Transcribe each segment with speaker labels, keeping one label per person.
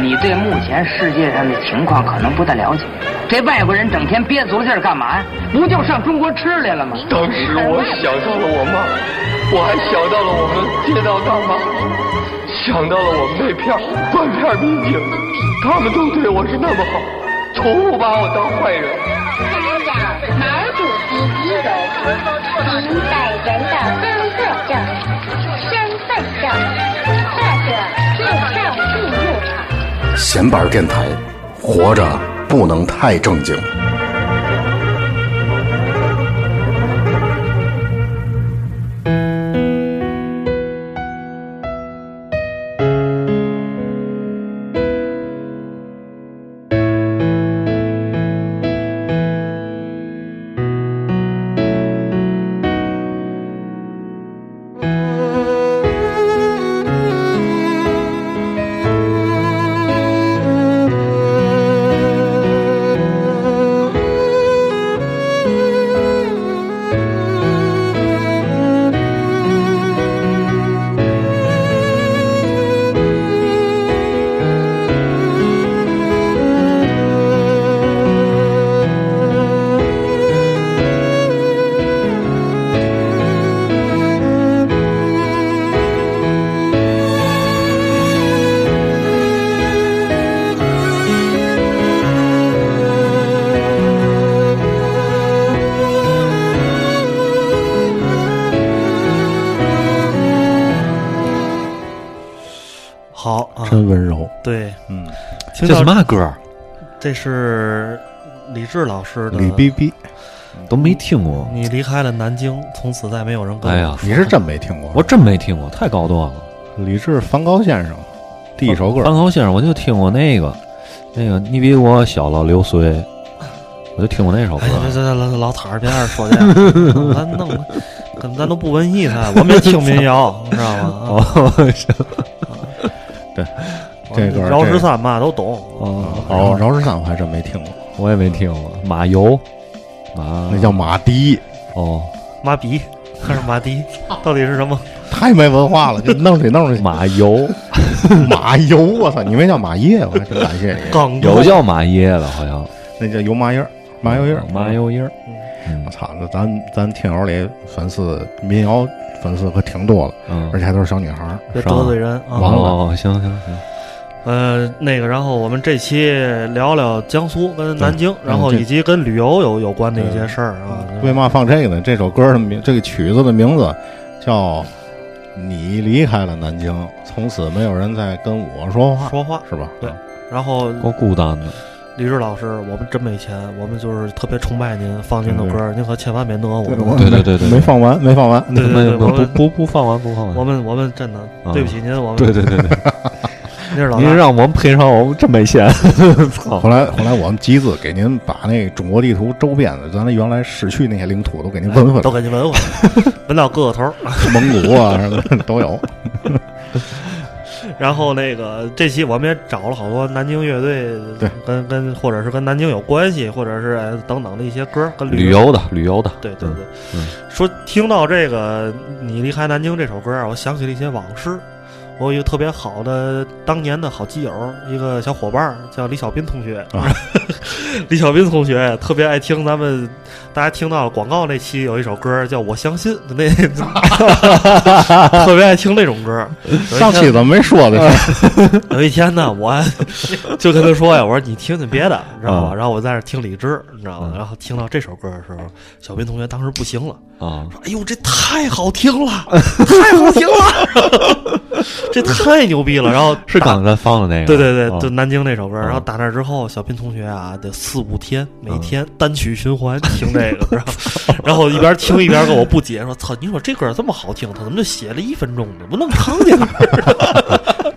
Speaker 1: 你对目前世界上的情况可能不太了解。这外国人整天憋足了劲儿干嘛呀？不就上中国吃来了吗？
Speaker 2: 当时我想到了我妈，我还想到了我们街道大妈，想到了我们那片儿断片儿民警，他们都对我是那么好，从不把我当坏人。
Speaker 3: 家长毛主席遗容，您本人的工作证、身份证或者入上进入场。
Speaker 4: 闲板电台，活着不能太正经。
Speaker 5: 好啊，
Speaker 6: 真温柔。
Speaker 5: 对，
Speaker 6: 嗯，
Speaker 5: 听
Speaker 6: 这
Speaker 5: 到
Speaker 6: 什么歌儿？
Speaker 5: 这是李志老师的。
Speaker 6: 李逼逼都没听过，
Speaker 5: 你离开了南京，从此再没有人跟我。
Speaker 6: 哎呀，
Speaker 4: 你是真没听过？
Speaker 6: 我真没听过，太高端了。
Speaker 4: 李志梵高先生第一首歌，
Speaker 6: 范高先生，我就听过那个，那个你比我小了六岁，我就听过那首歌
Speaker 5: 哎，。别别别，老老谭儿别爱说这样，咱弄得，咱咱都不文艺呢，我们也听民谣，知道吗？啊，
Speaker 6: 哦，是
Speaker 5: 我们
Speaker 4: 这个
Speaker 5: 饶十三嘛都懂，
Speaker 6: 哦，
Speaker 4: 哦，饶十三我还真没听过，
Speaker 6: 我也没听过。马油，马
Speaker 4: 那叫马迪，
Speaker 6: 哦，
Speaker 5: 马比还是马迪，到底是什么？
Speaker 4: 太没文化了，就弄这弄这
Speaker 6: 马油，
Speaker 4: 马油，我操！你没叫马叶，我还真感 谢你。
Speaker 5: 刚
Speaker 6: 有叫马耶的，好像
Speaker 4: 那叫油麻叶儿，麻油叶儿，
Speaker 6: 马。嗯油叶儿。
Speaker 4: 我
Speaker 6: 嗯
Speaker 4: 操！那咱咱听友里粉丝民谣粉丝可挺多的，而
Speaker 6: 嗯，
Speaker 4: 且还都是小女孩儿。
Speaker 5: 别
Speaker 6: 是吧
Speaker 5: 得罪人啊
Speaker 4: 王。
Speaker 6: 哦，行行行，
Speaker 5: 呃，那个，然后我们这期聊聊江苏跟南京，然后
Speaker 4: 嗯这
Speaker 5: 以及跟旅游有有关的一些事儿啊。
Speaker 4: 为嘛放这个呢？这首歌的名，这个曲子的名字叫《你离开了南京》，从此没有人再跟我说话，
Speaker 5: 说话，
Speaker 4: 是吧？啊
Speaker 5: 对然后
Speaker 6: 够孤单的。
Speaker 5: 李志老师，我们真没钱，我们就是特别崇拜您放您的歌儿，您可千万别讹我们。
Speaker 6: 嗯对对对对
Speaker 4: 没放完，没放完。
Speaker 5: 对对对，我
Speaker 6: 不不
Speaker 5: 们
Speaker 6: 不不放完不放完。
Speaker 5: 我们我们真的
Speaker 6: 啊
Speaker 5: 对不起您，我们
Speaker 6: 对对对对，
Speaker 5: 您是老
Speaker 6: 您
Speaker 5: 大，
Speaker 6: 让我们赔偿，我们真没钱。 操
Speaker 4: 后来，后来我们集资给您把那中国地图周边的，咱那原来失去那些领哎土都给您纹回
Speaker 5: 都
Speaker 4: 来，
Speaker 5: 给您闻 闻，闻到各个头儿。
Speaker 4: 蒙古啊什么的都 有。
Speaker 5: 然后那个这期我们也找了好多南京乐队，
Speaker 4: 对，
Speaker 5: 跟跟或者是跟南京有关系，或者是哎等等的一些歌儿跟
Speaker 6: 旅游的旅游的，
Speaker 5: 对对对，
Speaker 6: 嗯
Speaker 5: 说听到这个《你离开南京》这首歌啊，我想起了一些往事。我有一个特别好的当年的好基友，一个小伙伴儿叫李小斌同学。
Speaker 4: 啊
Speaker 5: 李小斌同学特别爱听咱们，大家听到广告那期有一首歌叫《我相信》，那 特别爱听那种歌。
Speaker 4: 上期怎么没说呢？
Speaker 5: 有一天呢， 我就跟他说呀，我说你听听别的，你知道吗？
Speaker 6: 啊
Speaker 5: 然后我在那儿听李志，你知道吗？
Speaker 6: 嗯
Speaker 5: 然后听到这首歌的时候，小斌同学当时不行了。
Speaker 6: 啊，
Speaker 5: 哎呦，这太好听了，太好 听了，这太牛逼了。然后
Speaker 6: 是
Speaker 5: 打
Speaker 6: 刚才放的那
Speaker 5: 对
Speaker 6: 个，
Speaker 5: 对
Speaker 4: 哦
Speaker 5: 对，
Speaker 6: 啊
Speaker 5: 就南京那首歌。
Speaker 6: 啊
Speaker 5: 然后打那之后，小斌同学啊，得四五天，每
Speaker 4: 哦
Speaker 5: 天单曲循环听这 个，然后然后一边听一边跟我不解，说：“操，你说这歌这么好听，他怎么就写了一分钟呢？不能长点 儿？”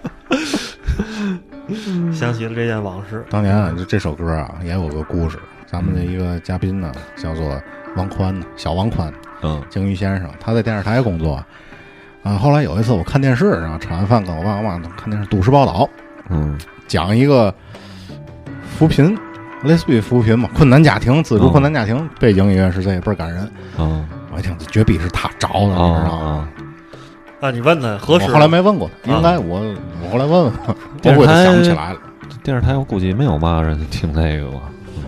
Speaker 5: 想起了这件往事，
Speaker 4: 当年啊，就这首歌啊，也有个故事。咱们的一个嘉宾呢，叫做王宽呢，小王宽，
Speaker 6: 嗯
Speaker 4: 鲸鱼先生，他在电视台工作。啊，后来有一次我看电视，然后吃完饭跟我爸我妈看电视《都市报道
Speaker 6: 嗯》，
Speaker 4: 讲一个扶贫，类似于扶贫嘛，困难家庭资
Speaker 6: 哦
Speaker 4: 助困难家庭，背景音乐是这个倍儿感人。
Speaker 6: 啊
Speaker 4: 我一听，这绝逼是他找的，你
Speaker 6: 啊
Speaker 4: 知道吗？
Speaker 6: 啊！
Speaker 5: 啊，你问他合
Speaker 4: 我
Speaker 5: 适吗？
Speaker 4: 后来没问过他，
Speaker 6: 啊
Speaker 4: 应该我我后来问问他，
Speaker 6: 电
Speaker 4: 我估计
Speaker 6: 视台
Speaker 4: 他想不起来了。
Speaker 6: 嗯电视台我估计没有嘛人听这个吧，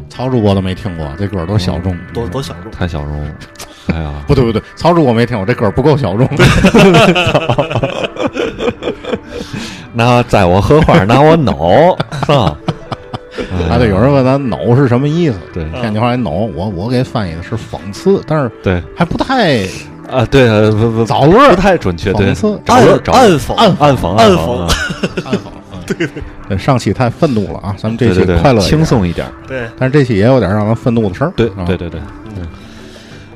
Speaker 4: 曹主播都没听过，这歌儿都是小众，
Speaker 6: 哦
Speaker 5: 都都小众。
Speaker 6: 太小众了。哎呀，
Speaker 4: 不对不对，曹主播没听过，这歌儿不够小众。
Speaker 6: 那摘我荷花，拿我挠， 是吧？
Speaker 4: 还
Speaker 6: 哎
Speaker 4: 得啊
Speaker 6: 呀
Speaker 4: 有人问咱“挠”是什么意思？
Speaker 6: 对
Speaker 4: 天津话来“挠”，我我给翻译的是讽刺，但是
Speaker 6: 对
Speaker 4: 还不太
Speaker 6: 啊，对，呃不不，
Speaker 4: 找乐儿
Speaker 6: 不太准确，对
Speaker 4: 讽刺，
Speaker 6: 找
Speaker 5: 暗
Speaker 6: 乐找
Speaker 5: 暗讽，
Speaker 4: 暗
Speaker 6: 暗讽
Speaker 5: 暗
Speaker 6: 讽啊，
Speaker 4: 暗讽。对对对，哎上期太愤怒了啊，咱们这期
Speaker 6: 对对对，
Speaker 4: 快乐一点
Speaker 6: 轻，松一点，
Speaker 5: 对，
Speaker 4: 但是这期也有点让人愤怒的事儿。
Speaker 6: 对
Speaker 4: 啊
Speaker 6: 对对对，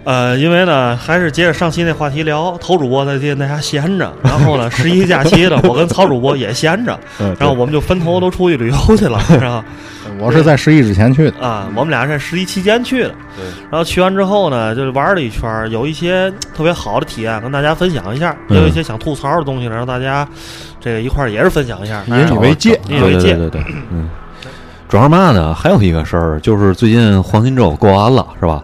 Speaker 5: 呃，因为呢，还是接着上期那话题聊，头主播在那那家闲着，然后呢，十一假期了，我跟曹主播也闲着，
Speaker 6: 嗯
Speaker 5: 然后我们就分头都出去旅游去了，是吧？
Speaker 4: 我是在十一之前去的，
Speaker 5: 啊，我们俩是在十一期间去的，
Speaker 6: 对
Speaker 5: 然后去完之后呢，就是玩了一圈儿，有一些嗯特别好的体验跟大家分享一下，也有一些想吐槽的东西呢，让大家这个一块儿也是分享一下。
Speaker 4: 引以为戒。
Speaker 5: 引以
Speaker 6: 对
Speaker 5: 为
Speaker 6: 对
Speaker 5: 戒
Speaker 6: 对对对，嗯。主要是嘛呢？还有一个事儿，就是最近黄金周过完了，是吧？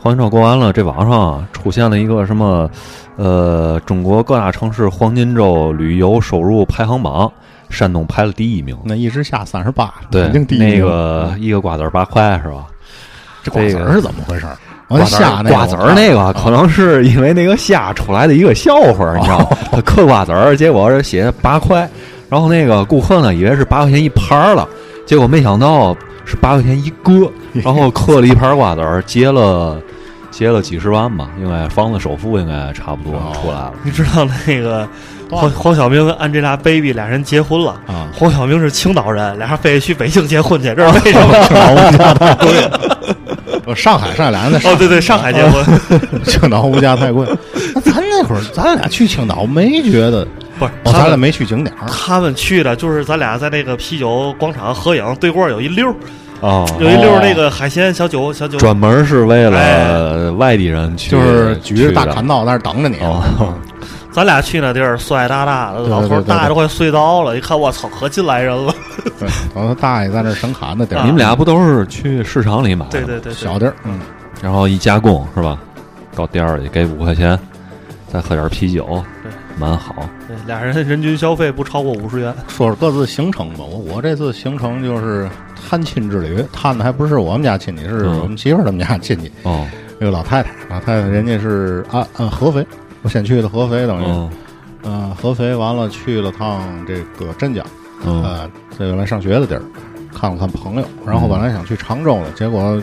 Speaker 6: 黄金周过完了，这网上啊出现了一个什么，呃，中国各大城市黄金周旅游收入排行榜，山东排了第一名。
Speaker 4: 那一直下三十八，
Speaker 6: 对
Speaker 4: 肯定，第一名。
Speaker 6: 那个一个瓜子儿八块是吧？
Speaker 4: 这瓜子
Speaker 6: 这
Speaker 4: 儿
Speaker 6: 个
Speaker 4: 是怎么回事儿？
Speaker 6: 瓜
Speaker 4: 我
Speaker 6: 子
Speaker 4: 下啊
Speaker 6: 儿瓜子儿那个，可能是因为那个虾出来的一个笑话儿，你知道吗？
Speaker 4: 哦
Speaker 6: 他嗑瓜子儿，结果是写八块，然后那个顾客呢以为是八块钱一盘儿了，结果没想到是八块钱一个，然后嗑了一盘瓜子儿，结了结了几十万吧，应该房子首付应该差不多
Speaker 4: 哦
Speaker 6: 出来了。
Speaker 5: 你知道那个黄黄晓明跟 Angelababy 俩人结婚了。
Speaker 4: 啊，
Speaker 5: 黄晓明是青岛人，俩人非得去北京结婚去，这是为什么？
Speaker 4: 我上海上海俩人在上
Speaker 5: 哦，对对，上海结婚，
Speaker 4: 青岛物价太贵。那咱那会儿，咱俩去青岛没觉得，
Speaker 5: 不是
Speaker 4: 哦，咱
Speaker 5: 他
Speaker 4: 俩
Speaker 5: 们
Speaker 4: 没去景点儿。
Speaker 5: 他们去的就是咱俩在那个啤酒广场合影，对过有一溜儿，
Speaker 6: 哦，
Speaker 5: 有一溜儿那个海鲜小酒小酒，
Speaker 6: 专门是为了外地人去，
Speaker 4: 哎就是举着大
Speaker 6: 去的
Speaker 4: 砍刀在那儿等着你。啊
Speaker 6: 哦，
Speaker 5: 咱俩去那地儿帅大大的，
Speaker 4: 对对
Speaker 5: 老头儿
Speaker 4: 对对
Speaker 5: 大
Speaker 4: 对
Speaker 5: 都快碎刀了，一看我操，可进来 人了，
Speaker 4: 对，然后他大爷在那儿神砍的地
Speaker 5: 啊
Speaker 4: 儿，
Speaker 6: 你们俩不都是去市场里买的
Speaker 5: 对
Speaker 6: 吗？
Speaker 5: 对对对，
Speaker 4: 小地儿，嗯，
Speaker 6: 然后一加工是吧？到店儿里给五块钱，再喝点啤酒
Speaker 5: 对，
Speaker 6: 蛮好。
Speaker 5: 对俩人人均消费不超过五十元，
Speaker 4: 说说各自行程吧。我我这次行程就是探亲之旅，探的还不是我们家亲戚，是
Speaker 6: 嗯
Speaker 4: 我们媳妇儿他们家亲戚，
Speaker 6: 哦，
Speaker 4: 那个老太太，老太太人家是安安合肥，我先去的合肥，等于，嗯、
Speaker 6: 嗯
Speaker 4: 合肥完了去了趟这个镇江，
Speaker 6: 嗯，
Speaker 4: 呃，这原来上学的地儿，看了看朋友，然后本来想去常州的，结果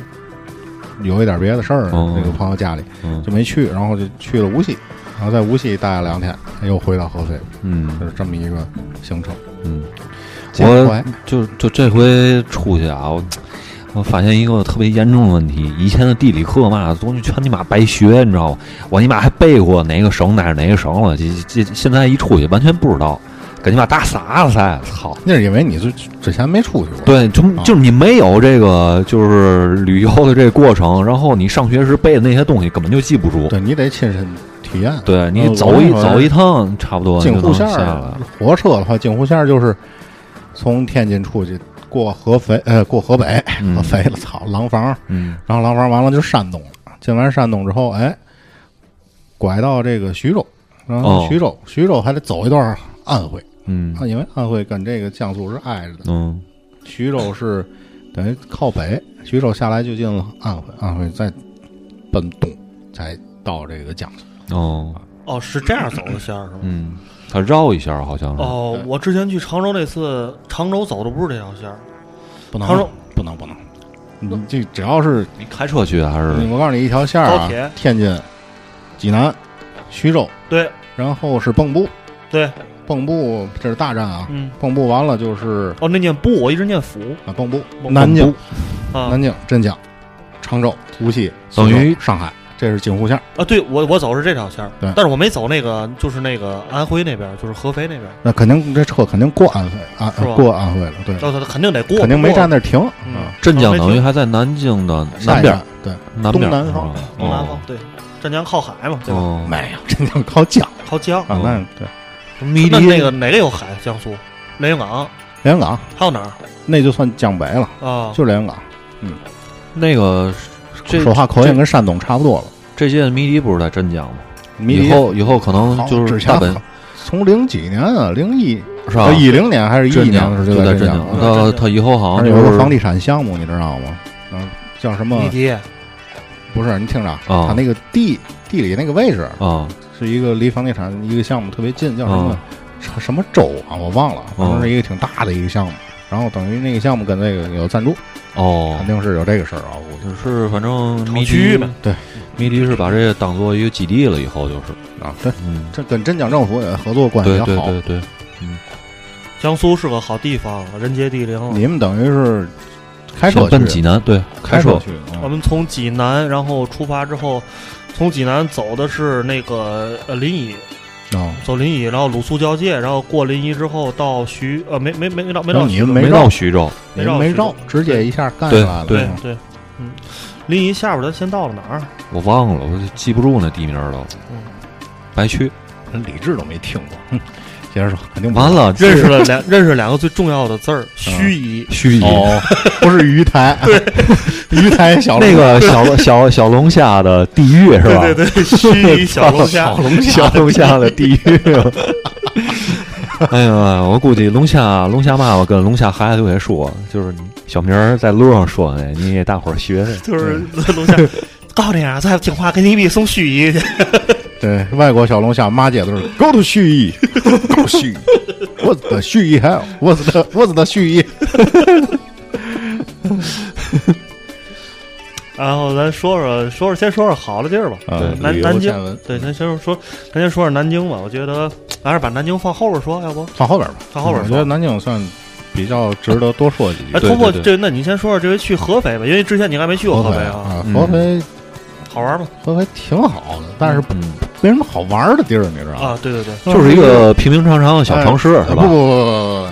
Speaker 4: 有一点别的事儿，
Speaker 6: 嗯
Speaker 4: 那个朋友家里
Speaker 6: 嗯
Speaker 4: 就没去，然后就去了无锡，然后在无锡待了两天，又回到合肥，就
Speaker 6: 嗯
Speaker 4: 是这么一个行程。
Speaker 6: 嗯，
Speaker 4: 结果
Speaker 6: 我就就这回出去啊，我我发现一个特别严重的问题，以前的地理课嘛，东西全你妈白学，你知道吗？我你妈还背过哪个省哪是哪个省了，这这这现在一出去完全不知道，给你妈大傻子塞，操！
Speaker 4: 那是因为你之之前没出去过，
Speaker 6: 对，就
Speaker 4: 啊
Speaker 6: 就是你没有这个就是旅游的这个过程，然后你上学时背的那些东西根本就记不住。
Speaker 4: 对你得亲身体验。
Speaker 6: 对你
Speaker 4: 呃
Speaker 6: 走一
Speaker 4: 我那会儿
Speaker 6: 走一趟，差不多你
Speaker 4: 京
Speaker 6: 就
Speaker 4: 沪
Speaker 6: 能
Speaker 4: 线
Speaker 6: 下来
Speaker 4: 儿
Speaker 6: 了。
Speaker 4: 火车的话，京沪线儿就是从天津出去，过合肥，呃，过河北，
Speaker 6: 嗯
Speaker 4: 合肥了，操，廊坊，
Speaker 6: 嗯
Speaker 4: 然后廊坊完了就是山东了，进完山东之后，哎，拐到这个徐州，然后
Speaker 6: 哦
Speaker 4: 徐州，徐州还得走一段安徽，
Speaker 6: 嗯
Speaker 4: 啊，因为安徽跟这个江苏是挨着的，
Speaker 6: 嗯
Speaker 4: 徐州是等于靠北，徐州下来就进了安徽，安徽再奔东，再到这个江苏。
Speaker 6: 哦
Speaker 5: 哦，是这样走的线儿是吗？
Speaker 6: 嗯，他绕一下儿好像是。
Speaker 4: 嗯
Speaker 5: 哦，我之前去常州那次，常州走的不是这条线儿，
Speaker 4: 不能
Speaker 5: 他说
Speaker 4: 不能不能，你这只要是
Speaker 6: 你开车去还是？
Speaker 4: 我告诉你一条线儿
Speaker 5: 高
Speaker 4: 啊
Speaker 5: 铁，
Speaker 4: 天津、济南、徐州，
Speaker 5: 对
Speaker 4: 然后是蚌埠，
Speaker 5: 对，
Speaker 4: 蚌埠这是大站啊，
Speaker 5: 嗯，
Speaker 4: 蚌埠完了就是
Speaker 5: 哦，那念不，我一直念府
Speaker 4: 啊蚌埠、
Speaker 5: 蚌
Speaker 4: 南京、
Speaker 5: 啊
Speaker 4: 南京、镇江、常州、无锡，
Speaker 6: 等于
Speaker 4: 苏州上海，这是京沪线儿。
Speaker 5: 啊，对我我走是这条线儿
Speaker 4: 对，
Speaker 5: 但是我没走那个，就是那个安徽那边儿，就是合肥那边儿，
Speaker 4: 那肯定这车肯定过安徽啊
Speaker 5: 是吧，
Speaker 4: 过安徽了，对，
Speaker 5: 哦，他肯定得过，
Speaker 4: 肯定没
Speaker 5: 过
Speaker 4: 站那儿停
Speaker 5: 嗯
Speaker 4: 啊。
Speaker 6: 镇江等于还在南京的
Speaker 4: 下
Speaker 6: 南
Speaker 4: 一
Speaker 6: 边
Speaker 4: 站
Speaker 6: 儿，
Speaker 4: 对，
Speaker 6: 南边
Speaker 4: 东
Speaker 6: 儿
Speaker 4: 南
Speaker 6: 是吧
Speaker 4: 方
Speaker 5: 东南方
Speaker 6: 哦，
Speaker 5: 对，镇江靠海嘛，对吧？
Speaker 6: 哦，
Speaker 4: 没有， 镇江靠江
Speaker 5: 靠江，
Speaker 4: 啊，那对，
Speaker 6: 迷
Speaker 5: 那
Speaker 6: 离
Speaker 5: 那个哪个有海？江苏连云港，
Speaker 4: 连云港
Speaker 5: 还有哪儿
Speaker 4: 那就算江北了，
Speaker 5: 啊？
Speaker 4: 就连云港。
Speaker 6: 那个这
Speaker 4: 说话口音
Speaker 6: 这
Speaker 4: 跟山东差不多了。
Speaker 6: 这届迷离不是在镇江吗？
Speaker 4: 迷
Speaker 6: 以
Speaker 4: 离
Speaker 6: 后以后可能
Speaker 4: 好
Speaker 6: 就
Speaker 4: 之
Speaker 6: 是
Speaker 4: 前
Speaker 6: 大本
Speaker 4: 好从零几年啊，零一
Speaker 6: 是吧？
Speaker 4: 一零年还是一一
Speaker 6: 真
Speaker 4: 年的时候
Speaker 6: 就
Speaker 4: 就
Speaker 6: 在
Speaker 4: 镇
Speaker 6: 镇
Speaker 4: 江
Speaker 6: 江，
Speaker 4: 了，
Speaker 6: 他他以后好
Speaker 4: 而
Speaker 6: 像
Speaker 4: 且有
Speaker 6: 就是
Speaker 4: 个房地产项目，你知道吗？嗯，叫什么
Speaker 5: 迷？笛
Speaker 4: 不是，你听着，他那个地地理那个位置
Speaker 6: 啊
Speaker 4: 是一个离房地产一个项目特别近，叫什么什什么州啊？我忘了，反正是一个挺大的一个项目。然后等于那个项目跟那个有赞助，
Speaker 6: 哦
Speaker 4: 肯，定是有这个事儿啊，我估计。
Speaker 6: 就是反正
Speaker 5: 城
Speaker 6: 迷
Speaker 5: 区嗯
Speaker 6: 笛
Speaker 5: 呗，
Speaker 4: 对，
Speaker 6: 迷笛是把这个当做一个基地了，以后就是，
Speaker 4: 啊，对，
Speaker 6: 嗯，
Speaker 4: 这跟镇江政府也合作关系
Speaker 6: 对
Speaker 4: 也
Speaker 6: 对
Speaker 4: 好。
Speaker 6: 对对，
Speaker 5: 江苏是个好地方，人杰地灵。
Speaker 4: 你们等于是开车
Speaker 6: 先
Speaker 4: 去
Speaker 6: 奔
Speaker 4: 的，
Speaker 6: 济南，对，
Speaker 4: 开
Speaker 6: 开车
Speaker 4: 去的，
Speaker 5: 我
Speaker 4: 嗯
Speaker 5: 们从济南，然后出发之后，从济南走的是那个呃临沂，
Speaker 4: 哦，
Speaker 5: 走临沂，然后鲁肃交界，然后过临沂之后到徐呃没没没没到
Speaker 4: 然
Speaker 5: 没到
Speaker 4: 后哦你
Speaker 5: 徐
Speaker 4: 们
Speaker 5: 州
Speaker 4: 没
Speaker 6: 没
Speaker 4: 绕
Speaker 6: 到徐州，
Speaker 4: 你们没绕，直接一下干下来了。
Speaker 6: 对
Speaker 4: 嗯
Speaker 5: 对，嗯，临沂下边咱先到了哪 儿？
Speaker 6: 我忘了，我记不住那地名了
Speaker 5: 嗯，
Speaker 6: 白去，
Speaker 4: 人李志都没听过。哼接着说，肯定不
Speaker 6: 完了，
Speaker 5: 嗯认识了两认识两个最重要的字
Speaker 4: 嗯
Speaker 5: 儿，盱眙。
Speaker 6: 盱眙。
Speaker 4: 哦，不是鱼台，鱼台小
Speaker 6: 那个小龙 小小龙虾的地狱是吧？
Speaker 5: 对 对对，盱眙小龙虾
Speaker 6: 小。龙虾，小龙虾的地狱。 哎呀，我估计龙虾龙虾妈妈跟龙虾孩子都得说，就是你小明儿在路上说的，你给大伙儿学学。
Speaker 5: 就是龙 虾。告诉你啊，在听话给你一笔送盱眙去。
Speaker 4: 对外国小龙虾，骂街都是 Go to 盱眙，Go 盱眙，What's the 盱眙 hell? What's the What's the 盱眙？
Speaker 5: 然后咱说说说说，先说说好的地儿吧。
Speaker 6: 嗯
Speaker 4: 啊
Speaker 5: 南
Speaker 4: 旅游
Speaker 5: 南京
Speaker 4: 见闻
Speaker 5: 对，咱先说，咱先说说南京吧。我觉得还是把南京放后边说，要不？
Speaker 4: 放后边吧，
Speaker 5: 放后边
Speaker 4: 我
Speaker 5: 说
Speaker 4: 觉得南京算比较值得多说几句
Speaker 5: 哎，。
Speaker 6: 对
Speaker 5: 通过
Speaker 6: 对
Speaker 5: 这，那你先说说这回去合肥吧，因为之前你还没去过合
Speaker 4: 合
Speaker 5: 肥啊，
Speaker 4: 啊，
Speaker 6: 嗯
Speaker 4: 合肥
Speaker 5: 好玩吗？
Speaker 4: 合肥挺好的，但是
Speaker 6: 嗯，
Speaker 4: 没什么好玩的地儿，你知道吗？
Speaker 5: 啊，对对对，
Speaker 6: 就是一个平平常常的小城市
Speaker 4: 哎
Speaker 6: 是
Speaker 4: 不
Speaker 6: 吧？
Speaker 4: 不不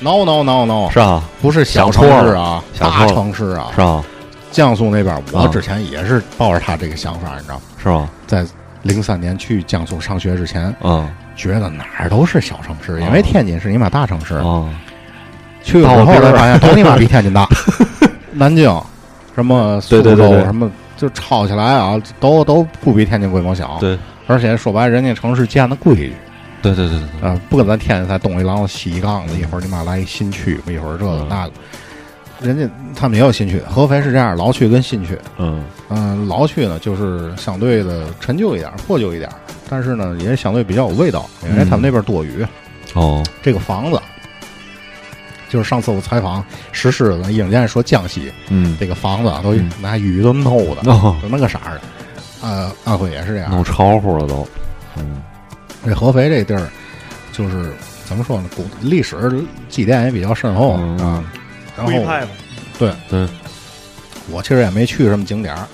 Speaker 4: ，no no no no，
Speaker 6: 是啊，
Speaker 4: 不是小
Speaker 6: 想
Speaker 4: 城
Speaker 6: 错
Speaker 4: 市
Speaker 6: 了
Speaker 4: 啊，
Speaker 6: 想
Speaker 4: 大
Speaker 6: 错了
Speaker 4: 城市啊
Speaker 6: 是，啊，
Speaker 4: 江苏那边，我
Speaker 6: 啊
Speaker 4: 之前也是抱着他这个想法，你知道吗？
Speaker 6: 是啊吧？
Speaker 4: 在零三年去江苏上学之前，
Speaker 6: 嗯
Speaker 4: 觉得哪儿都是小城市，
Speaker 6: 啊
Speaker 4: 因为天津是啊你妈大城市。
Speaker 6: 嗯，
Speaker 4: 去了之
Speaker 6: 到
Speaker 4: 后
Speaker 6: 边
Speaker 4: 才
Speaker 6: 儿
Speaker 4: 发现，都你妈比天 津大。南京，什么苏
Speaker 6: 对对
Speaker 4: 州，
Speaker 6: 对对
Speaker 4: 什么就抄起来啊，都都不比天津规模小。
Speaker 6: 对
Speaker 4: 而且说白了，人家城市建的规矩
Speaker 6: 对对对对
Speaker 4: 啊、不跟咱天津才东一榔头西一杠子，一会儿你妈来一新区，一会儿这个
Speaker 6: 嗯
Speaker 4: 那个。人家他们也有新区，合肥是这样，老区跟新区。
Speaker 6: 嗯
Speaker 4: 嗯，老区呢就是相对的陈旧一点儿、破旧一点儿，但是呢也相对比较有味道，因为他们那边多雨。
Speaker 6: 哦
Speaker 4: 这个房子，就是上次我采访石狮子，尹健说江西
Speaker 6: 嗯
Speaker 4: 这个房子啊，都
Speaker 6: 嗯
Speaker 4: 拿雨都透的，
Speaker 6: 哦，
Speaker 4: 就那个色儿的。呃，安徽也是这样。
Speaker 6: 弄超乎了都，嗯
Speaker 4: 这合肥这地儿，就是怎么说呢，古历史积淀也比较深厚
Speaker 6: 嗯
Speaker 4: 啊。然
Speaker 5: 徽派
Speaker 4: 后
Speaker 5: 嘛，
Speaker 4: 我其实也没去什么景点儿，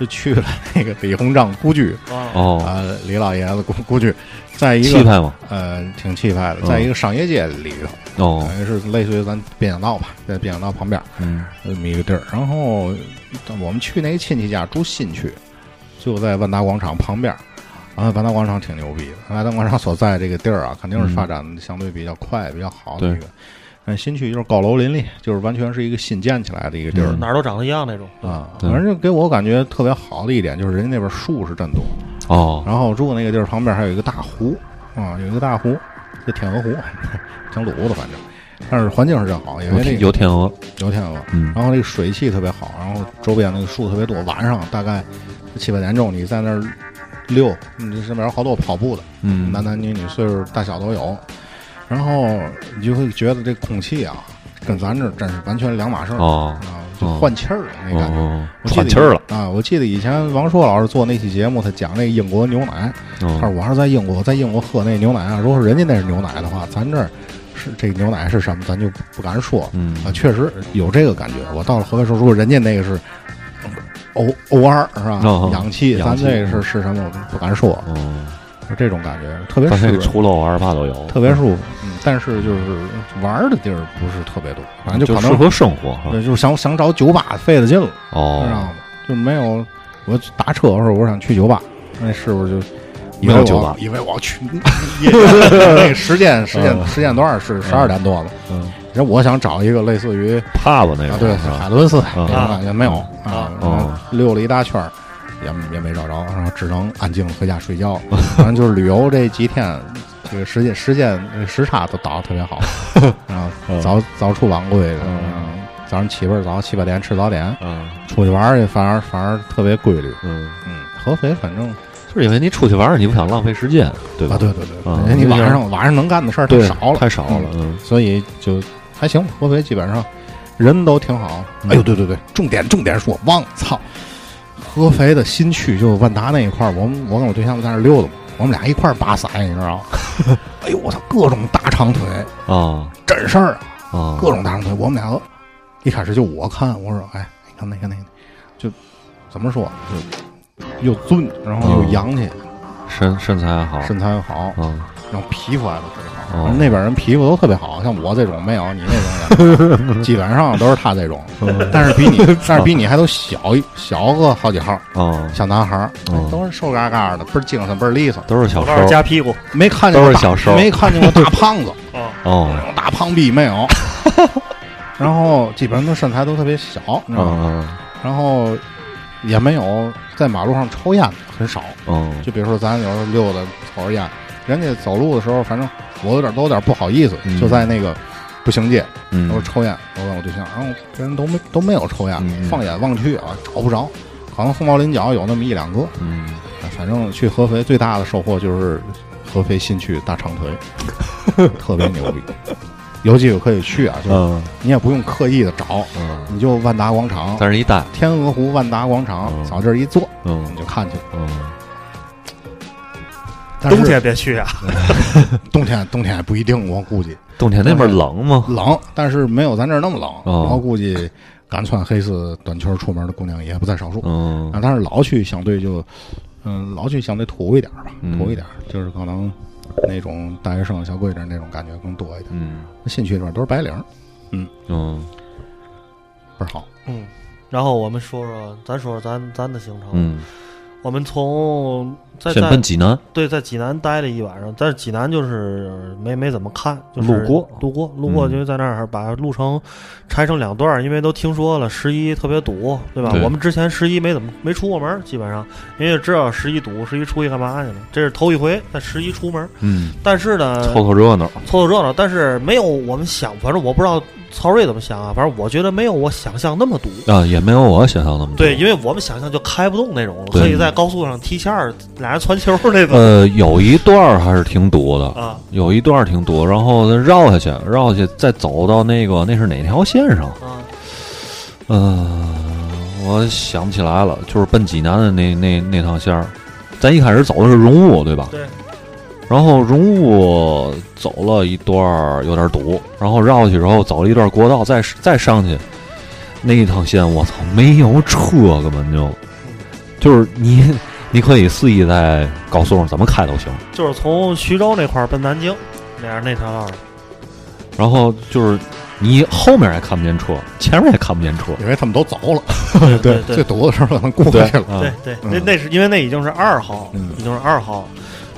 Speaker 4: 就去了那个李鸿章故居
Speaker 5: 啊，
Speaker 6: 哦，
Speaker 4: 啊，李老爷子故故居，在一
Speaker 6: 气
Speaker 4: 个
Speaker 6: 派嘛，
Speaker 4: 呃挺气派的，
Speaker 6: 嗯
Speaker 4: 在一个商业街里头，
Speaker 6: 哦
Speaker 4: 等于是类似于咱边疆道吧，在边疆道旁边。
Speaker 6: 嗯
Speaker 4: 这么一个地儿。然后我们去那亲戚家住新区，就在万达广场旁边儿。啊，万达广场挺牛逼的。万达广场所在这个地儿啊，肯
Speaker 6: 嗯
Speaker 4: 定是发展相对比较快、比较好的一个。嗯，新区就是高楼林立，就是完全是一个新建起来的一个地儿、
Speaker 6: 嗯
Speaker 5: 哪儿都长得一样那种。
Speaker 4: 啊。
Speaker 6: 对
Speaker 4: 反正就给我感觉特别好的一点就是人家那边树是真多，
Speaker 6: 哦
Speaker 4: 然后我住那个地儿旁边还有一个大湖啊，有一个大湖，这天鹅湖， 挺鲁的反正。但是环境是真好，因为那
Speaker 6: 有天
Speaker 4: 个啊
Speaker 6: 有天鹅，
Speaker 4: 有天鹅，
Speaker 6: 嗯
Speaker 4: 然后那个水汽特别好，然后周边那个树特别多。晚上大概七八点钟，你在那儿溜，你身边有好多跑步的，
Speaker 6: 嗯
Speaker 4: 男男女女、岁数大小都有。然后你就会觉得这空气啊，跟咱这儿真是完全两码事儿、
Speaker 6: 哦
Speaker 4: 啊，就换气儿了那感觉。
Speaker 6: 哦
Speaker 4: 我记得
Speaker 6: 喘气儿了，
Speaker 4: 啊！我记得以前王朔老师做那期节目，他讲那个英国牛奶，他说
Speaker 6: 嗯
Speaker 4: 我要是在英国，在英国喝那牛奶啊，如果人家那是牛奶的话，咱这儿是这个牛奶是什么，咱就不敢说。
Speaker 6: 嗯
Speaker 4: 啊，确实有这个感觉。我到了合肥时候，如果人家那个是 O O R 是吧？
Speaker 6: 哦
Speaker 4: 氧气，
Speaker 6: 氧
Speaker 4: 咱
Speaker 6: 气
Speaker 4: 这个是是什么？我不敢说，
Speaker 6: 哦。
Speaker 4: 就这种感觉特别
Speaker 6: 但
Speaker 4: 舒
Speaker 6: 是
Speaker 4: 服，
Speaker 6: 除了我二八都有，
Speaker 4: 特别舒服。嗯，但是就是玩儿的地儿不是特别多，反正
Speaker 6: 就
Speaker 4: 可
Speaker 6: 适
Speaker 4: 能
Speaker 6: 合生活哈。
Speaker 4: 对就是想想找酒吧费了劲了，知道
Speaker 6: 哦，
Speaker 4: 吗？就没有我打车的时候，我想去酒吧，那师傅就。以为
Speaker 6: 没有
Speaker 4: 我
Speaker 6: 酒吧
Speaker 4: 以为我要去， 夜店那个时间时间
Speaker 6: 嗯
Speaker 4: 时间段是十二点多了。
Speaker 6: 嗯，
Speaker 4: 然后我想找一个类似于
Speaker 6: 怕吧那
Speaker 4: 啊，
Speaker 6: 种
Speaker 4: 对，
Speaker 6: 哎是吧
Speaker 4: 海伦斯那
Speaker 6: 嗯
Speaker 4: 种感觉没有啊
Speaker 5: 啊，
Speaker 4: 然后
Speaker 6: 哦
Speaker 4: 溜了一大圈儿， 也也没找着，然后只能安静地回家睡觉。反正就是旅游这几天，这个时间时间呃时差都倒得特别 好，啊，
Speaker 6: 嗯
Speaker 4: 早早出晚归的，
Speaker 6: 嗯
Speaker 4: 嗯早上起倍儿早，七八点吃早点，
Speaker 6: 嗯
Speaker 4: 出去玩儿去，反而反而特别规律。
Speaker 6: 嗯，
Speaker 4: 嗯，合肥反正
Speaker 6: 就是因为你出去玩儿，你不想浪费时间，对吧？
Speaker 4: 啊，对对对，
Speaker 6: 啊
Speaker 4: 人家你晚上晚上能干的事儿太
Speaker 6: 对，
Speaker 4: 少了，
Speaker 6: 太少了，
Speaker 4: 嗯
Speaker 6: 嗯
Speaker 4: 所以就还行。合肥基本上人都挺好。
Speaker 6: 嗯
Speaker 4: 哎呦，对对对，重点重点说，忘了操，合肥的新区就万达那一块儿，我们我跟我对象在那儿溜达嘛，我们俩一块儿扒腮，你知道吗？ 哎呦，我操，各种大长腿，
Speaker 6: 啊
Speaker 4: 真事儿啊，
Speaker 6: 啊，
Speaker 4: 各种大长腿。我们俩一开始就我看，我说哎，你看那个那个，就怎么说，就又俊，然后又
Speaker 6: 嗯
Speaker 4: 洋气，
Speaker 6: 身身材还好，
Speaker 4: 身材又好，
Speaker 6: 啊
Speaker 4: 然后皮肤还都特别好。
Speaker 6: 哦
Speaker 4: 反正那边人皮肤都特别好，像我这种没有，你那种 人基本上都是他这种，
Speaker 6: 嗯
Speaker 4: 但是比你，但是比你还都小一小个好几号，
Speaker 6: 啊，
Speaker 4: 小男孩儿、哎
Speaker 6: 哦
Speaker 4: 都是瘦嘎嘎的，倍儿精神，倍儿利索，
Speaker 6: 都是小
Speaker 5: 我告诉
Speaker 6: 收
Speaker 5: 加屁股
Speaker 4: 没看见
Speaker 6: 都
Speaker 4: 过
Speaker 6: 是
Speaker 4: 大
Speaker 6: 小瘦
Speaker 4: 没看见过大胖子，
Speaker 6: 哦，
Speaker 4: 大胖逼没 有。然后基本上都身材都特别小，你知道吗？
Speaker 6: 嗯
Speaker 4: 然后也没有在马路上抽烟的，很少。
Speaker 6: 嗯
Speaker 4: 就比如说咱有时候溜达抽着烟，人家走路的时候，反正我有点都有点不好意思，
Speaker 6: 嗯
Speaker 4: 就在那个步行街，
Speaker 6: 嗯，
Speaker 4: 我抽烟，我问我对象，然后别人都没都没有抽烟，
Speaker 6: 嗯嗯
Speaker 4: 放眼望去啊，找不着，可能凤毛麟角有那么一两个。
Speaker 6: 嗯
Speaker 4: 反正去合肥最大的收获就是合肥新区大长腿， 特别牛逼。有机会可以去啊，就是
Speaker 6: 嗯
Speaker 4: 你也不用刻意的找，
Speaker 6: 嗯，
Speaker 4: 你就万达广场、
Speaker 6: 但是一带，
Speaker 4: 天鹅湖万达广场
Speaker 6: 嗯
Speaker 4: 找地儿一坐，你
Speaker 6: 嗯
Speaker 4: 就看去了。
Speaker 6: 嗯
Speaker 4: 但是
Speaker 5: 冬天别去啊，
Speaker 4: 冬天冬天也不一定，我估计
Speaker 6: 冬天那边冷吗？
Speaker 4: 冷，但是没有咱这儿那么冷。
Speaker 6: 哦
Speaker 4: 我估计敢穿黑色短裙出门的姑娘也不在少数。
Speaker 6: 嗯
Speaker 4: 啊，但是老区相对就，嗯，老区相对土一点儿吧，
Speaker 6: 嗯
Speaker 4: 土一点儿，就是可能那种大学生小贵人那种感觉更多一点。
Speaker 6: 嗯
Speaker 4: 新区这边都是白领儿，
Speaker 6: 嗯
Speaker 4: 倍儿好。
Speaker 5: 嗯。然后我们说说，咱说说咱咱的行程。，
Speaker 6: 嗯，
Speaker 5: 我们从在
Speaker 6: 先
Speaker 5: 在
Speaker 6: 奔济南，
Speaker 5: 对，在济南待了一晚上，但是济南就是没没怎么看，就是
Speaker 6: 路过
Speaker 5: 路过路过，
Speaker 6: 嗯
Speaker 5: 因为在那儿把路程拆成两段儿，因为都听说了十一特别堵，对吧？
Speaker 6: 对
Speaker 5: 我们之前十一没怎么没出过门儿，基本上人家知道十一堵，十一出去干嘛去了？这是头一回在十一出门儿，
Speaker 6: 嗯，
Speaker 5: 但是呢，
Speaker 6: 凑凑热闹，
Speaker 5: 凑凑热闹，但是没有我们想，反正我不知道曹睿怎么想啊，反正我觉得没有我想象那么堵。
Speaker 6: 啊，也没有我想象那么多。
Speaker 5: 对，因为我们想象就开不动那种了，
Speaker 6: 对
Speaker 5: 可以在高速上踢毽儿，俩人传球儿那种、
Speaker 6: 呃，有一段儿还是挺堵的，
Speaker 5: 啊。
Speaker 6: 有一段儿挺堵，然后再绕下去，绕下去再走到那个那是哪条线上？
Speaker 5: 啊
Speaker 6: 嗯，我想不起来了，就是奔济南的那那那趟线儿。咱一开始走的是荣务，对吧？
Speaker 5: 对。
Speaker 6: 然后荣务走了一段儿有点堵，然后绕过去之后走了一段国道，再再上去那一趟线，我操，没有车根本就，就是你你可以肆意在高速上怎么开都行。
Speaker 5: 就是从徐州那块儿奔南京，那样那条道儿。
Speaker 6: 然后就是你后面也看不见车，前面也看不见车。
Speaker 4: 因为他们都走了，
Speaker 5: 对
Speaker 4: 最
Speaker 5: 对
Speaker 4: 堵的时候可能过去了。
Speaker 6: 啊
Speaker 5: 对对，
Speaker 4: 嗯
Speaker 5: 那那是因为那已经是二号，
Speaker 4: 嗯
Speaker 5: 已经是二号了。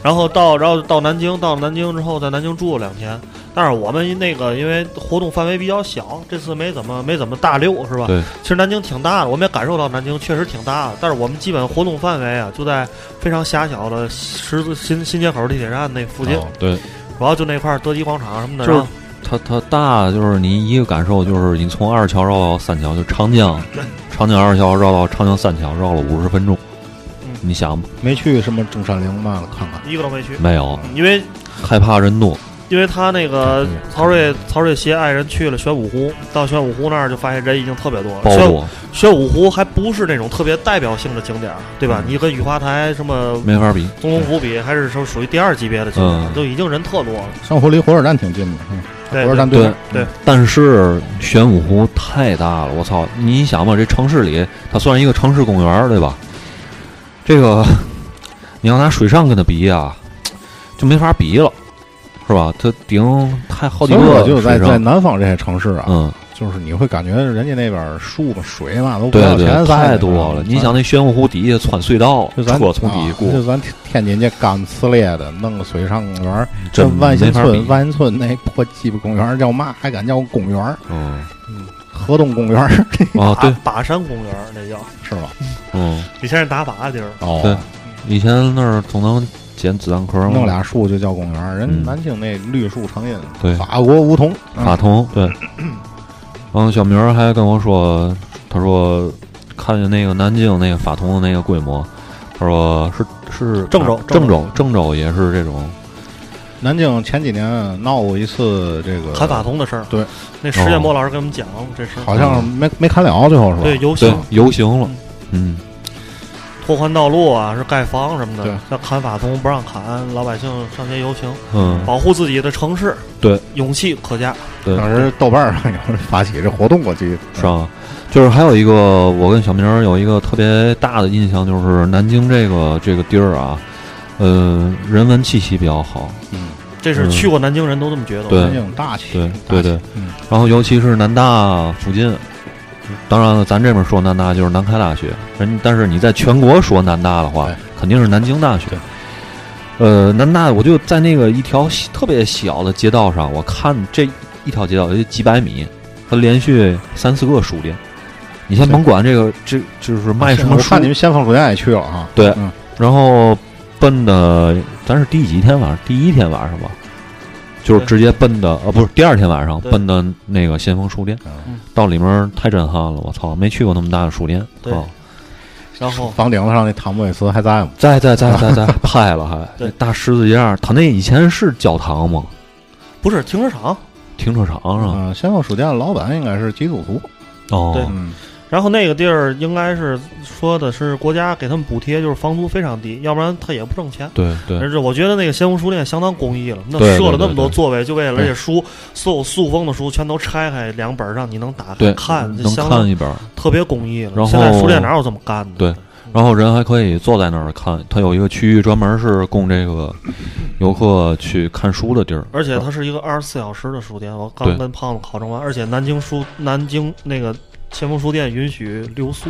Speaker 5: 然后到然后到南京，到了南京之后，在南京住了两天。但是我们那个因为活动范围比较小，这次没怎么没怎么大溜是吧？
Speaker 6: 对。
Speaker 5: 其实南京挺大的，我们也感受到南京确实挺大的，但是我们基本活动范围啊就在非常狭小的十字新新街口地铁站那附近，
Speaker 4: 哦
Speaker 6: 对，
Speaker 5: 主要就那块儿德基广场什么的。
Speaker 6: 就是
Speaker 5: 然后
Speaker 6: 它它大就是你一个感受就是你从二桥绕到三桥，就长江，长江二桥绕到长江三桥绕了五十分钟
Speaker 5: 嗯。
Speaker 6: 你想
Speaker 4: 没去什么中山陵嘛了看看，
Speaker 5: 一个都没去，
Speaker 6: 没有？
Speaker 5: 因为
Speaker 6: 害怕人多。
Speaker 5: 因为他那个
Speaker 4: 对
Speaker 6: 嗯
Speaker 5: 曹睿，曹睿携爱人去了玄武湖，到玄武湖那儿就发现人已经特别多了。
Speaker 6: 包
Speaker 5: 玄
Speaker 6: 多，
Speaker 5: 玄武湖还不是那种特别代表性的景点儿，对吧？
Speaker 6: 嗯
Speaker 5: 你跟雨花台、什么
Speaker 6: 没法比。
Speaker 5: 东龙湖比，还是说属于第二级别的景点儿，
Speaker 6: 嗯
Speaker 5: 就已经人特多了。
Speaker 4: 上湖离火车站挺近的，嗯
Speaker 5: 对
Speaker 4: 火车站面
Speaker 6: 对
Speaker 5: 对
Speaker 6: 但是玄武湖太大了，我操！你想吧，这城市里它算一个城市公园儿，对吧？这个 你要拿水上跟它比啊，就没法比了，是吧？它顶太好几
Speaker 4: 所以
Speaker 6: 个
Speaker 4: 我就在
Speaker 6: 水上
Speaker 4: 在南方这些城市啊，
Speaker 6: 嗯，
Speaker 4: 就是你会感觉人家那边儿树嘛、水嘛都不
Speaker 6: 对
Speaker 4: 要
Speaker 6: 对
Speaker 4: 钱，塞
Speaker 6: 太
Speaker 4: 的
Speaker 6: 多了。
Speaker 4: 嗯
Speaker 6: 你想那玄武湖底下穿隧道，
Speaker 4: 就咱
Speaker 6: 车从底下
Speaker 4: 啊
Speaker 6: 过，
Speaker 4: 就咱天津这干呲裂的，弄个水上公园儿，这
Speaker 6: 嗯真
Speaker 4: 万
Speaker 6: 没
Speaker 4: 兴
Speaker 6: 法比
Speaker 4: 村。万兴村那破鸡巴公园儿叫嘛？还敢叫公园儿？
Speaker 6: 嗯
Speaker 4: 河东公园儿
Speaker 6: 啊，对，
Speaker 5: 靶山公园儿那叫，
Speaker 4: 是吧？
Speaker 6: 嗯，
Speaker 5: 以前是打靶的地儿。
Speaker 4: 哦
Speaker 6: 对以前那儿总能捡子弹壳嘛，
Speaker 4: 弄俩树就叫公园儿。人
Speaker 6: 嗯
Speaker 4: 南京那绿树成荫，
Speaker 6: 对
Speaker 4: 法国梧桐，啊
Speaker 6: 法桐，对。 然后小明儿还跟我说，他说看见那个南京那个法桐的那个规模，他说是是
Speaker 5: 郑州
Speaker 6: 郑州郑州也是这种，
Speaker 4: 南京前几年闹过一次这个
Speaker 5: 砍法，桐的事儿，
Speaker 4: 对，
Speaker 5: 那石建波老师跟我们讲了这事儿，
Speaker 4: 好像没没砍了，最后是吧？
Speaker 5: 对游
Speaker 6: 哦对
Speaker 5: 行
Speaker 6: 游行了，嗯，
Speaker 5: 拓宽道路啊，是盖房什么
Speaker 4: 对
Speaker 5: 的，要砍法桐不让砍，老百姓上街游行，
Speaker 6: 嗯，
Speaker 5: 保护自己的城市，
Speaker 6: 对，
Speaker 5: 勇气可嘉。
Speaker 6: 对，
Speaker 4: 当时豆瓣儿上有人发起这活动，我记得
Speaker 6: 是吧？就是还有一个，我跟小明儿有一个特别大的印象，就是南京这个这个地儿啊，呃，人文气息比较好，
Speaker 4: 嗯，
Speaker 5: 这是
Speaker 6: 嗯
Speaker 5: 去过南京人都这么觉得。
Speaker 6: 对
Speaker 4: 南京大气，
Speaker 6: 对
Speaker 4: 大气
Speaker 6: 对对，
Speaker 4: 嗯，
Speaker 6: 然后尤其是南大附近，当然了，咱这边说南大就是南开大学，人但是你在全国说南大的话
Speaker 4: 对，
Speaker 6: 肯定是南京大学
Speaker 4: 对。
Speaker 6: 呃，南大我就在那个一条细特别小的街道上，我看这一条街道也就几百米，它连续三四个书店。你先
Speaker 4: 对啊
Speaker 6: 甭管这个，这就是卖什么
Speaker 4: 我
Speaker 6: 书
Speaker 4: 看，你们先锋书店也去了哈，
Speaker 6: 对
Speaker 4: 嗯，
Speaker 6: 然后奔的，咱是第几天晚上？第一天晚上吧，就是
Speaker 5: 对
Speaker 6: 直接奔的，呃，不是第二天晚上
Speaker 5: 对
Speaker 6: 奔的那个先锋书店
Speaker 5: 嗯，
Speaker 6: 到里面太震撼了，我操，没去过那么大的书店，
Speaker 5: 对
Speaker 6: 啊
Speaker 5: 然后
Speaker 4: 房顶子上那汤姆韦斯还在吗？
Speaker 6: 在在在在在拍了还，
Speaker 5: 对
Speaker 6: 那大十字架，他那以前是教堂吗？
Speaker 5: 不是停车场，
Speaker 6: 停车场上
Speaker 4: 嗯，先锋书店的老板应该是基督徒，
Speaker 5: 对
Speaker 6: 哦，
Speaker 4: 嗯，
Speaker 5: 然后那个地儿应该是说的是国家给他们补贴，就是房租非常低，要不然他也不挣钱。
Speaker 6: 对对
Speaker 5: 而且我觉得那个先锋书店相当公益了，那
Speaker 6: 对对
Speaker 5: 设了那
Speaker 6: 对
Speaker 5: 么多
Speaker 6: 对
Speaker 5: 座位，就为了
Speaker 6: 对
Speaker 5: 而且书所有塑封的书全都拆开两本儿，让你能打开
Speaker 6: 对，
Speaker 5: 看，这
Speaker 6: 能
Speaker 5: 相
Speaker 6: 看
Speaker 5: 当
Speaker 6: 一本儿，
Speaker 5: 特别公益了。
Speaker 6: 然后
Speaker 5: 现在书店哪有这么干的？
Speaker 6: 对然后人还可以坐在那儿看，它有一个区域专门是供这个游客去看书的地儿，
Speaker 5: 而且它是一个二十四小时的书店，我
Speaker 6: 对
Speaker 5: 刚跟胖子考证完。而且南京书南京那个先锋书店允许留宿，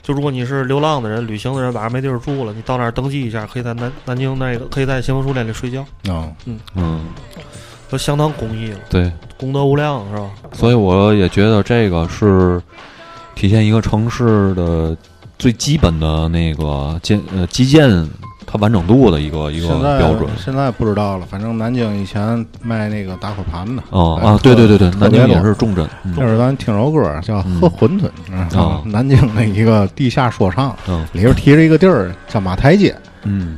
Speaker 5: 就如果你是流浪的人、旅行的人，晚上没地儿住了，你到那儿登记一下，可以在南南京那个可以在先锋书店里睡觉，
Speaker 4: 嗯，
Speaker 6: 嗯，
Speaker 5: 都相当公益了，
Speaker 6: 对。
Speaker 5: 功德无量是吧？
Speaker 6: 所以我也觉得这个是体现一个城市的最基本的那个建呃基建它完整度的一个一个
Speaker 4: 现在
Speaker 6: 标准。
Speaker 4: 现在不知道了，反正南京以前卖那个打火盘的，
Speaker 6: 哦
Speaker 4: 哎
Speaker 6: 啊，对对对对，
Speaker 4: 特
Speaker 6: 南
Speaker 4: 别
Speaker 6: 京
Speaker 4: 多
Speaker 6: 也是重镇。
Speaker 4: 那
Speaker 6: 嗯
Speaker 4: 会儿咱听首歌叫《喝馄饨》，
Speaker 6: 哦
Speaker 4: 嗯，南京的一个地下说唱，
Speaker 6: 嗯
Speaker 4: 里边提着一个地儿叫马台街，
Speaker 6: 嗯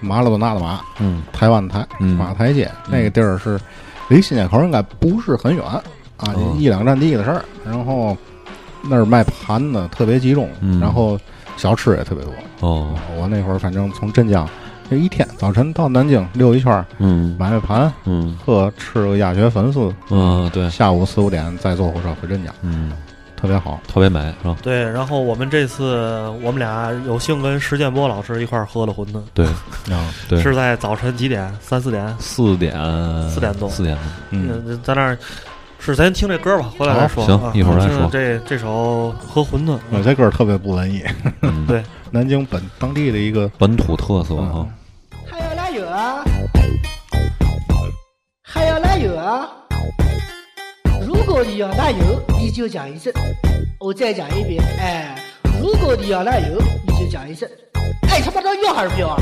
Speaker 4: 马拉多纳的马，
Speaker 6: 嗯
Speaker 4: 台湾的台，
Speaker 6: 嗯
Speaker 4: 马台街那个地儿是离新街口应该不是很远啊，
Speaker 6: 哦
Speaker 4: 一两站地的事儿。然后那儿卖盘子特别集中
Speaker 6: 嗯，
Speaker 4: 然后小吃也特别多。
Speaker 6: 哦
Speaker 4: 我那会儿反正从镇江这一天早晨到南京溜一圈儿，
Speaker 6: 嗯
Speaker 4: 买买盘，
Speaker 6: 嗯
Speaker 4: 喝吃个鸭血粉丝，
Speaker 6: 嗯对
Speaker 4: 下午四五点再坐火车回镇江，
Speaker 6: 嗯
Speaker 4: 特别好。
Speaker 6: 特别美是吧？
Speaker 5: 对，然后我们这次我们俩有幸跟石建波老师一块儿喝了馄饨，
Speaker 6: 对，
Speaker 4: 啊，
Speaker 6: 对
Speaker 5: 是在早晨几点？三四点？
Speaker 6: 四点
Speaker 5: 四点多
Speaker 6: 四点
Speaker 4: 嗯，
Speaker 5: 嗯，在那儿是咱听这歌吧，回来再说。
Speaker 6: 好行
Speaker 5: 啊
Speaker 6: 一会儿再说
Speaker 5: 听这这首《喝馄饨》
Speaker 4: 我这歌儿特别不文艺，
Speaker 6: 多嗯
Speaker 5: 对
Speaker 4: 南京本当地的一个
Speaker 6: 本土特色哈。
Speaker 7: 还要来月，还要来月。如果你要来油，你就讲一声。我再讲一遍，哎，如果你要来油，你就讲一声。哎，他妈的要还是不要啊？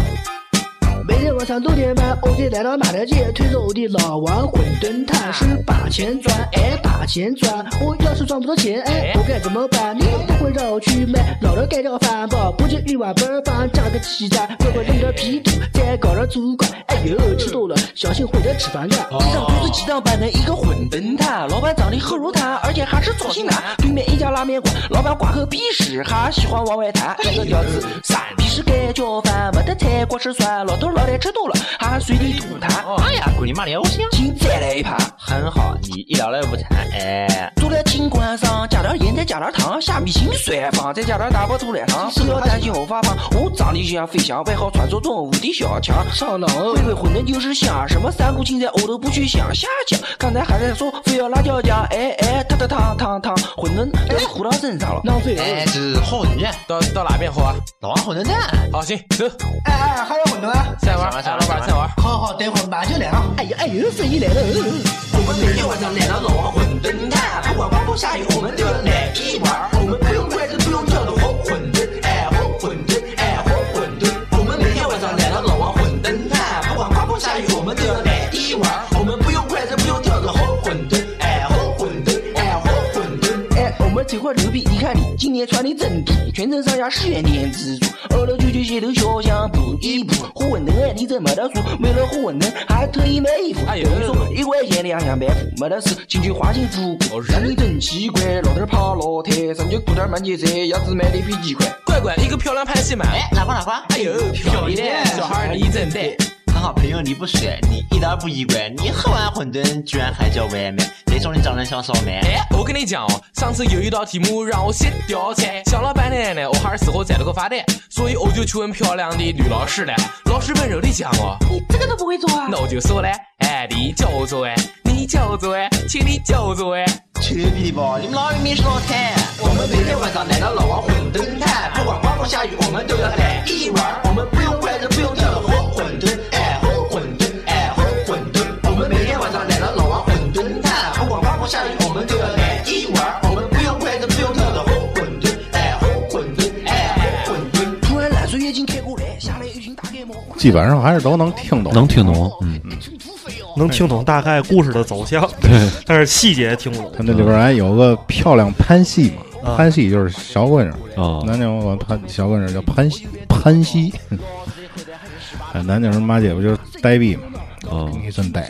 Speaker 7: 每天晚上六点半，我就来到马条街，推着我的老王馄饨摊，是把钱赚，哎，把钱赚。我要是赚不到钱，哎，我该怎么办？你们不会让我去买老人盖掉饭吧？不就一碗倍儿棒，加个鸡蛋，要不扔点皮肚，再搞点猪肝。哎呦，吃多了小心毁掉脂肪肝。
Speaker 8: 哦
Speaker 9: 地上不是鸡蛋拌的一个馄饨摊，老板长得很如他，而且还是左性男。对面一家拉面馆，老板挂个屁屎，还喜欢往外弹。一个屌子，三皮是盖浇饭，没得菜瓜吃酸，老头老太吃多了，还随地吐痰。
Speaker 8: 哎呀，滚你妈的！我想
Speaker 9: 请再来一盘，
Speaker 8: 很好，你一点都不馋。哎，
Speaker 9: 做在清官上，加点盐，再加点糖，虾米清水放，再加点大白兔奶糖。不要担心我发胖，我长得就像飞翔，外号传说中无敌小强。
Speaker 7: 上楼
Speaker 9: 会。不会混的就是香，什么三股青菜我都不去想。下讲，刚才还在说非要辣椒酱，哎哎，烫烫烫烫烫，馄饨都糊到身上了。
Speaker 7: 浪费油，
Speaker 8: 哎，是馄饨店，到到哪边喝啊？老王馄饨店。好，行，走，
Speaker 7: 哎哎，还有馄饨啊！
Speaker 8: 再玩，老板再玩。
Speaker 7: 好好，等会儿马上就来啊！哎呀哎呦，生意来了！
Speaker 9: 我们每天晚上来到老王馄饨摊，不管刮风下雨，我们都要来一碗。我们不用筷子，不用叫的火馄饨，哎火馄饨，哎火馄饨。我们每天晚上来到老王馄饨块牛逼，你看你今天穿的真低，全身上下十元店支柱，二楼九九街头小巷补一补，火馄饨哎你真没得数，为了火馄饨还特意买衣服，
Speaker 8: 哎呦
Speaker 9: 等于说一块钱两样白付，没得事进去花钱付
Speaker 8: 哦
Speaker 9: 过，
Speaker 8: 是
Speaker 9: 让你真奇怪，老头儿怕老太，上街裤衩满街菜，鸭子买的比鸡快。
Speaker 8: 乖乖，一个漂亮拍戏买。
Speaker 10: 哎，哪块哪块？
Speaker 8: 哎呦，漂亮，小孩儿你真对。
Speaker 10: 很好朋友你不甩，你一点儿不意外。你喝完馄饨居然还叫外卖，谁说你长得像烧麦？
Speaker 8: 哎，我跟你讲哦，上次有一道题目让我写吊菜，想了半天呢，我还是死活giải了个发呆，所以我就去问漂亮的女老师了。老师温柔地讲哦，
Speaker 9: 你这个都不会做啊
Speaker 8: 那我就说嘞，哎，你叫我做哎，你叫我做哎，请你叫我做哎。
Speaker 10: 扯皮吧，你们老有没烧菜？我们每天晚上来到老王馄饨摊，不管刮风下雨，我们都要来一碗。我们不用筷子，不用筷子，火馄饨，哎，火馄饨，哎，火馄饨。我们每天晚上来到老王馄饨摊，不管刮风下雨，我们都要来一碗。我们不用筷子，不用筷子，火馄饨，哎，火馄饨，哎，火馄饨。
Speaker 9: 突然揽水月经开过来，下来一群大盖帽。
Speaker 4: 基本上还是都能听懂，
Speaker 6: 能听懂，嗯，
Speaker 5: 能听懂大概故事的走向，
Speaker 6: 对，
Speaker 5: 但是细节听不懂
Speaker 4: 他。那里边儿还有个漂亮潘西嘛，
Speaker 5: 啊
Speaker 4: 潘西就是小闺女儿，
Speaker 6: 哦
Speaker 4: 南京我潘小闺女儿叫潘西潘西， 哎，南京人骂街不就是呆逼嘛，
Speaker 6: 哦，
Speaker 4: 你真呆，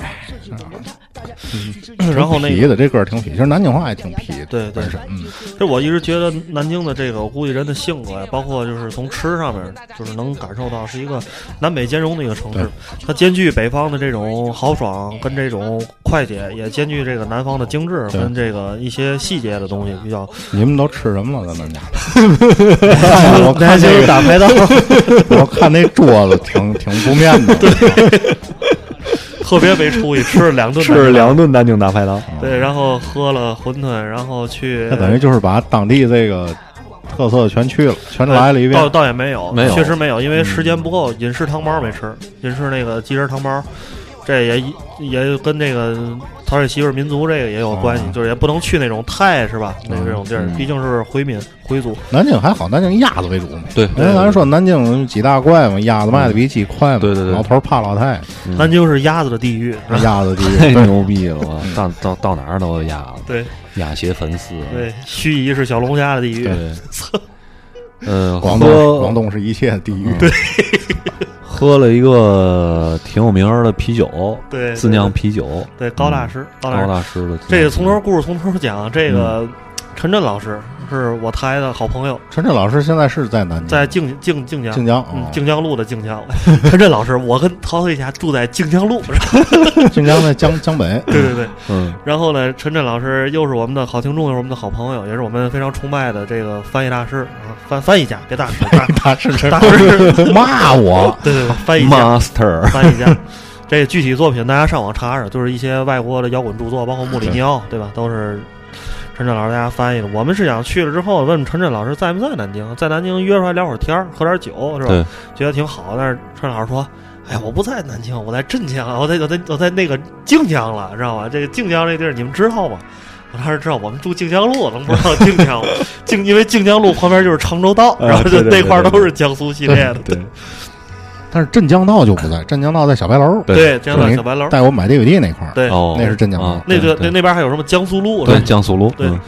Speaker 5: 然后那
Speaker 4: 痞
Speaker 5: 个，
Speaker 4: 的这歌儿挺痞，其实南京话也挺痞的，
Speaker 5: 对对
Speaker 4: 本身，嗯，
Speaker 5: 这我一直觉得南京的这个，我估计人的性格呀，包括就是从吃上面，就是能感受到是一个南北兼容的一个城市
Speaker 4: 对。
Speaker 5: 它兼具北方的这种豪爽跟这种快捷，也兼具这个南方的精致
Speaker 4: 对
Speaker 5: 跟这个一些细节的东西，比较
Speaker 4: 你们都吃什么了？在那家，我看这个，
Speaker 5: 打排档。
Speaker 4: 我看那桌子挺挺不面子，
Speaker 5: 特别没出息，吃了两顿
Speaker 6: 吃了两顿南京大排档，
Speaker 5: 对，然后喝了馄饨，然后去
Speaker 4: 那等于就是把当地这个特色全去了，全来了一遍嗯
Speaker 5: 倒，倒也没有，
Speaker 6: 没有
Speaker 5: 确实没有，因为时间不够，饮食汤包没吃，饮食那个鸡仁汤包，这也也跟那个淘水媳妇民族这个也有关系，
Speaker 4: 哦
Speaker 5: 就是也不能去那种太是吧？那这种地儿，
Speaker 4: 嗯
Speaker 5: 毕竟是回民回族，
Speaker 4: 南京还好，南京以鸭子为主嘛。
Speaker 6: 对
Speaker 4: 因为哎咱说南京几大怪嘛，鸭子卖的比鸡快嘛。
Speaker 6: 对对对
Speaker 4: 老头儿怕老太，
Speaker 5: 南京是鸭子的地狱，是吧
Speaker 4: 鸭子第
Speaker 6: 太
Speaker 4: 一。
Speaker 6: 牛逼了， 我到到到哪儿都有鸭子，
Speaker 5: 对
Speaker 6: 鸭血粉丝，
Speaker 4: 嗯
Speaker 5: 对，盱眙是小龙虾的地 狱，
Speaker 6: 啊对，呃，
Speaker 4: 广
Speaker 6: 喝
Speaker 4: 东，广东是一切地狱。对，
Speaker 6: 喝了一个挺有名儿的啤酒，
Speaker 5: 对
Speaker 6: 自酿啤酒，
Speaker 5: 对
Speaker 4: 嗯
Speaker 5: 高大师，高大
Speaker 6: 高
Speaker 5: 师，
Speaker 6: 大师的自酿啤酒，
Speaker 5: 这个从头故事从头讲，这个
Speaker 4: 嗯
Speaker 5: 陈震老师是我台的好朋友，
Speaker 4: 陈震老师现在是在南京，
Speaker 5: 在靖靖靖江。
Speaker 4: 晋江，
Speaker 5: 嗯
Speaker 4: 哦，
Speaker 5: 靖江路的靖江， 陈震老师，我跟陶翠霞住在靖江路，是吧
Speaker 4: 晋江在江江北。
Speaker 5: 对对对。
Speaker 6: 嗯，
Speaker 5: 然后呢，陈震老师又是我们的好听众，又是我们的好朋友，也是我们非常崇拜的这个翻译大师啊，翻翻译家，别 大师，大
Speaker 4: 他是这
Speaker 5: 大师，
Speaker 4: 骂我，
Speaker 5: 对对对，翻译家，
Speaker 6: master，
Speaker 5: 翻译家。这具体作品大家上网查查，就是一些外国的摇滚著作，包括穆里尼奥，对吧？都是陈震老师大家翻译的。我们是想去了之后问陈震老师在不在南京，在南京约出来聊会儿天儿，喝点酒，是吧？
Speaker 6: 对，
Speaker 5: 觉得挺好，但是陈老师说：“哎呀，我不在南京，我在镇江，我在我在我在那个靖江了，知道吧？这个靖江这地儿你们知道吗？”我当时知道我们住靖江路，能不知道靖江吗？靖因为靖江路旁边就是常州道，
Speaker 6: 啊
Speaker 5: 然后就
Speaker 6: 对对对
Speaker 5: 那块儿都是江苏系列的。
Speaker 6: 对，
Speaker 4: 但是镇江道就不在，镇江道在小白楼，
Speaker 6: 对
Speaker 5: 对，江
Speaker 4: 就
Speaker 5: 南
Speaker 4: 是
Speaker 5: 小白楼
Speaker 4: 你，带我买 DVD 那块儿。
Speaker 5: 对，
Speaker 6: 哦，
Speaker 4: 那是镇江
Speaker 6: 啊
Speaker 5: 那
Speaker 6: 对
Speaker 5: 个那那边还有什么江苏路？
Speaker 6: 对
Speaker 5: 是吧
Speaker 6: 江苏路，
Speaker 5: 对
Speaker 6: 嗯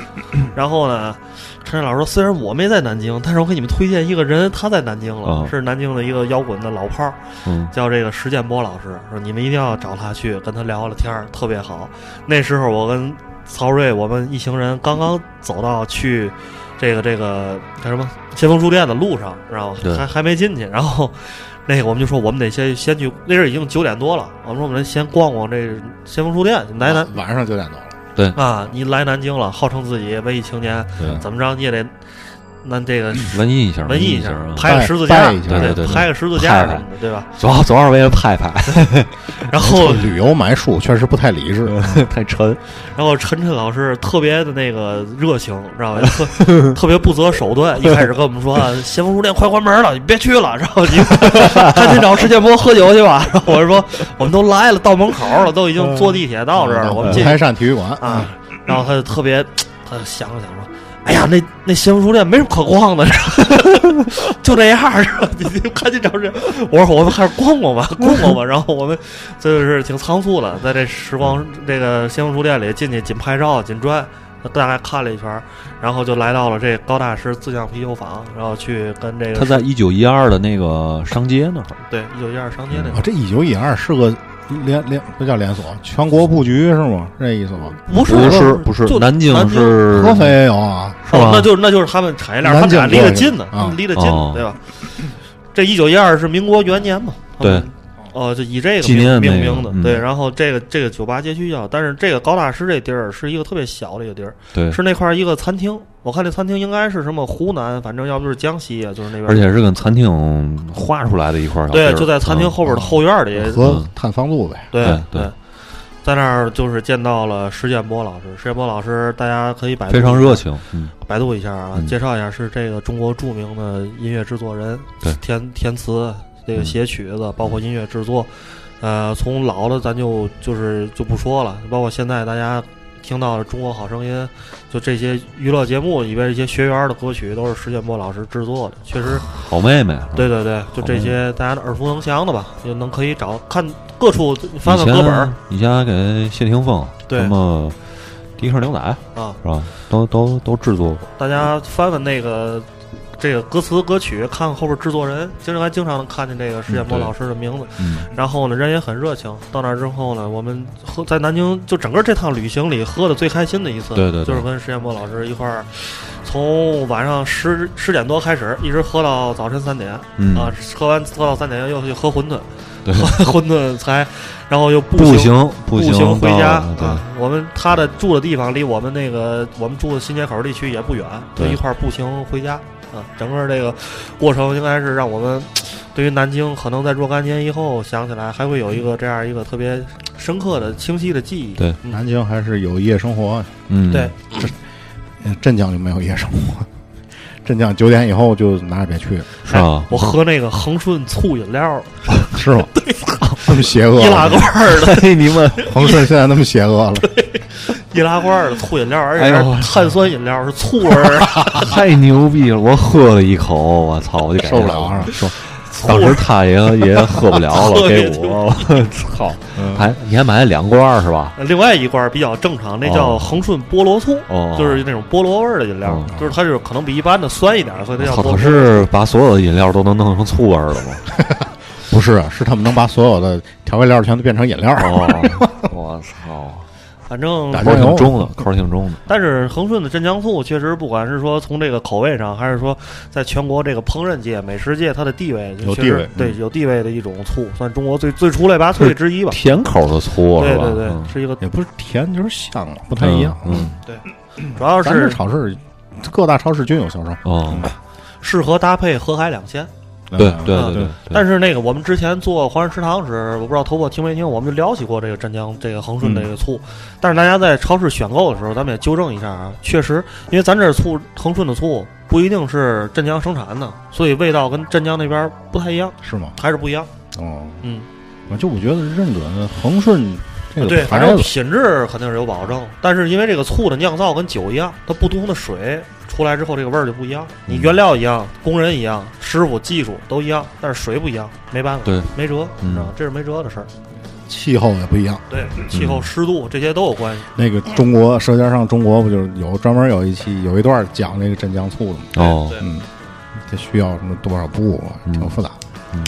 Speaker 5: 然后呢，陈震老师说：“虽然我没在南京，但是我给你们推荐一个人，他在南京了，
Speaker 6: 啊
Speaker 5: 是南京的一个摇滚的老炮儿。”
Speaker 6: 嗯，
Speaker 5: 叫这个石建波老师，说你们一定要找他去跟他聊聊天儿，特别好。那时候我跟曹睿，我们一行人刚刚走到去这个这个叫什么先锋书店的路上，然后
Speaker 6: 对
Speaker 5: 还还没进去，然后那个我们就说我们得先先去，那阵儿已经九点多了，我们说我们先逛逛这先锋书店，你来南
Speaker 4: 晚晚上九点多了，
Speaker 5: 啊，你来南京了，号称自己文艺青年，
Speaker 6: 对，
Speaker 5: 怎么着你也得那这个
Speaker 6: 文艺一下，
Speaker 5: 文艺一下，
Speaker 6: 啊
Speaker 5: 拍个
Speaker 4: 拜
Speaker 5: 十字架，
Speaker 4: 拜一下
Speaker 6: 对对对
Speaker 5: 拍个十字架
Speaker 6: 拍
Speaker 5: 什
Speaker 6: 拍
Speaker 5: 么的，对吧？
Speaker 6: 主要主要是为了拍拍，
Speaker 5: 然后
Speaker 4: 旅游买书确实不太理智。 啊
Speaker 6: 太沉，
Speaker 5: 然后晨晨老师特别的那个热情，知道吧？特特别不择手段，一开始跟我们说啊“先锋书店快关门了，你别去了”，然后你 赶紧找世界波喝酒去吧。然后我就说我们都来了，到门口了，都已经坐地铁到这
Speaker 6: 嗯
Speaker 5: 儿了，我们进去
Speaker 4: 台山体育馆
Speaker 5: 啊，然后他就特别，他就想了想说：“哎呀，那那先锋书店没什么可逛的， 就这样儿是 吧？你你赶紧找人。”我说：“我们还是逛逛吧，逛逛吧。”然后我们这就是挺仓促的，在这时光这个先锋书店里进去，仅拍照，仅转。他大概看了一圈儿，然后就来到了这高大师自酿啤酒坊，然后去跟这个
Speaker 6: 他在一九一二的那个商街那会儿，
Speaker 5: 对一九一二商街
Speaker 6: 嗯
Speaker 5: 那
Speaker 4: 啊，
Speaker 5: 块儿，
Speaker 4: 这一九一二是个连连不叫连锁，全国布局是吗？是这意思吗？
Speaker 5: 不是
Speaker 6: 不
Speaker 5: 是
Speaker 6: 是不是，
Speaker 5: 就
Speaker 6: 南京是
Speaker 4: 合肥也有啊，
Speaker 6: 是
Speaker 5: 哦
Speaker 6: 吧？，
Speaker 5: 那就那就是他们产业链，
Speaker 4: 南
Speaker 5: 他们
Speaker 4: 京
Speaker 5: 俩离
Speaker 4: 过
Speaker 5: 得
Speaker 4: 去
Speaker 5: 近呢，
Speaker 4: 啊
Speaker 5: 他们离得近
Speaker 6: 哦
Speaker 5: 呢，对吧？这一九一二是民国元年嘛？他们。哦，就以这个
Speaker 6: 纪念
Speaker 5: 命
Speaker 6: 那个
Speaker 5: 命名的，
Speaker 6: 嗯
Speaker 5: 对。然后这个这个酒吧街区叫，但是这个高大师这地儿是一个特别小的一个地儿，
Speaker 6: 对，
Speaker 5: 是那块儿一个餐厅。我看那餐厅应该是什么湖南，反正要不就是江西啊，就是那边。
Speaker 6: 而且是跟餐厅划出来的一块儿小地儿，
Speaker 5: 对，就在餐厅
Speaker 6: 嗯
Speaker 5: 后边的后院里，
Speaker 4: 和探房租呗。
Speaker 5: 对
Speaker 6: 对对
Speaker 5: 对，在那儿就是见到了石建波老师。石建波老师，大家可以百度
Speaker 6: 非常热，情，嗯，
Speaker 5: 百度一下啊，
Speaker 6: 嗯
Speaker 5: 介绍一下是这个中国著名的音乐制作人，
Speaker 6: 对
Speaker 5: 填填词、这个
Speaker 6: 嗯
Speaker 5: 写曲子，包括音乐制作。呃，从老的咱就就是就不说了，包括现在大家听到的《中国好声音》，就这些娱乐节目里边一些学员的歌曲都是石建波老师制作的，确实
Speaker 6: 好妹嗯妹，
Speaker 5: 对对对，就这些大家耳熟能详的吧，也能可以找看各处翻翻歌本儿
Speaker 6: 以前还给谢霆锋
Speaker 5: 对
Speaker 6: 什么迪克牛仔
Speaker 5: 啊，
Speaker 6: 是吧？都都都制作过，
Speaker 5: 大家翻翻那个这个歌词歌曲，看看后边制作人，经常还经常能看见这个石建波
Speaker 6: 嗯对
Speaker 5: 老师的名字。
Speaker 6: 嗯，
Speaker 5: 然后呢，人也很热情。到那儿之后呢，我们喝在南京就整个这趟旅行里喝的最开心的一次，
Speaker 6: 对对对
Speaker 5: 就是跟石建波老师一块儿。从晚上十十点多开始，一直喝到早晨三点，
Speaker 6: 嗯
Speaker 5: 啊，喝完喝到三点又去喝馄饨，
Speaker 6: 对
Speaker 5: 喝馄饨才，然后又步
Speaker 6: 步
Speaker 5: 行
Speaker 6: 行
Speaker 5: 步
Speaker 6: 行
Speaker 5: 行回
Speaker 6: 到
Speaker 5: 家
Speaker 6: 对，
Speaker 5: 啊。我们他的住的地方离我们那个我们住的新街口地区也不远，就
Speaker 6: 对
Speaker 5: 一块儿步行回家啊。整个这个过程应该是让我们对于南京，可能在若干年以后想起来，还会有一个这样一个特别深刻的、清晰的记忆。
Speaker 6: 对
Speaker 5: 嗯
Speaker 4: 南京还是有夜生活，
Speaker 6: 嗯
Speaker 5: 对，
Speaker 4: 嗯镇江就没有夜生活。镇江九点以后就哪儿也别去，
Speaker 6: 是吧？
Speaker 5: 哎 我喝那个恒顺醋饮料，
Speaker 4: 是吗？那么邪恶
Speaker 5: 易拉
Speaker 4: 了，
Speaker 5: 罐儿的，
Speaker 4: 嘿，你们恒顺现在那么邪恶了，
Speaker 5: 易拉罐儿的醋饮料，而且
Speaker 6: 哎呦
Speaker 5: 是碳酸饮料是醋味儿，啊
Speaker 6: 太牛逼了！我喝了一口，我操，我就感觉
Speaker 4: 受不了啊是吧？
Speaker 6: 受当时他也也喝不了
Speaker 5: 特
Speaker 6: 了，
Speaker 5: 别
Speaker 6: 给我，我操！
Speaker 4: 嗯
Speaker 6: 还你还买了两罐儿是吧？
Speaker 5: 呃另外一罐儿比较正常，那叫
Speaker 6: 哦
Speaker 5: 恒顺菠萝醋，
Speaker 6: 哦
Speaker 5: 就是那种菠萝味儿的饮料，
Speaker 6: 哦
Speaker 5: 就是它就是可能比一般的酸一点儿，所以它叫
Speaker 6: 操，
Speaker 5: 菠
Speaker 6: 他
Speaker 5: 萝。
Speaker 6: 哦是把所有的饮料都能弄成醋味儿了吗？
Speaker 4: 不是，啊是他们能把所有的调味料全都变成饮料。
Speaker 6: 哦，我操！
Speaker 5: 反正，
Speaker 4: 打
Speaker 6: 口
Speaker 4: 酱
Speaker 6: 儿
Speaker 4: 油
Speaker 6: 挺重的，口儿挺重的。
Speaker 5: 但是恒顺的镇江醋确实，不管是说从这个口味上，还是说在全国这个烹饪界、美食界，它的地位
Speaker 4: 有
Speaker 5: 确实
Speaker 4: 地位
Speaker 6: 嗯
Speaker 5: 对有地位的一种醋，算中国最最出类拔萃之一吧。
Speaker 6: 甜口的醋
Speaker 5: 对
Speaker 6: 是吧？
Speaker 5: 对对，
Speaker 6: 嗯
Speaker 5: 是一个
Speaker 4: 也不是甜，就是香嘛，不太一样。
Speaker 6: 嗯，嗯
Speaker 5: 主要
Speaker 4: 咱这
Speaker 5: 是
Speaker 4: 超市各大超市均有销售。
Speaker 6: 哦，
Speaker 5: 适合搭配河海两鲜。
Speaker 6: 对
Speaker 4: 嗯
Speaker 6: 对
Speaker 5: 嗯
Speaker 6: 对，
Speaker 5: 但
Speaker 6: 是
Speaker 5: 是那个我们之前做华人食堂时，我不知道头发听没听，我们就聊起过这个镇江这个恒顺这个醋。但是大家在超市选购的时候，咱们也纠正一下啊，确实，因为咱这醋恒顺的醋不一定是镇江生产的，所以味道跟镇江那边不太一样，
Speaker 4: 是吗？
Speaker 5: 还是不一样。
Speaker 4: 哦，
Speaker 5: 嗯，
Speaker 4: 我就我觉得认准恒顺这
Speaker 6: 啊
Speaker 5: 对，
Speaker 4: 个
Speaker 5: 反
Speaker 4: 牌
Speaker 5: 正
Speaker 4: 子，
Speaker 5: 品质肯定是有保证，但是因为这个醋的酿造跟酒一样，它不同的水出来之后，这个味儿就不一样。你
Speaker 6: 嗯
Speaker 5: 原料一样，工人一样，师傅技术都一样，但是水不一样，没办法，
Speaker 6: 对，
Speaker 5: 没辙，
Speaker 6: 嗯
Speaker 5: 你知道吗这是没辙的事儿。
Speaker 4: 气候也不一样。
Speaker 5: 对，气
Speaker 4: 嗯
Speaker 5: 候、湿度这些都有关系。
Speaker 4: 那个中国《舌尖上中国》不就是有专门有一期有一段讲那个镇江醋的吗？
Speaker 6: 哦，
Speaker 5: 对，
Speaker 4: 嗯，这需要什么多少步啊？
Speaker 6: 嗯
Speaker 4: 挺复杂。
Speaker 6: 嗯，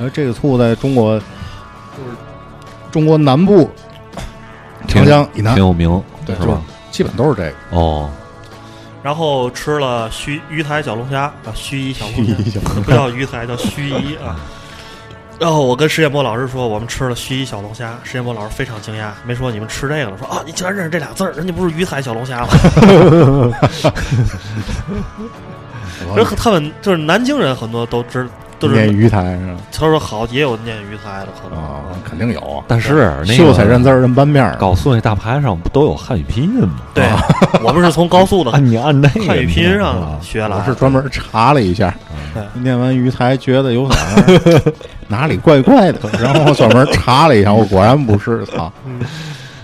Speaker 4: 而这个醋在中国就是中国南部
Speaker 6: 挺
Speaker 4: 长江以
Speaker 6: 挺
Speaker 4: 南，
Speaker 6: 有名，
Speaker 4: 对
Speaker 6: 是吧？
Speaker 4: 基本都是这个。
Speaker 6: 哦，
Speaker 5: 然后吃了盱鱼台小龙虾啊，盱眙小龙虾，
Speaker 4: 盱眙小龙虾
Speaker 5: 不叫鱼台，叫盱眙 啊。然后我跟石建波老师说，我们吃了盱眙小龙虾。石建波老师非常惊讶，没说你们吃这个了，说啊，你竟然认识这俩字儿，人家不是鱼台小龙虾吗？人
Speaker 4: 我
Speaker 5: 他们就是南京人，很多都知 都
Speaker 4: 哦念
Speaker 5: 是
Speaker 4: 鱼台是吧？
Speaker 5: 他说好也有念鱼台的，可能、
Speaker 4: 啊，肯定有啊。
Speaker 6: 但是那
Speaker 4: 秀才
Speaker 6: 个
Speaker 4: 认字儿认半面儿，
Speaker 6: 高速那大牌上不都有汉语拼音吗？
Speaker 5: 对，
Speaker 4: 哦
Speaker 5: 我们是从 高
Speaker 4: 啊
Speaker 5: 速的
Speaker 6: 按你按那个
Speaker 5: 汉语拼音
Speaker 6: 啊
Speaker 5: 上学来
Speaker 4: 我
Speaker 5: 的。
Speaker 4: 是专门查了一下
Speaker 5: 对，
Speaker 4: 念完鱼台觉得有点儿 哪里怪怪的，然后我专门查了一下，我果然不是，操，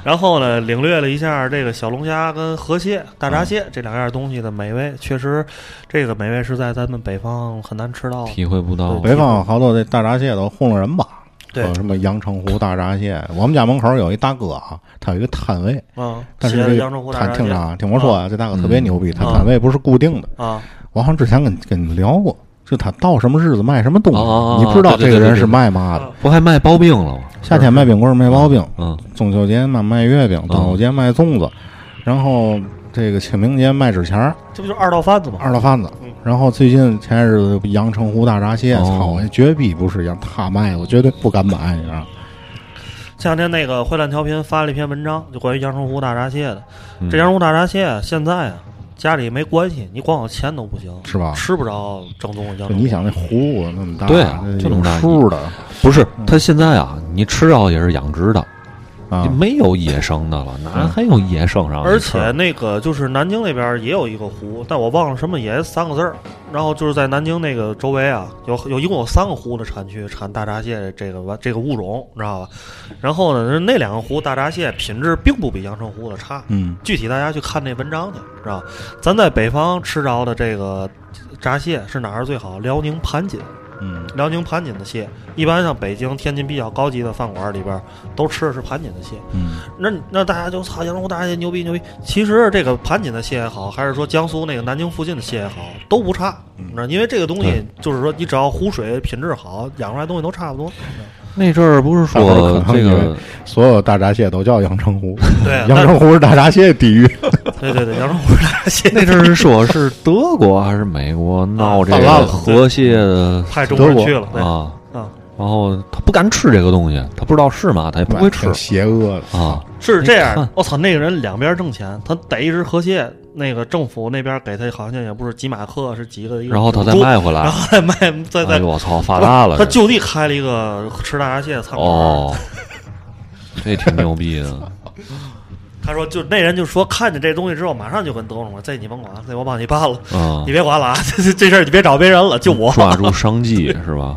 Speaker 5: 然后呢，领略了一下这个小龙虾跟河蟹、大闸
Speaker 4: 嗯
Speaker 5: 蟹、这两样东西的美味，确实，这个美味是在咱们北方很难吃到的。
Speaker 6: 体会不到
Speaker 5: 对
Speaker 4: 北方好多这大闸蟹都糊弄人吧，
Speaker 5: 对
Speaker 4: 有什么阳澄湖大闸蟹。我们家门口有一大哥啊，他有一个摊位，
Speaker 5: 啊，
Speaker 4: 但是
Speaker 5: 写
Speaker 4: 这个
Speaker 5: 的阳澄湖大
Speaker 4: 摊
Speaker 5: 闸
Speaker 4: 听
Speaker 5: 蟹
Speaker 4: 着啊，听我说啊，这大哥特别牛逼，他
Speaker 5: 啊
Speaker 4: 摊位不是固定的。
Speaker 5: 啊，
Speaker 4: 我好像之前跟跟你们聊过，就他到什么日子卖什么东西，
Speaker 6: 哦哦哦
Speaker 4: 你不知道这
Speaker 6: 对对
Speaker 4: 个
Speaker 6: 对
Speaker 4: 人
Speaker 6: 对
Speaker 4: 是
Speaker 6: 对
Speaker 4: 卖嘛的。
Speaker 5: 啊
Speaker 6: 不还卖刨冰了吗？
Speaker 4: 夏天卖冰棍儿、卖刨冰，
Speaker 6: 嗯，
Speaker 4: 中秋节嘛卖月饼，端午节卖粽子，然后这个清明节卖纸钱儿、
Speaker 5: 这不就是二道贩子吗？
Speaker 4: 二道贩子。
Speaker 5: 嗯
Speaker 4: 然后最近前些日子阳澄湖大闸蟹，
Speaker 6: 哦
Speaker 4: 操，我绝逼不是让他卖，我绝对不敢买，你知道吗？
Speaker 5: 前两天那个《坏蛋调频》发了一篇文章，就关于阳澄湖大闸蟹的。
Speaker 4: 嗯
Speaker 5: 这阳澄湖大闸蟹啊现在啊，家里没关系，你光有钱都不行，
Speaker 4: 是吧
Speaker 5: 吃不着正宗的
Speaker 4: 就
Speaker 5: 阳澄
Speaker 4: 你
Speaker 5: 湖。
Speaker 4: 想那湖那么大，
Speaker 6: 嗯对啊
Speaker 4: 那
Speaker 6: 就那么大
Speaker 4: 有数的
Speaker 6: 不是，
Speaker 4: 嗯
Speaker 6: 他现在啊，你吃到也是养殖的，
Speaker 4: 啊
Speaker 6: 就，没有野生的了，哪还有野生啊让你
Speaker 5: 嗯而
Speaker 6: 吃
Speaker 5: 且那个就是南京那边也有一个湖，但我忘了什么爷三个字儿。然后就是在南京那个周围啊，有有一共有三个湖的产区产大闸蟹这个这个物种，你知道吧？然后呢，那两个湖大闸蟹品质并不比阳澄湖的差。
Speaker 4: 嗯，
Speaker 5: 具体大家去看那文章去，知道吧？咱在北方吃着的这个闸蟹是哪儿最好？辽宁盘锦，
Speaker 4: 嗯
Speaker 5: 辽宁盘锦的蟹，一般像北京、天津比较高级的饭馆里边儿都吃的是盘锦的蟹。
Speaker 4: 嗯，
Speaker 5: 那那大家就操阳澄湖大闸蟹牛逼牛逼。其实这个盘锦的蟹也好，还是说江苏那个南京附近的蟹也好，都不差。那因为这个东西
Speaker 6: 对
Speaker 5: 就是说，你只要湖水品质好，养出来东西都差不多。
Speaker 6: 那阵儿不是
Speaker 4: 大伙儿
Speaker 6: 说
Speaker 4: 可能
Speaker 6: 这
Speaker 4: 以为
Speaker 6: 个
Speaker 4: 所有大闸蟹都叫阳澄湖，
Speaker 5: 对啊
Speaker 4: 阳澄湖是大闸蟹地狱，
Speaker 5: 对对对，阳澄湖大闸蟹
Speaker 6: 那 阵儿说是德国还是美国闹这
Speaker 4: 泛 滥
Speaker 6: 个
Speaker 4: 了
Speaker 6: 河蟹的
Speaker 5: 派中国人去了，对
Speaker 6: 啊，
Speaker 5: 啊。
Speaker 6: 然后他不敢吃这个东西，他不知道是嘛，他也不会吃
Speaker 4: 挺邪恶的。
Speaker 6: 啊。
Speaker 5: 是这
Speaker 6: 你
Speaker 5: 样
Speaker 6: 看，
Speaker 5: 我操，那个人两边挣钱，他逮一只河蟹，那个政府那边给他好像也不是几马克，是几个，一个
Speaker 6: 然后他再
Speaker 5: 猪
Speaker 6: 卖回来
Speaker 5: 然后再卖，再
Speaker 6: 哎
Speaker 5: 再
Speaker 6: 呦我操，发大了
Speaker 5: 他
Speaker 6: 这
Speaker 5: 就地开了一个吃大闸蟹的餐馆。
Speaker 6: 哦，这挺牛 逼的。
Speaker 5: 他说就那人就说看见这东西之后，马上就跟德国人说：“这你甭管，这我帮你办了，
Speaker 6: 嗯
Speaker 5: 你别管了啊， 这这这事儿你别找别人了，就我。
Speaker 6: 抓住商机是吧？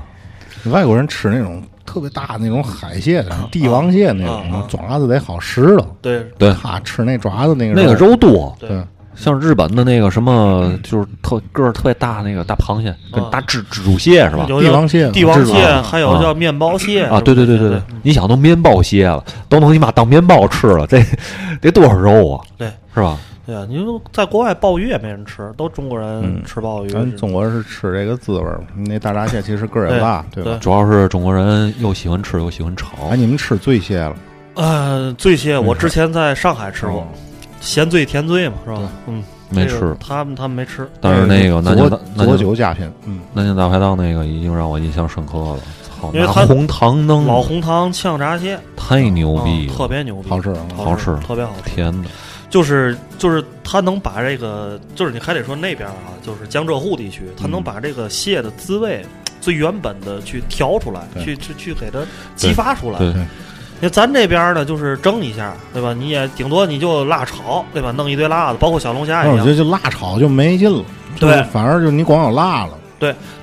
Speaker 4: 外国人吃那种特别大的那种海蟹，帝王蟹那
Speaker 5: 啊啊
Speaker 4: 种，爪子得好石头。
Speaker 5: 对
Speaker 6: 对，
Speaker 4: 他吃那爪子那个
Speaker 6: 那个肉多，
Speaker 5: 对
Speaker 4: 对，
Speaker 6: 像日本的那个什么，就是特个儿特别大那个大螃蟹，跟
Speaker 5: 啊
Speaker 6: 大蜘蜘蛛蟹是吧？
Speaker 5: 有
Speaker 4: 帝
Speaker 5: 叫
Speaker 4: 王蟹
Speaker 5: 帝王
Speaker 6: 知
Speaker 5: 蟹
Speaker 6: 道了，
Speaker 5: 还有
Speaker 6: 啊
Speaker 5: 叫面包蟹
Speaker 6: 啊，对对对对对，你想都面包蟹了，都能你妈当面包吃了，这得多少肉啊？
Speaker 5: 对，
Speaker 6: 是吧？
Speaker 5: 对啊！你说在国外鲍鱼也没人吃，都中国人
Speaker 4: 嗯
Speaker 5: 吃鲍鱼。
Speaker 4: 咱中国是吃这个滋味儿。那大闸蟹其实个儿也大，对吧？
Speaker 5: 对
Speaker 6: 主要是中国人又喜欢吃又喜欢炒
Speaker 5: 啊
Speaker 4: 哎，，你们吃醉蟹了？
Speaker 5: 呃，醉蟹
Speaker 4: 嗯
Speaker 5: 我之前在上海吃过，咸醉甜醉嘛，是吧
Speaker 4: 对？
Speaker 5: 嗯，
Speaker 6: 没
Speaker 5: 这个哎
Speaker 6: 吃。
Speaker 5: 他们他们没吃。
Speaker 6: 但是那个南
Speaker 4: 佐
Speaker 6: 京大南
Speaker 4: 佐
Speaker 6: 京
Speaker 4: 哎酒佳品，嗯，
Speaker 6: 南京大排档那个已经让我印象深刻了，操，
Speaker 5: 因为
Speaker 6: 拿
Speaker 5: 它
Speaker 6: 红糖弄
Speaker 5: 老红糖呛闸蟹，
Speaker 6: 太嗯牛逼
Speaker 5: 嗯
Speaker 6: 了，
Speaker 5: 特别牛逼，
Speaker 4: 好啊吃。
Speaker 6: 好吃
Speaker 5: 特别好吃。
Speaker 6: 甜的，
Speaker 5: 就是就是他能把这个，就是你还得说那边啊，就是江浙沪地区，他能把这个蟹的滋味最原本的去调出来，
Speaker 4: 对
Speaker 5: 去去去给它激发出来。
Speaker 6: 对
Speaker 4: 对
Speaker 5: 那咱这边呢，就是蒸一下，对吧？你也顶多你就辣炒，对吧？弄一堆辣子，包括小龙虾
Speaker 4: 但
Speaker 5: 一
Speaker 4: 我觉
Speaker 5: 样。
Speaker 4: 得就辣炒就没劲了，就是
Speaker 5: 对
Speaker 4: 反而就你光有辣了，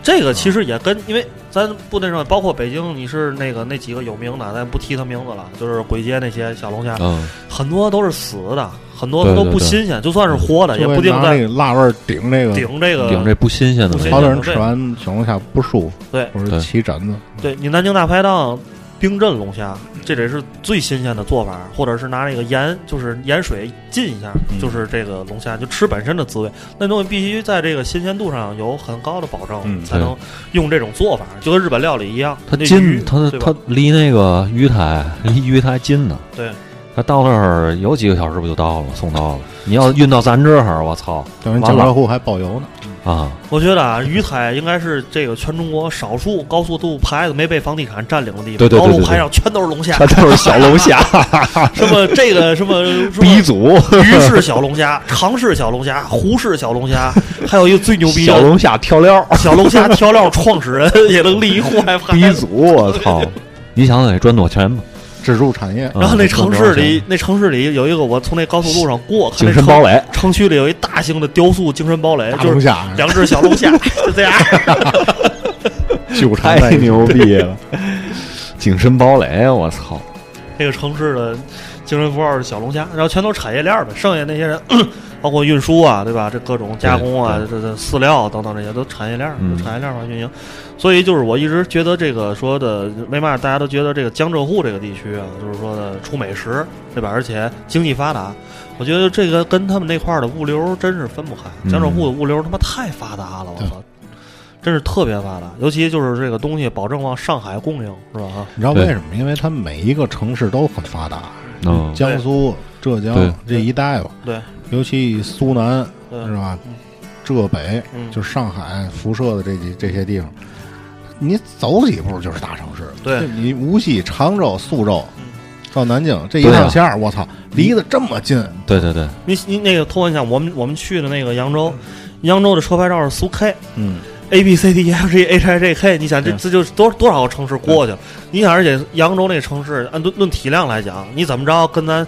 Speaker 5: 这个其实也跟，因为咱不那什么，包括北京，你是那个那几个有名的，咱不提他名字了，就是簋街那些小龙虾，
Speaker 6: 嗯，
Speaker 5: 很多都是死的，很多都
Speaker 6: 对对
Speaker 5: 不
Speaker 6: 对
Speaker 5: 新鲜，就算是活的，也
Speaker 4: 就
Speaker 5: 不
Speaker 4: 会
Speaker 5: 定
Speaker 4: 拿
Speaker 5: 在
Speaker 4: 那个辣味儿顶这个。
Speaker 5: 顶这个
Speaker 6: 顶这不新鲜的
Speaker 5: 不
Speaker 6: 味
Speaker 5: 新
Speaker 4: 好
Speaker 6: 道
Speaker 5: 鲜
Speaker 4: 多人吃完小龙虾不舒服，
Speaker 5: 对
Speaker 4: 或者
Speaker 6: 嗯对
Speaker 4: 起疹子，
Speaker 5: 对你南京大排档冰镇龙虾，
Speaker 4: 嗯
Speaker 5: 这得是最新鲜的做法，或者是拿那个盐，就是盐水浸一下，
Speaker 4: 嗯
Speaker 5: 就是这个龙虾就吃本身的滋味。那东西必须在这个新鲜度上有很高的保证，
Speaker 4: 嗯
Speaker 5: 才能用这种做法，就跟日本料理一样。
Speaker 6: 它
Speaker 5: 那
Speaker 6: 近
Speaker 5: 鱼，
Speaker 6: 它
Speaker 5: 对吧
Speaker 6: 它离那个鱼台离鱼台近呢。
Speaker 5: 对，
Speaker 6: 它到那儿有几个小时不就到了，送到了。你要运到咱这儿，我操
Speaker 4: 等人
Speaker 6: 完
Speaker 4: 江
Speaker 6: 了
Speaker 4: 浙沪还包邮呢。
Speaker 6: 啊！
Speaker 5: 我觉得啊，鱼台应该是这个全中国少数高速度牌子没被房地产占领的地方，
Speaker 6: 对对对
Speaker 5: 高
Speaker 6: 对
Speaker 5: 速
Speaker 6: 对
Speaker 5: 牌上全都是龙虾
Speaker 6: 它，都是小龙虾，
Speaker 5: 什么 这个什么什么
Speaker 6: 鼻祖
Speaker 5: 鱼式小龙虾、 长式小龙虾、湖式小龙虾，还有一个最牛逼的
Speaker 6: 小龙虾调料
Speaker 5: 哦小龙虾调料创始人，也能立一户
Speaker 4: 嗯
Speaker 5: 外牌
Speaker 6: 鼻
Speaker 5: 子。
Speaker 6: 祖，我 操！你想得赚多少钱吧？
Speaker 4: 支柱产业，
Speaker 6: 嗯
Speaker 5: 然后那城市里，那城市里有一个，我从那高速路上过，看
Speaker 6: 精
Speaker 5: 那
Speaker 6: 神
Speaker 5: 城
Speaker 6: 堡垒，
Speaker 5: 城区里有一大型的雕塑精神堡垒，
Speaker 4: 大
Speaker 5: 就
Speaker 4: 龙
Speaker 5: 是
Speaker 4: 虾啊
Speaker 5: 两只小 龙虾，就这样。
Speaker 4: 纠缠 在
Speaker 6: 太
Speaker 4: 一起。
Speaker 6: 牛逼了！精神堡垒，我操！
Speaker 5: 那个城市的精神符号是小龙虾，然后全都是产业链儿呗，剩下那些人 包括运输啊，对吧？这各种加工啊
Speaker 6: 对，
Speaker 5: 这这饲料等等这些都产业链儿，
Speaker 6: 嗯
Speaker 5: 产业链化运营。所以就是我一直觉得这个说的为嘛大家都觉得这个江浙沪这个地区啊，就是说的出美食，对吧？而且经济发达，我觉得这个跟他们那块儿的物流真是分不开。
Speaker 6: 嗯
Speaker 5: 江浙沪的物流他妈太发达了，我操！真是特别发达，尤其就是这个东西保证往上海供应，是吧？啊，
Speaker 4: 你知道
Speaker 6: 对
Speaker 4: 为什么？因为它每一个城市都很发达，
Speaker 6: 嗯，
Speaker 4: 江苏、浙
Speaker 6: 对
Speaker 4: 江这一带吧，
Speaker 5: 对，
Speaker 4: 尤其苏南
Speaker 5: 对
Speaker 4: 是吧？浙北
Speaker 5: 嗯
Speaker 4: 就是上海辐射的这几这些地方，你走几步就是大城市。
Speaker 5: 对
Speaker 4: 就你无锡、常州、苏州
Speaker 5: 嗯
Speaker 4: 到南京这一
Speaker 6: 对啊
Speaker 4: 趟线儿，我操，离得这么近，
Speaker 6: 对对对，
Speaker 5: 你你那个突然想，我们我们去的那个扬州，扬州的车牌照是苏 K。
Speaker 4: 嗯，
Speaker 5: A B C D E F G H I J K，你想这
Speaker 4: 对
Speaker 5: 这就是多多少个城市过去了？你想，而且扬州那个城市，按论论体量来讲，你怎么着跟咱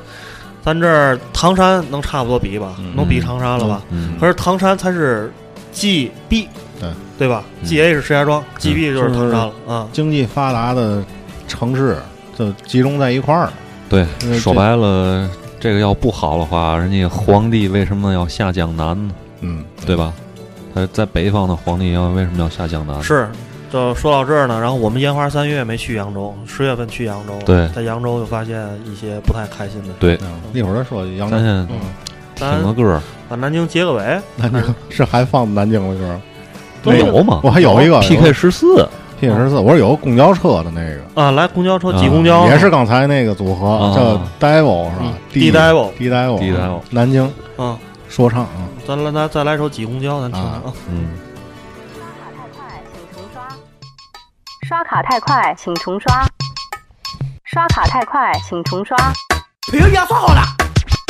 Speaker 5: 咱这儿唐山能差不多比吧？能比唐山了吧？
Speaker 6: 嗯，
Speaker 5: 可是唐山才是 G B，
Speaker 4: 对
Speaker 5: 对吧
Speaker 6: 嗯
Speaker 5: ？G A 是石家庄，G B 就是唐山了啊。
Speaker 4: 经济发达的城市就集中在一块儿。
Speaker 6: 对，
Speaker 4: 呃
Speaker 6: 说
Speaker 4: 这
Speaker 6: 白了，这个要不好的话，人家皇帝为什么要下江南呢？
Speaker 4: 嗯，
Speaker 6: 对吧？他在北方的皇帝要为什么要下江南？
Speaker 5: 是，就说到这儿呢，然后我们烟花三月没去扬州，十月份去扬州，
Speaker 6: 对
Speaker 5: 在扬州就发现一些不太开心的事。
Speaker 6: 对，
Speaker 4: 嗯一会儿再说扬州
Speaker 6: 咱，先
Speaker 5: 嗯，咱
Speaker 6: 听个歌儿，
Speaker 5: 把南京结个尾，
Speaker 4: 南京是还放南京的歌，
Speaker 6: 都嗯有吗？
Speaker 4: 我还有一个
Speaker 6: PK 十四
Speaker 4: P 十四，我是有个公交车的那个。
Speaker 5: 啊，来公交车挤
Speaker 6: 啊
Speaker 5: 公交，
Speaker 4: 也是刚才那个组合，
Speaker 6: 啊
Speaker 4: 叫 Devil 是吧
Speaker 5: 嗯，D-Devil
Speaker 4: ？D-Devil
Speaker 6: D-Devil
Speaker 4: 南京
Speaker 5: 啊，
Speaker 4: 说唱啊，
Speaker 5: 咱来咱再来首挤公交，咱听听啊
Speaker 4: 啊。
Speaker 6: 嗯，
Speaker 3: 刷卡太快，请重刷。刷卡太快，请重刷。刷卡太快，请重刷。
Speaker 11: 朋友要刷好了。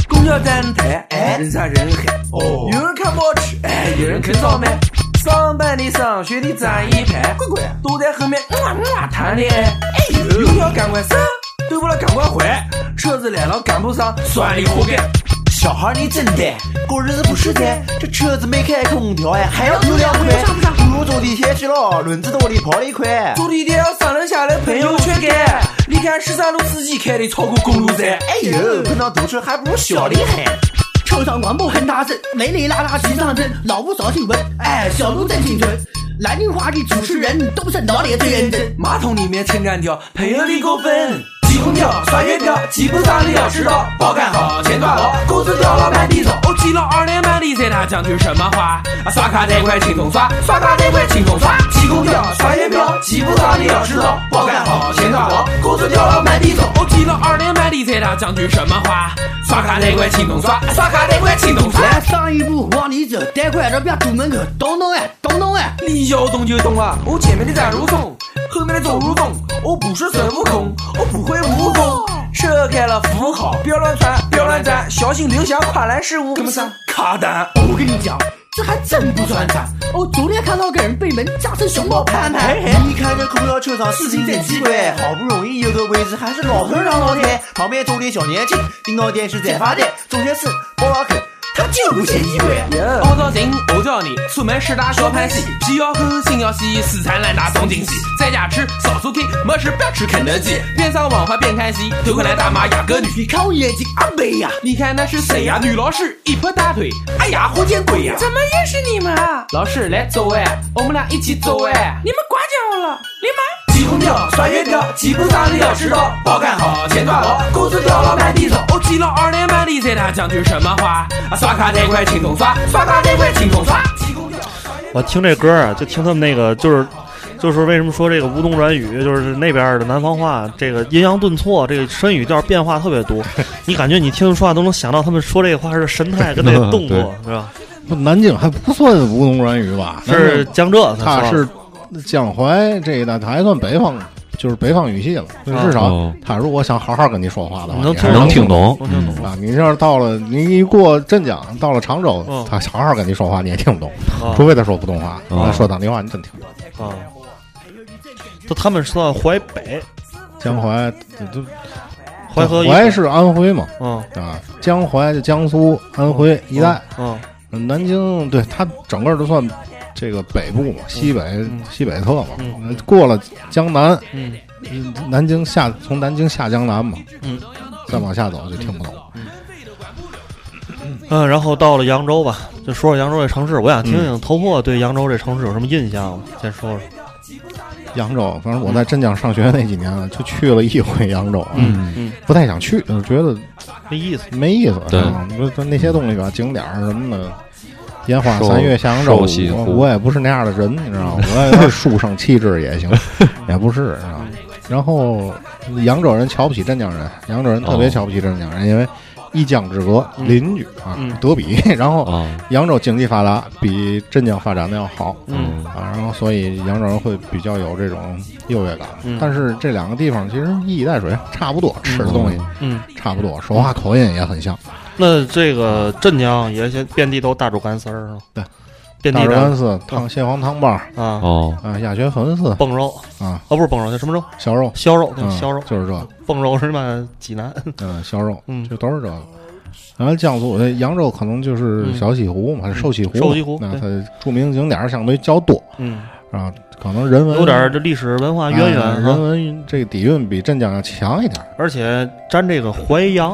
Speaker 11: 公交站台，哎，人山人海，哦，有人看报纸，哎，有人啃烧麦，上班的、上学的站一排，乖嗯乖，都在后面哇哇谈恋爱，啊哎呦，有要赶快上，对不了赶快回，车子来了赶不上，算你活该。小孩你真呆，过日子不实在，这车子没开空调哎，还要油两块，不如坐地铁去喽，轮子多的跑得快。
Speaker 2: 坐地铁要上楼下楼，朋友圈改。你看十三路司机开的超过公路站，
Speaker 11: 哎呦，碰到堵车还不如小的狠。
Speaker 9: 车上广播很大声，雷雷啦啦齐上阵，老不少新闻，哎，小鹿真清纯。南京话的主持人都是脑里最认真。
Speaker 2: 马桶里面撑杆跳，朋友的过分。挤公交刷月票，挤不上你要迟到，包干好，钱赚好，工资掉了满地找。
Speaker 10: 我记了二年半的在那讲句什么话？啊，刷卡太快，请重刷，
Speaker 2: 刷
Speaker 10: 刷
Speaker 2: 卡这块请重刷，挤公交刷月票，挤不上你要迟到，包干好，钱赚好，工资掉了满地找。
Speaker 10: 我记了二年半的在那讲句什么话？刷卡太快，请重刷，
Speaker 2: 刷卡这块请重刷。
Speaker 9: 来，上一步往里走，待会儿这边堵门口，等等哎，等等哎。
Speaker 2: 你要动就动啊！我前面的站如松，后面的走如风。我不是孙悟空，我不会武功。扯开了符号，不要乱传，不要乱站，小心留下跨栏失误。跟不上，卡单。
Speaker 9: 我跟你讲，这还真不算惨。我昨天看到个人被门夹成熊猫盼盼。
Speaker 11: 你看这公交车上事情真奇怪，好不容易有个位置，还是老头让老太，旁边坐的小年轻，听到电视在发呆，中学生包拉啃，他就不嫌意外。
Speaker 10: 凹造型，我叫你出门吃大小盘戏，皮要厚，心要细，四川烂大松紧系，在家吃少数 K，没事不要吃肯德基，边上网吧边看戏，头回来大妈压个女。
Speaker 9: 你看我眼睛，
Speaker 11: 啊
Speaker 9: 阿北呀、
Speaker 10: 你看那是谁呀、女老师一拍大腿，哎呀，
Speaker 11: 火箭鬼呀、
Speaker 2: 怎么认识你们啊？
Speaker 10: 老师来走哎，我们俩一起走哎。
Speaker 2: 你们管教我了，你们。挤公交刷月票，挤不上你要迟到，包干好，钱赚好，工资掉了满地找。
Speaker 10: 我记了二年半的在那讲句什么话？啊，刷卡这块请重刷，
Speaker 2: 刷卡这块请重刷。
Speaker 5: 我听这歌啊，就听他们那个，就是就是为什么说这个吴侬软语，就是那边的南方话，这个阴阳顿挫，这个声语调变化特别 多。你感觉你听他们说话都能想到他们说这个话是神态跟那个 动作，是吧？
Speaker 4: 不南京还不算吴侬软语吧？
Speaker 5: 是嗯江浙，
Speaker 4: 它
Speaker 5: 是
Speaker 4: 是江淮这一带，它还算北方，就是北方语系了。
Speaker 5: 啊
Speaker 4: 至少
Speaker 6: 哦
Speaker 4: 他如果想好好跟你说话的话，
Speaker 5: 能
Speaker 4: 你还是
Speaker 6: 能听懂
Speaker 5: 能听懂嗯
Speaker 4: 啊。你要是到了，你一过镇江，到了常州
Speaker 5: 嗯，
Speaker 4: 他好好跟你说话，你也听不懂，
Speaker 5: 啊
Speaker 4: 嗯除非他说普通话，
Speaker 6: 哦
Speaker 4: 他说当地话你真听不懂。
Speaker 5: 啊。就他们说淮北，
Speaker 4: 江淮这都
Speaker 5: 淮河以北，
Speaker 4: 淮是安徽嘛，
Speaker 5: 嗯
Speaker 4: 啊，江淮就江苏、安徽一带，
Speaker 5: 嗯
Speaker 4: 南京对它整个都算这个北部嘛，西北、西北侧嘛，呃
Speaker 5: 嗯
Speaker 4: 过了江南，
Speaker 5: 嗯
Speaker 4: 南京下从南京下江南嘛，
Speaker 5: 嗯
Speaker 4: 再往下走就听不懂。
Speaker 5: 嗯，然后到了扬州吧，就说说扬州这城市。我想听听
Speaker 4: 嗯
Speaker 5: 头破对扬州这城市有什么印象吗？先说说。嗯
Speaker 4: 扬州，反正我在镇江上学那几年啊，就去了一回扬州啊，
Speaker 6: 嗯
Speaker 4: 不太想去，就觉得
Speaker 5: 没意思，
Speaker 4: 没意思。
Speaker 6: 对
Speaker 4: 是吧，就就那些东西吧，景点儿什么的，烟花
Speaker 6: 受
Speaker 4: 三月下扬州，
Speaker 6: 受西
Speaker 4: 我
Speaker 6: 湖
Speaker 4: 我也不是那样的人，你知道 吗？我要是书生气质也行，也不是啊。然后扬州人瞧不起镇江人，扬州人特别
Speaker 6: 哦
Speaker 4: 瞧不起镇江人，因为一江之隔，邻居啊
Speaker 5: 嗯，
Speaker 4: 德比。然后
Speaker 6: 啊，
Speaker 4: 扬州经济发达，比镇江发展的要好。
Speaker 5: 嗯
Speaker 4: 啊，然后所以扬州人会比较有这种优越感。
Speaker 5: 嗯
Speaker 4: 但是这两个地方其实一衣带水，差不多，吃的东西
Speaker 5: 嗯，
Speaker 4: 差不多，说话口音也很像。
Speaker 5: 那这个镇江也先遍地都大煮干丝儿啊，
Speaker 4: 对，
Speaker 5: 遍
Speaker 4: 大
Speaker 5: 地
Speaker 4: 肉
Speaker 5: 的
Speaker 4: 干丝、汤蟹黄汤包
Speaker 5: 啊，
Speaker 6: 哦，
Speaker 4: 啊，鸭血粉丝
Speaker 5: 蹦肉
Speaker 4: 啊，
Speaker 5: 哦，不是蹦肉，叫什么肉？
Speaker 4: 小肉，
Speaker 5: 削肉，对
Speaker 4: 嗯，
Speaker 5: 削肉，
Speaker 4: 就是这，
Speaker 5: 蹦肉是嘛？济 南，
Speaker 4: 嗯，小肉，
Speaker 5: 嗯
Speaker 4: 就都是这个。然后江苏、呃扬州可能就是
Speaker 5: 嗯
Speaker 4: 小西湖嘛，瘦西湖，
Speaker 5: 瘦西湖
Speaker 4: 那
Speaker 5: 对
Speaker 4: 它著名景点儿相对较多
Speaker 5: 嗯，
Speaker 4: 啊，可能人文
Speaker 5: 有点儿这历史文化渊源
Speaker 4: 哎
Speaker 5: 啊
Speaker 4: 人文这个底蕴比镇江要强一点儿
Speaker 5: 而且沾这个淮扬，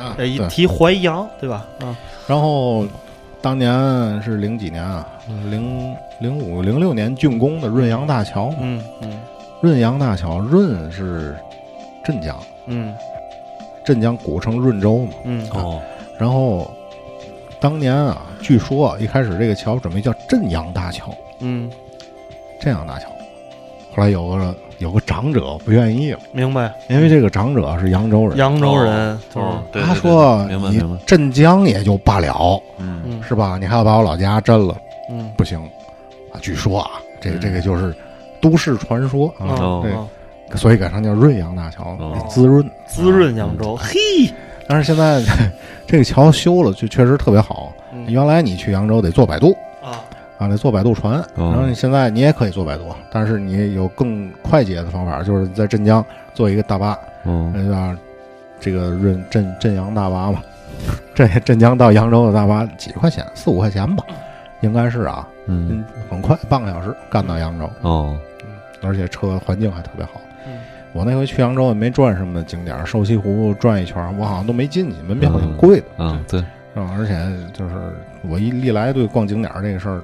Speaker 4: 啊。
Speaker 5: 哎，一
Speaker 4: 对
Speaker 5: 提淮扬，对吧？啊，
Speaker 4: 然后当年是零几年啊，零零五零六年竣工的润扬大桥。
Speaker 5: 嗯嗯
Speaker 4: 润扬大桥，润是镇江，
Speaker 5: 嗯
Speaker 4: 镇江古称润州嘛。
Speaker 5: 嗯，
Speaker 6: 哦，
Speaker 4: 然后当年啊，据说啊一开始这个桥准备叫镇阳大桥，
Speaker 5: 嗯，
Speaker 4: 哦镇阳大桥。后来有个有个长者不愿意了，
Speaker 5: 明白。
Speaker 4: 因为这个长者是扬州人，
Speaker 5: 扬州人，
Speaker 6: 哦，对，
Speaker 4: 他说
Speaker 6: 明白
Speaker 4: 你
Speaker 6: 明白，
Speaker 4: 镇江也就罢了，
Speaker 6: 嗯
Speaker 5: 嗯
Speaker 4: 是吧？你还要把我老家占了。
Speaker 5: 嗯，
Speaker 4: 不行啊！据说啊，这个
Speaker 6: 嗯
Speaker 4: 这个就是都市传说
Speaker 5: 啊
Speaker 4: 啊，
Speaker 6: 哦
Speaker 5: 啊
Speaker 4: 所以改成叫润扬大桥
Speaker 6: 哦，
Speaker 4: 滋润。
Speaker 5: 滋润扬州，嘿，
Speaker 4: 但是现在 这个桥修了，就确实特别好。
Speaker 5: 嗯
Speaker 4: 原来你去扬州得坐摆渡
Speaker 5: 啊，
Speaker 4: 啊，得坐摆渡船，
Speaker 6: 哦
Speaker 4: 然后你现在你也可以坐摆渡，但是你有更快捷的方法，就是在镇江坐一个大巴，
Speaker 6: 嗯，
Speaker 4: 那就叫这个润镇镇阳大巴嘛， 镇镇江到扬州的大巴几块钱，四五块钱吧，应该是啊，
Speaker 6: 嗯，
Speaker 4: 嗯，很快，半个小时干到扬州。
Speaker 6: 哦，
Speaker 4: 而且车环境还特别好。
Speaker 5: 嗯
Speaker 4: 我那回去扬州也没转什么景点儿，瘦西湖转一圈儿，我好像都没进去，门票挺贵的，
Speaker 6: 啊，对，
Speaker 4: 是吧？而且就是我一历来对逛景点儿这个事儿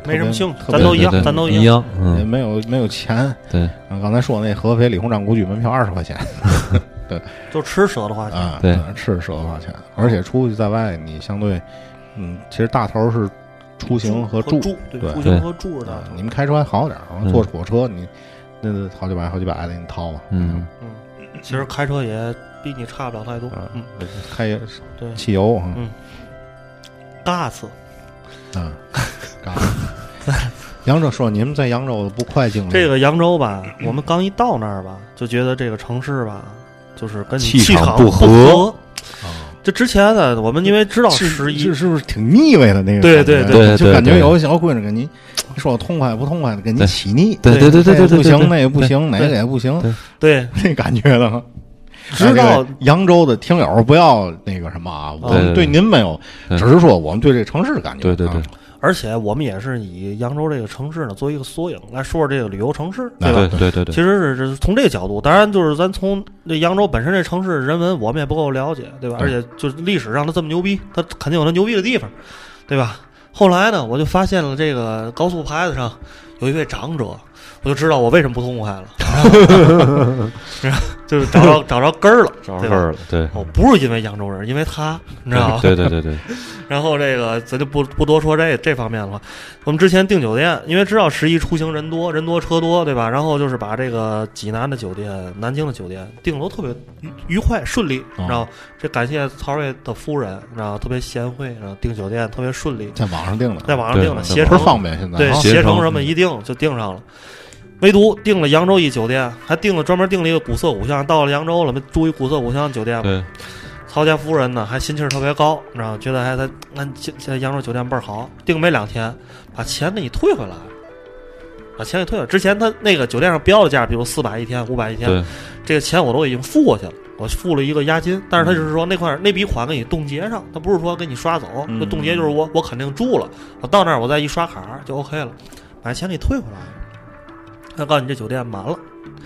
Speaker 4: 特别
Speaker 5: 没什么兴趣
Speaker 4: 特
Speaker 5: 咱
Speaker 4: 别
Speaker 5: 都一样
Speaker 6: 对对
Speaker 5: 咱都一
Speaker 6: 一样，
Speaker 4: 也
Speaker 6: 嗯，
Speaker 4: 呃没有没有钱。
Speaker 6: 对
Speaker 4: 啊，刚才说那合肥李鸿章故居门票二十 块钱
Speaker 5: 就吃蛇的话，
Speaker 4: 啊，
Speaker 6: 对，
Speaker 4: 是十多块钱，而且出去在外你相对，嗯，其实大头是出行和住
Speaker 5: 住，对，
Speaker 4: 对
Speaker 5: 出
Speaker 6: 对
Speaker 5: 行和住的
Speaker 4: 啊，，你们开车还好点儿，啊
Speaker 6: 嗯
Speaker 4: 坐火车你那那好几百好几百的你掏嘛，
Speaker 6: 嗯，
Speaker 5: 其实开车也比你差不了太多
Speaker 4: 啊，
Speaker 5: 嗯，
Speaker 4: 开
Speaker 5: 对
Speaker 4: 汽油啊。
Speaker 5: 大次，
Speaker 4: 啊，嘎。扬州说你们在扬州不快经历
Speaker 5: 这个扬州吧，我们刚一到那儿吧，就觉得这个城市吧，就是跟你
Speaker 6: 气
Speaker 5: 气
Speaker 6: 场
Speaker 5: 场
Speaker 6: 不
Speaker 5: 合。
Speaker 6: 合
Speaker 4: 啊，
Speaker 5: 这之前呢，我们因为知道
Speaker 4: 是
Speaker 5: 十一
Speaker 4: 是，是不是挺腻歪的那个感
Speaker 5: 对
Speaker 4: 觉？啊
Speaker 5: 对
Speaker 6: 对
Speaker 4: 就
Speaker 6: 对
Speaker 4: 感觉
Speaker 6: 对
Speaker 4: 有个小闺女跟你你说我痛快不痛快的，跟你
Speaker 6: 对
Speaker 4: 起腻。
Speaker 6: 对对对对
Speaker 4: 这
Speaker 6: 对
Speaker 4: 也
Speaker 6: 对，
Speaker 4: 不行，那
Speaker 6: 也
Speaker 4: 也不，行，哪个也不行，
Speaker 5: 对，
Speaker 4: 那感觉的。
Speaker 5: 直到
Speaker 4: 哎这个扬州的听友不要那个什么啊，我们
Speaker 6: 对对
Speaker 4: 对您没有，
Speaker 6: 对
Speaker 4: 只是说我们对这个城市的感觉。
Speaker 6: 对对对
Speaker 4: 啊，
Speaker 5: 而且我们也是以扬州这个城市呢作为一个缩影来说说这个旅游城市，对吧？
Speaker 6: 对对对对
Speaker 5: 其，实是是从这个角度，当然就是咱从这扬州本身这城市人文我们也不够了解，对吧？而
Speaker 4: 对
Speaker 5: 且就是历史上它这么牛逼，它肯定有它牛逼的地方，对吧？后来呢，我就发现了这个高速牌子上有一位长者，我就知道我为什么不痛快了， 然后就是找着找着根儿了，
Speaker 6: 找
Speaker 5: 对
Speaker 6: 事
Speaker 5: 吧？
Speaker 6: 儿了，对，
Speaker 5: 我不是因为扬州人，因为他，你知道吗？
Speaker 6: 对对 对对，
Speaker 5: 然后这个咱就不不多说这这方面了。我们之前订酒店，因为知道十一出行人多，人多车多，对吧？然后就是把这个济南的酒店、南京的酒店订的都特别愉愉快顺利，
Speaker 4: 哦
Speaker 5: 然后这感谢曹睿的夫人，然后特别贤惠，然后订酒店特别顺利，
Speaker 4: 在网上订的，
Speaker 5: 在网上
Speaker 6: 对
Speaker 5: 订的
Speaker 6: 在
Speaker 5: 携
Speaker 4: 不
Speaker 5: 程
Speaker 4: 是方便现在
Speaker 5: 对
Speaker 4: 啊
Speaker 6: 携
Speaker 5: 携程
Speaker 6: 程
Speaker 5: 什么
Speaker 6: 嗯
Speaker 5: 一订就订上了。唯独订了扬州一酒店，还订了专门订了一个古色古香。到了扬州了，没住一古色古香酒店嘛，
Speaker 6: 对，
Speaker 5: 曹家夫人呢，还心气儿特别高，你知道，觉得还在那现现在扬州酒店倍儿好，订没两天，把钱给你退回来了，把钱给退了。之前他那个酒店上标的价，比如四百一天、五百一天
Speaker 6: 对，
Speaker 5: 这个钱我都已经付过去了，我付了一个押金，但是他就是说那块儿那笔款给你冻结上，他不是说给你刷走，
Speaker 4: 嗯
Speaker 5: 那冻结就是我我肯定住了，我到那儿我再一刷卡就 OK 了，把钱给退回来了。他告诉你这酒店满了，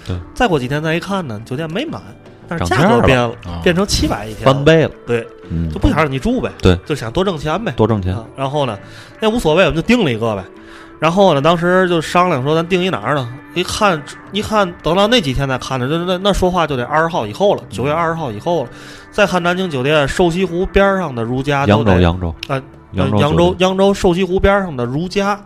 Speaker 6: 对
Speaker 5: 再过几天再一看呢，酒店没满，但是价格变了
Speaker 4: 涨价了啊，
Speaker 5: 变成七百一天，
Speaker 6: 翻，倍了，
Speaker 5: 对，
Speaker 6: 嗯，
Speaker 5: 就不想让你住呗，
Speaker 6: 对
Speaker 5: 就想多挣钱呗，
Speaker 6: 多挣钱
Speaker 5: 啊。然后呢，那无所谓，我们就定了一个呗。然后呢，当时就商量说，咱定一哪儿呢？一看，一看，等到那几天再看着，那那那说话就得二十号以后了，九月二十号以后了。再看南京酒店瘦西湖边儿上的如家，
Speaker 6: 扬
Speaker 5: 都
Speaker 6: 州
Speaker 5: 得
Speaker 6: 扬州
Speaker 5: 啊
Speaker 6: 扬
Speaker 5: 呃扬
Speaker 6: 酒
Speaker 5: 州
Speaker 6: 店
Speaker 5: 扬州瘦西湖边儿上的如家，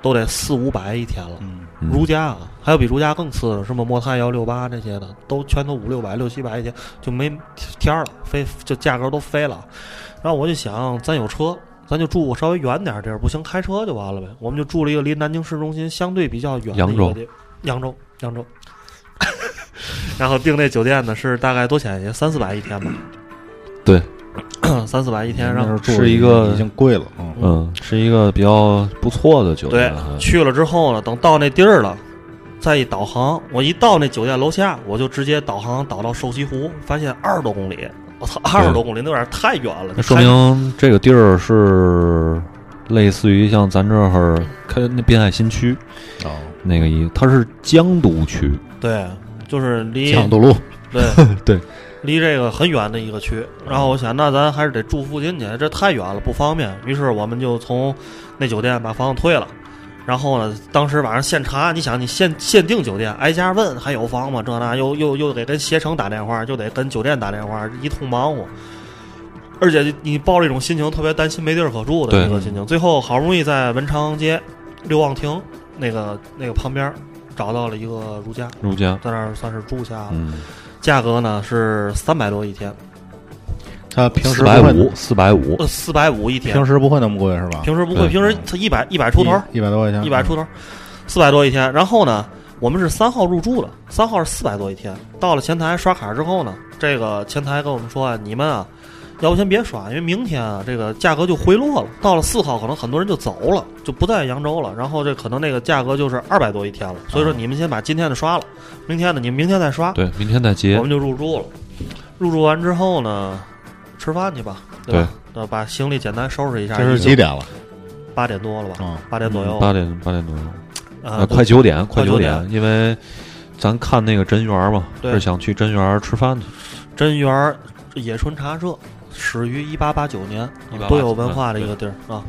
Speaker 5: 都得四五百一天了。
Speaker 4: 嗯，
Speaker 6: 嗯
Speaker 5: 如家啊，还有比如家更次的，什么莫泰幺六八这些的，都全都五六百、六七百一天，就没天儿了，飞就价格都飞了。然后我就想，咱有车，咱就住稍微远点儿地儿，不行开车就完了呗。我们就住了一个离南京市中心相对比较远的
Speaker 6: 扬
Speaker 5: 一
Speaker 6: 州
Speaker 5: 个地，扬州，扬州。 然后订那酒店呢是大概多少钱？也三四百一天吧。嗯
Speaker 6: 对，
Speaker 5: 三四百一天，然后
Speaker 6: 是一个
Speaker 4: 已经贵了，嗯，
Speaker 6: 嗯，是一个比较不错的酒
Speaker 5: 对
Speaker 6: 店，嗯还，
Speaker 5: 去了之后呢，等到那地儿了，再一导航，我一到那酒店楼下，我就直接导航导到瘦西湖，发现二十多公里，我操，二十多公里那有点太远了。
Speaker 6: 那说明这个地儿是类似于像咱这儿开那滨海新区
Speaker 4: 哦，
Speaker 6: 那个一，它是江都区，
Speaker 5: 对，就是离
Speaker 4: 抢渡路，
Speaker 5: 对
Speaker 6: 对嗯
Speaker 5: 离这个很远的一个区。然后我想，那咱还是得住附近去，这太远了不方便。于是我们就从那酒店把房子退了。然后呢，当时晚上现查，你想你限限定酒店，挨家问还有房吗？这那又又又得跟携程打电话，又得跟酒店打电话，一通忙活。而且你抱着一种心情，特别担心没地儿可住的
Speaker 6: 对
Speaker 5: 一个心情。最后好不容易在文昌街六望亭那个那个旁边儿找到了一个如家，
Speaker 6: 如家，
Speaker 5: 在那儿算是住下了。
Speaker 6: 嗯，
Speaker 5: 价格呢是三百多一天，
Speaker 4: 他平时
Speaker 6: 四
Speaker 4: 不
Speaker 6: 百
Speaker 4: 会
Speaker 6: 五，四百五，
Speaker 5: 呃，四百五一天
Speaker 4: 平。时嗯不会那么贵是吧？
Speaker 5: 平时不会，
Speaker 6: 对
Speaker 5: 平时他一百一百出头，
Speaker 4: 一百多块钱，
Speaker 5: 一百出头，四百多一天。然后呢，我们是三号入住的，三号是四百多一天。到了前台刷卡之后呢，这个前台跟我们说啊，你们啊，要不先别刷，因为明天啊这个价格就回落了。到了四号，可能很多人就走了，就不在扬州了。然后这可能那个价格就是二百多一天了。所以说你们先把今天的刷了，明天的你们明天再刷。
Speaker 6: 对，明天再
Speaker 5: 我
Speaker 6: 结
Speaker 5: 们，就入住了。入住完之后呢，吃饭去吧，对吧？呃，把行李简单收拾一下。
Speaker 4: 这是
Speaker 5: 已经
Speaker 4: 几点了？
Speaker 5: 八点多了吧？
Speaker 4: 啊，
Speaker 5: 嗯八点左右。
Speaker 6: 嗯八点八点多，
Speaker 5: 哦啊
Speaker 6: 啊，，
Speaker 5: 对
Speaker 6: 快九点，
Speaker 5: 快
Speaker 6: 快
Speaker 5: 九
Speaker 6: 九
Speaker 5: 点
Speaker 6: 点，因为咱看那个真园嘛，
Speaker 5: 对
Speaker 6: 是想去真园吃饭去，
Speaker 5: 真园儿野春茶社始于一八八九年，
Speaker 6: 1889
Speaker 5: 多有文化的一个地儿啊。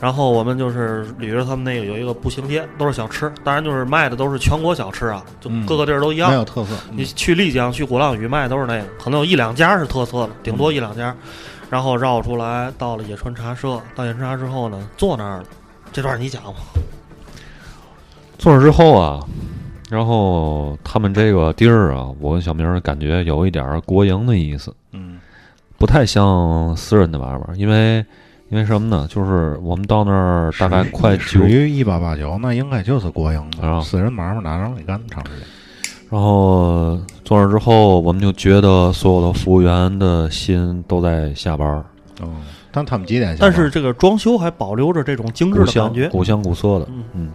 Speaker 5: 然后我们就是捋着他们那个有一个步行街，都是小吃，当然就是卖的都是全国小吃啊，就
Speaker 4: 嗯
Speaker 5: 各个地儿都一样
Speaker 4: 没。有特色，嗯
Speaker 5: 你去丽江、去鼓浪屿卖都是那个，可能有一两家是特色的，顶多一两家。然后绕出来到了野川茶社，到野川茶之后呢，坐那儿了。这段你讲吧。
Speaker 6: 坐那之后啊，然后他们这个地儿啊，我跟小明儿感觉有一点儿国营的意思，
Speaker 4: 嗯，
Speaker 6: 不太像私人的玩玩，因为因为什么呢？就是我们到那儿大概快九
Speaker 4: 属，于一八八九，那应该就是国营的，
Speaker 6: 啊
Speaker 4: 私人买卖哪让你干长时间？
Speaker 6: 然后坐那儿之后，我们就觉得所有的服务员的心都在下班儿，
Speaker 4: 嗯，但他们几点下班？
Speaker 5: 但是这个装修还保留着这种精致的
Speaker 6: 古
Speaker 5: 感
Speaker 6: 香
Speaker 5: 觉。
Speaker 6: 古香古色的
Speaker 5: 嗯，
Speaker 6: 嗯。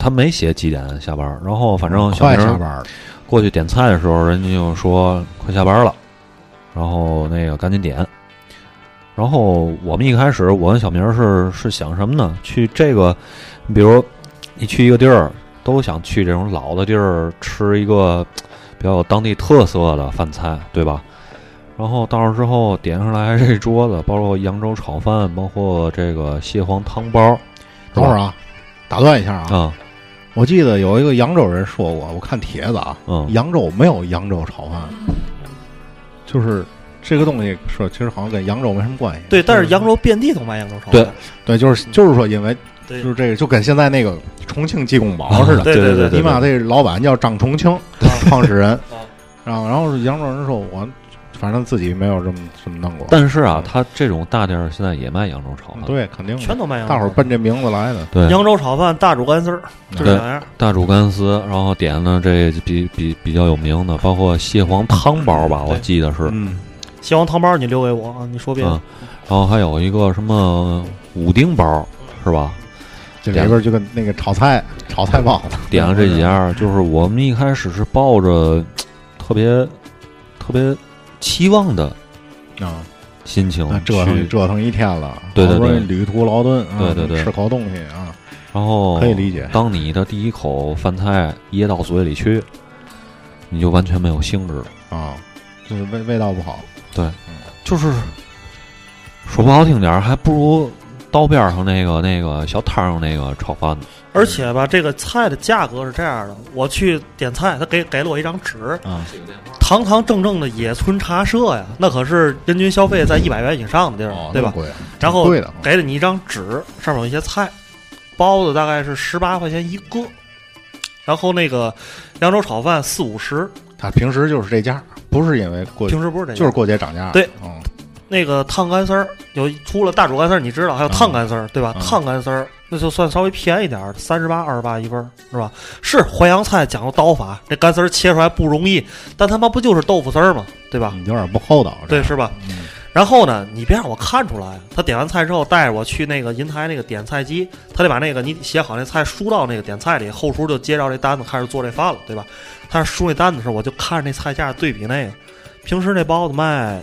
Speaker 6: 他没写几点下班儿，然后反正哦小
Speaker 4: 快
Speaker 6: 明
Speaker 4: 下
Speaker 6: 儿
Speaker 4: 班了，
Speaker 6: 过去点菜的时候，人家就说快下班了，然后那个赶紧点。然后我们一开始，我跟小明儿是是想什么呢？去这个，你比如你去一个地儿，都想去这种老的地儿吃一个比较有当地特色的饭菜，对吧？然后到那之后点上来这桌子，包括扬州炒饭，包括这个蟹黄汤包
Speaker 4: 等会儿啊，打断一下啊，
Speaker 6: 啊，
Speaker 4: 我记得有一个扬州人说过，我看帖子啊，
Speaker 6: 嗯，
Speaker 4: 扬州没有扬州炒饭，就是这个东西说其实好像跟扬州没什么关系。
Speaker 5: 对，但是扬州遍地都卖扬州炒
Speaker 6: 对
Speaker 5: 饭。
Speaker 4: 对，就是就是说，因为
Speaker 5: 对
Speaker 4: 就是这个就跟现在那个重庆鸡公煲似的，
Speaker 5: 对对对
Speaker 4: 你妈这老板叫张重庆，创始人，
Speaker 5: 啊
Speaker 4: 然后然后扬州人说我反正自己没有这么这么弄过，
Speaker 6: 但是啊，他这种大店儿现在也卖扬州炒饭，
Speaker 4: 对肯定的
Speaker 5: 全都卖扬州。
Speaker 4: 大伙儿奔这名字来的，
Speaker 6: 对，
Speaker 5: 扬州炒饭、大煮干丝儿，就
Speaker 6: 对
Speaker 5: 这两样。
Speaker 6: 大煮干丝，然后点了这比比比较有名的，包括蟹黄汤包吧，我记得是，
Speaker 4: 嗯，
Speaker 5: 蟹黄汤包你留给我啊，你说别
Speaker 6: 嗯，然后还有一个什么五丁包，是吧？
Speaker 4: 这里边就跟那个炒菜炒菜包子，
Speaker 6: 点了这几
Speaker 4: 嗯
Speaker 6: 样，就是我们一开始是抱着特别特别期望的
Speaker 4: 啊，
Speaker 6: 心情
Speaker 4: 那
Speaker 6: 嗯去，
Speaker 4: 折腾折腾一天了，
Speaker 6: 对对
Speaker 4: 好不容易
Speaker 6: 对
Speaker 4: 旅途劳顿，啊
Speaker 6: 对对对
Speaker 4: 吃口东西啊，
Speaker 6: 然后
Speaker 4: 可以理解
Speaker 6: 当你的第一口饭菜噎到嘴里去，你就完全没有兴致了。
Speaker 4: 啊，就是味味道不好。
Speaker 6: 就是说不好听点儿，还不如道边儿上那个那个小摊儿上那个炒饭呢。
Speaker 5: 而且吧，这个菜的价格是这样的，我去点菜，他给给了我一张纸，
Speaker 6: 啊，
Speaker 5: 堂堂正正的野村茶社呀，那可是人均消费在一百元以上的地儿，
Speaker 4: 嗯哦，
Speaker 5: 对吧
Speaker 4: 那？贵啊，
Speaker 5: 然后
Speaker 4: 挺贵的，
Speaker 5: 给了你一张纸，上面有一些菜，包子大概是十八块钱一个，然后那个扬州炒饭四五十，
Speaker 4: 嗯他平时就是这价，不是因为过
Speaker 5: 平时不是这样，
Speaker 4: 就是过节涨价。
Speaker 5: 对，
Speaker 4: 嗯，
Speaker 5: 那个烫干丝儿，有除了大煮干丝儿，你知道还有烫干丝儿，对吧？
Speaker 4: 嗯
Speaker 5: 烫干丝儿那就算稍微便宜点儿，三十八、二十八一根儿，是吧？是淮扬菜讲究刀法，这干丝儿切出来不容易，但他妈不就是豆腐丝儿吗？对吧？
Speaker 4: 你有点不厚道。这
Speaker 5: 对，
Speaker 4: 样
Speaker 5: 是吧？
Speaker 4: 嗯
Speaker 5: 然后呢，你别让我看出来。他点完菜之后，带着我去那个银台那个点菜机，他得把那个你写好那菜输到那个点菜里，后厨就接着这单子开始做这饭了，对吧？他输那单子的时候，我就看着那菜价对比那个，平时那包子卖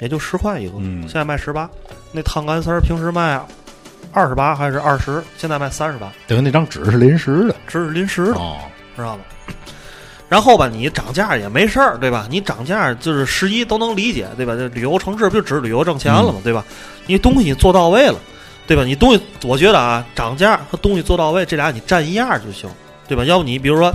Speaker 5: 也就十块一个，
Speaker 4: 嗯
Speaker 5: 现在卖十八。那烫干丝儿平时卖二十八还是二十，现在卖三十八，
Speaker 4: 等于那张纸是临时的。
Speaker 5: 这是临时的。
Speaker 4: 哦，
Speaker 5: 知道吗？然后吧，你涨价也没事儿，对吧？你涨价就是十一都能理解，对吧？这旅游城市不就指旅游挣钱了
Speaker 4: 嗯
Speaker 5: 嘛，对吧？你东西做到位了，对吧？你东西，我觉得啊，涨价和东西做到位这俩你占一样就行，对吧？要不你比如说，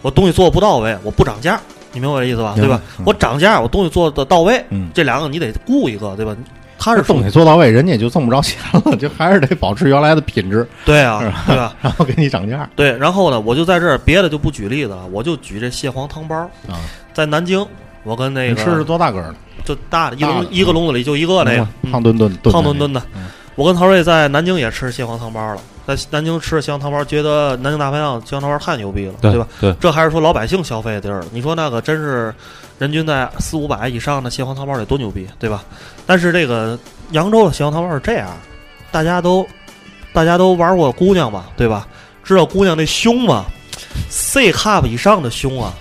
Speaker 5: 我东西做不到位，我不涨价，你明白我这意思吧？
Speaker 4: 明白
Speaker 5: 对吧？
Speaker 4: 嗯
Speaker 5: 我涨价，我东西做的到位，
Speaker 4: 嗯
Speaker 5: 这两个你得雇一个，对吧？他
Speaker 4: 这
Speaker 5: 是
Speaker 4: 东西做到位，人家也就挣不着钱了，就还是得保持原来的品质，
Speaker 5: 对啊，对吧？
Speaker 4: 然后给你涨价。
Speaker 5: 对，然后呢，我就在这儿，别的就不举例子了，我就举这蟹黄汤包儿
Speaker 4: 啊
Speaker 5: 在南京，我跟那
Speaker 4: 你
Speaker 5: 个
Speaker 4: 吃是多大个儿呢？
Speaker 5: 就大的一
Speaker 4: 大
Speaker 5: 笼
Speaker 4: 的
Speaker 5: 一个笼子里就一个那个
Speaker 4: 胖
Speaker 5: 嗯
Speaker 4: 墩墩，的
Speaker 5: 胖墩墩的
Speaker 4: 嗯。
Speaker 5: 我跟陶瑞在南京也吃蟹黄汤包了，在南京吃蟹黄汤包，觉得南京大排档蟹黄汤包太牛逼了，对吧？？
Speaker 6: 对，
Speaker 5: 这还是说老百姓消费的地儿了。你说那个真是人均在四五百以上的蟹黄汤包得多牛逼，对吧？但是这个扬州的蟹黄汤包是这样，大家都大家都玩过姑娘吧，对吧？知道姑娘那胸吗？C cup 以上的胸啊，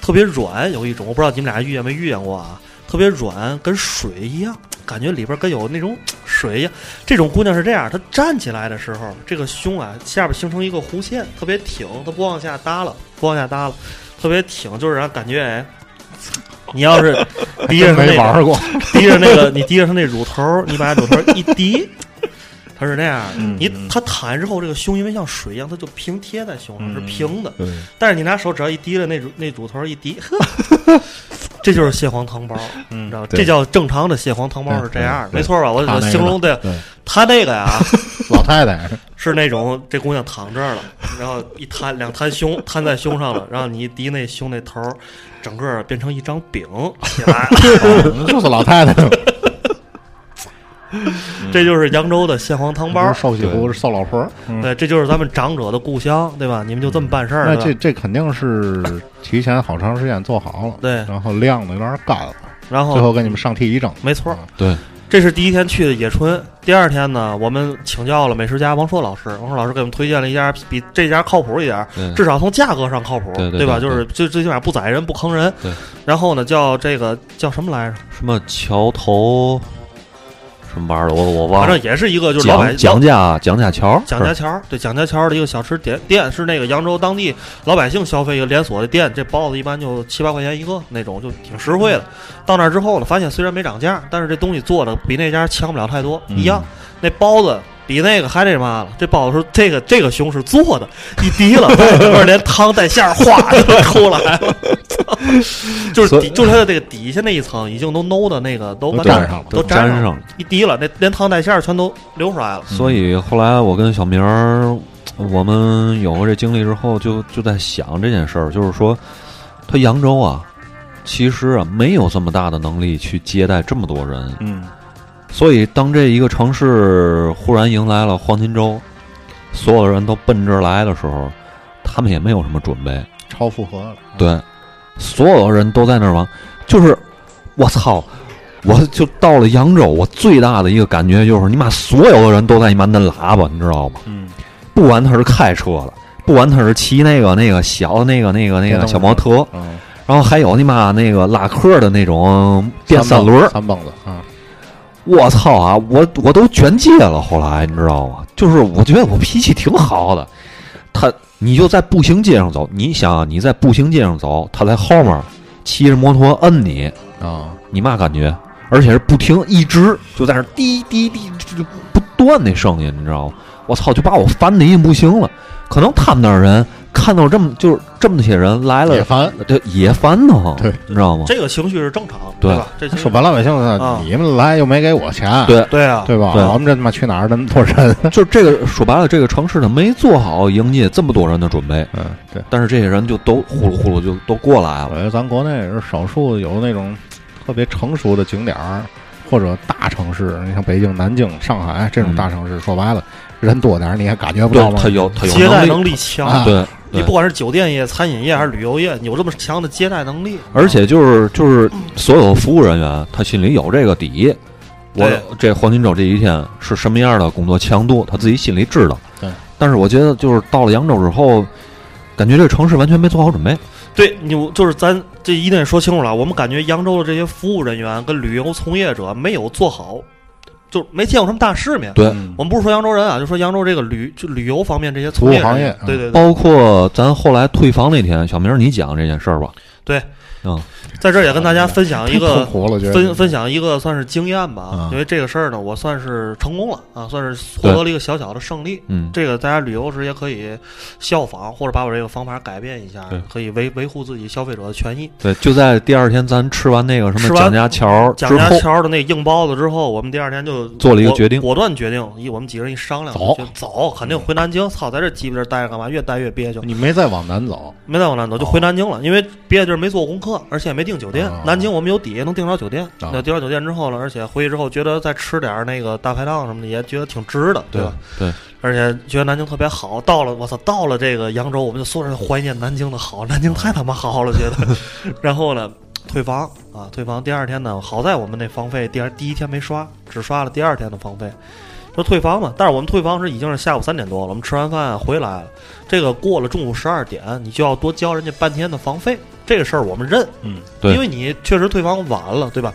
Speaker 5: 特别软，有一种我不知道你们俩遇见没遇见过啊，特别软，跟水一样，感觉里边跟有那种水一样。这种姑娘是这样，她站起来的时候，这个胸啊下边形成一个弧线，特别挺，她不往下耷拉，不往下耷拉，特别挺，就是让感觉哎。你 要是低着
Speaker 4: 真
Speaker 5: 她那
Speaker 4: 没
Speaker 5: 个
Speaker 4: 玩 过。
Speaker 5: 滴着那个，你滴着他那乳头儿，你把乳头儿一滴， 它是那样的。
Speaker 4: 嗯
Speaker 5: 你它弹之后，这个胸因为像水一样，它就平贴在胸
Speaker 4: 嗯
Speaker 5: 上，是平的。
Speaker 4: 对
Speaker 5: 但是你拿手只要一滴了，那乳那乳头儿一滴，呵 这就是蟹黄汤包，你知道吗？
Speaker 4: 嗯对嗯
Speaker 5: 这叫正常的蟹黄汤包是这样的，
Speaker 4: 对对
Speaker 5: 没错吧？我
Speaker 4: 他那
Speaker 5: 我
Speaker 4: 个
Speaker 5: 形容的，
Speaker 4: 对，
Speaker 5: 他那个呀。
Speaker 4: 老太太
Speaker 5: 是那种这姑娘躺这儿了，然后一摊两摊胸摊在胸上了，然后你一滴那胸那头儿，整个儿变成一张饼起来了。
Speaker 4: 嗯就是老太太，
Speaker 5: 这就是扬州的蟹黄汤包
Speaker 4: 嗯不。是瘦媳妇，是瘦老婆。嗯
Speaker 5: 对，这就是咱们长者的故乡，对吧？你们就这么办事儿，
Speaker 4: 那
Speaker 5: 对
Speaker 4: 这
Speaker 5: 吧
Speaker 4: 这肯定是提前好长时间做好了，
Speaker 5: 对哦
Speaker 4: 然后晾的有点干了，
Speaker 5: 然
Speaker 4: 最后
Speaker 5: 后
Speaker 4: 给你们上屉一整。
Speaker 5: 没错，
Speaker 6: 对，
Speaker 5: 这是第一天去的野春。第二天呢，我们请教了美食家王硕老师，王硕老师给我们推荐了一家比这家靠谱一点，
Speaker 6: 对
Speaker 5: 至少从价格上靠谱，
Speaker 6: 对对
Speaker 5: 吧？
Speaker 6: 对
Speaker 5: 就是最最起码不宰人不坑人。
Speaker 6: 对，
Speaker 5: 然后呢，叫这个叫什么来着？
Speaker 6: 什么桥头什么玩意儿的，我我忘
Speaker 5: 反
Speaker 6: 了
Speaker 5: 正。也是一个就是老百
Speaker 6: 蒋蒋家蒋家桥，
Speaker 5: 蒋家桥，对蒋家桥的一个小吃店店是那个扬州当地老百姓消费一个连锁的店，这包子一般就七八块钱一个那种，就挺实惠的。到那儿之后呢，发现虽然没涨价，但是这东西做的比那家强不了太多，一样。那包子比那个还那嘛了，这包子是这个这个胸是做的，一滴 了，里边连汤带馅儿哗就出来了， 就是
Speaker 6: 所
Speaker 5: 底就是它的这个底下那一层已经都弄的那个都
Speaker 4: 都
Speaker 5: 完
Speaker 4: 粘
Speaker 5: 蛋
Speaker 4: 上了
Speaker 5: 都
Speaker 6: 都
Speaker 5: 粘
Speaker 6: 粘
Speaker 5: 上
Speaker 6: 上
Speaker 5: 了
Speaker 6: 了，
Speaker 5: 一滴了，那连汤带馅儿全都流出来了。
Speaker 6: 所以后来我跟小明儿，我们有过这经历之后就，就在想这件事儿，就是说，他扬州啊，其实啊没有这么大的能力去接待这么多人，
Speaker 4: 嗯，
Speaker 6: 所以当这一个城市忽然迎来了黄金周，所有人都奔这儿来的时候，他们也没有什么准备，
Speaker 4: 超负荷了。，
Speaker 6: 对，所有人都在那儿忙，就是我操，我就到了扬州，我最大的一个感觉就是你妈所有的人都在你妈摁喇叭，你知道吗？
Speaker 4: 嗯，
Speaker 6: 不管他是开车的，不管他是骑那个那个小那个那个那
Speaker 4: 电
Speaker 6: 个
Speaker 4: 动
Speaker 6: 小摩托，
Speaker 4: 嗯，
Speaker 6: 然后还有你妈那个拉客的那种电三轮儿，
Speaker 4: 三蹦子啊，
Speaker 6: 我操啊！我我都卷戒了，后来你知道吗？就是我觉得我脾气挺好的，他你就在步行街上走，你想啊你在步行街上走，他在后面骑着摩托摁你，
Speaker 4: 啊，
Speaker 6: 你嘛感觉？而且是不停，一直就在那儿滴滴滴，就不断那声音，你知道吗？我操，就把我烦的已经不行了。可能他们那儿人看到这么就是这么些人来了
Speaker 4: 也，烦。
Speaker 6: 对，也烦得慌，
Speaker 4: 对，
Speaker 6: 你知道吗？
Speaker 5: 这个情绪是正常，
Speaker 6: 嗯对
Speaker 5: 吧？这
Speaker 4: 说白老百姓
Speaker 5: 啊
Speaker 4: 呢，你们来又没给我 钱，
Speaker 6: 对
Speaker 5: 对啊，
Speaker 4: 对吧？
Speaker 6: 对
Speaker 4: 我们这他妈去哪儿那么多人？
Speaker 6: 就是这个说白了，这个城市呢没做好迎接这么多人的准备，
Speaker 4: 嗯，对。
Speaker 6: 但是这些人就都呼噜呼噜就都过来
Speaker 4: 我
Speaker 6: 了。
Speaker 4: 觉得咱国内也是少数有那种特别成熟的景点儿，或者大城市，你像北京、南京、上海这种
Speaker 6: 嗯
Speaker 4: 大城市，说白了人多点儿你也感觉不
Speaker 6: 对
Speaker 4: 到，吗？
Speaker 6: 他有他有
Speaker 5: 接待
Speaker 6: 能
Speaker 5: 能
Speaker 6: 力，
Speaker 5: 力强，
Speaker 4: 啊
Speaker 6: 对，
Speaker 5: 你
Speaker 6: 对
Speaker 5: 不管是酒店业、餐饮业还是旅游业，有这么强的接待能力，
Speaker 6: 而且就是就是所有服务人员，他心里有这个底。我
Speaker 5: 对
Speaker 6: 这黄金周这一天是什么样的工作强度，他自己心里知道。
Speaker 4: 对，
Speaker 6: 但是我觉得就是到了扬州之后，感觉这城市完全没做好准备。
Speaker 5: 对你就是咱这一定得说清楚了。我们感觉扬州的这些服务人员跟旅游从业者没有做好，就没见过什么大世面。
Speaker 6: 对，
Speaker 4: 嗯
Speaker 5: 我们不是说扬州人啊，就说扬州这个旅就旅游方面这些
Speaker 4: 服
Speaker 5: 从
Speaker 4: 务行
Speaker 5: 人
Speaker 4: 业
Speaker 5: 员对对对，
Speaker 6: 包括咱后来退房那天，小明儿你讲这件事儿吧。
Speaker 5: 在这儿也跟大家分享一
Speaker 4: 太痛
Speaker 5: 个
Speaker 4: 苦了，觉得
Speaker 5: 分分享一个算是经验吧
Speaker 4: 啊，
Speaker 5: 因为这个事儿呢，我算是成功了啊，算是获得了一个小小的胜利。
Speaker 6: 嗯，
Speaker 5: 这个大家旅游时也可以效仿，或者把我这个方法改变一下
Speaker 6: 对，
Speaker 5: 可以维维护自己消费者的权益。
Speaker 6: 对，就在第二天咱吃完那个什
Speaker 5: 吃
Speaker 6: 么
Speaker 5: 完
Speaker 6: 蒋家桥之
Speaker 5: 蒋家
Speaker 6: 后，
Speaker 5: 桥的那硬包子之后，我们第二天就
Speaker 6: 做了一个
Speaker 5: 果
Speaker 6: 决定嗯
Speaker 5: 果断决定，一我们几个人一商量，
Speaker 4: 走
Speaker 5: 就走，肯定回南京。操，在这鸡巴这儿待着干嘛？越待越憋屈，
Speaker 4: 你没再往南走，
Speaker 5: 没再往南走，就
Speaker 6: 哦
Speaker 5: 回南京了。因为别的地儿没做功课，而且也没订酒店
Speaker 4: 哦。
Speaker 5: 南京我们有底，能订着酒店。
Speaker 4: 哦
Speaker 5: 那订着酒店之后了，而且回去之后觉得再吃点儿那个大排档什么的，也觉得挺值的，对吧？
Speaker 6: 对，
Speaker 5: 而且觉得南京特别好。到了我操，到了这个扬州，我们就说着怀念南京的好，南京太他妈好了，觉得。然后呢，退房啊，退房。第二天呢，好在我们那房费第二第一天没刷，只刷了第二天的房费。说退房嘛，但是我们退房时已经是下午三点多了，我们吃完饭回来了。这个过了中午十二点，你就要多交人家半天的房费，这个事儿我们认，
Speaker 4: 嗯，
Speaker 6: 对
Speaker 5: 因为你确实退房晚了，对吧？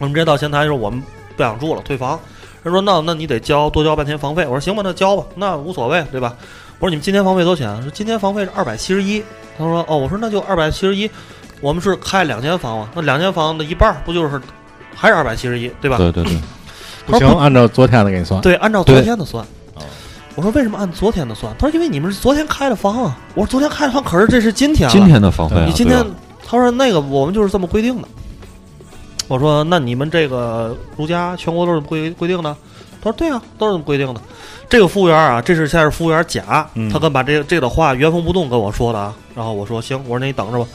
Speaker 5: 我们直接到前台说我们不想住了，退房。人说那那你得交多交半天房费。我说行吧，那交吧，那无所谓，对吧？我说你们今天房费多少钱？说今天房费是二百七十一。他说哦，我说那就二百七十一。我们是开两间房嘛，那两间房的一半儿不就是还是二百七十一，对吧？
Speaker 6: 对对对，
Speaker 4: 不行，按照昨天的给你算。
Speaker 5: 对，按照昨天的算
Speaker 4: 哦。
Speaker 5: 我说为什么按昨天的算？他说因为你们是昨天开的房啊。我说昨天开的房，可是这是今天了。
Speaker 6: 今天的房费啊，
Speaker 5: 你今
Speaker 6: 对
Speaker 5: 天
Speaker 6: 吧
Speaker 5: 他说那个我们就是这么规定的。我说那你们这个如家全国都是规规定的？他说对啊，都是这么规定的。这个服务员啊，这是现在是服务员甲，
Speaker 4: 嗯
Speaker 5: 他跟把这个这个话原封不动跟我说的啊。然后我说行，我说那你等着吧，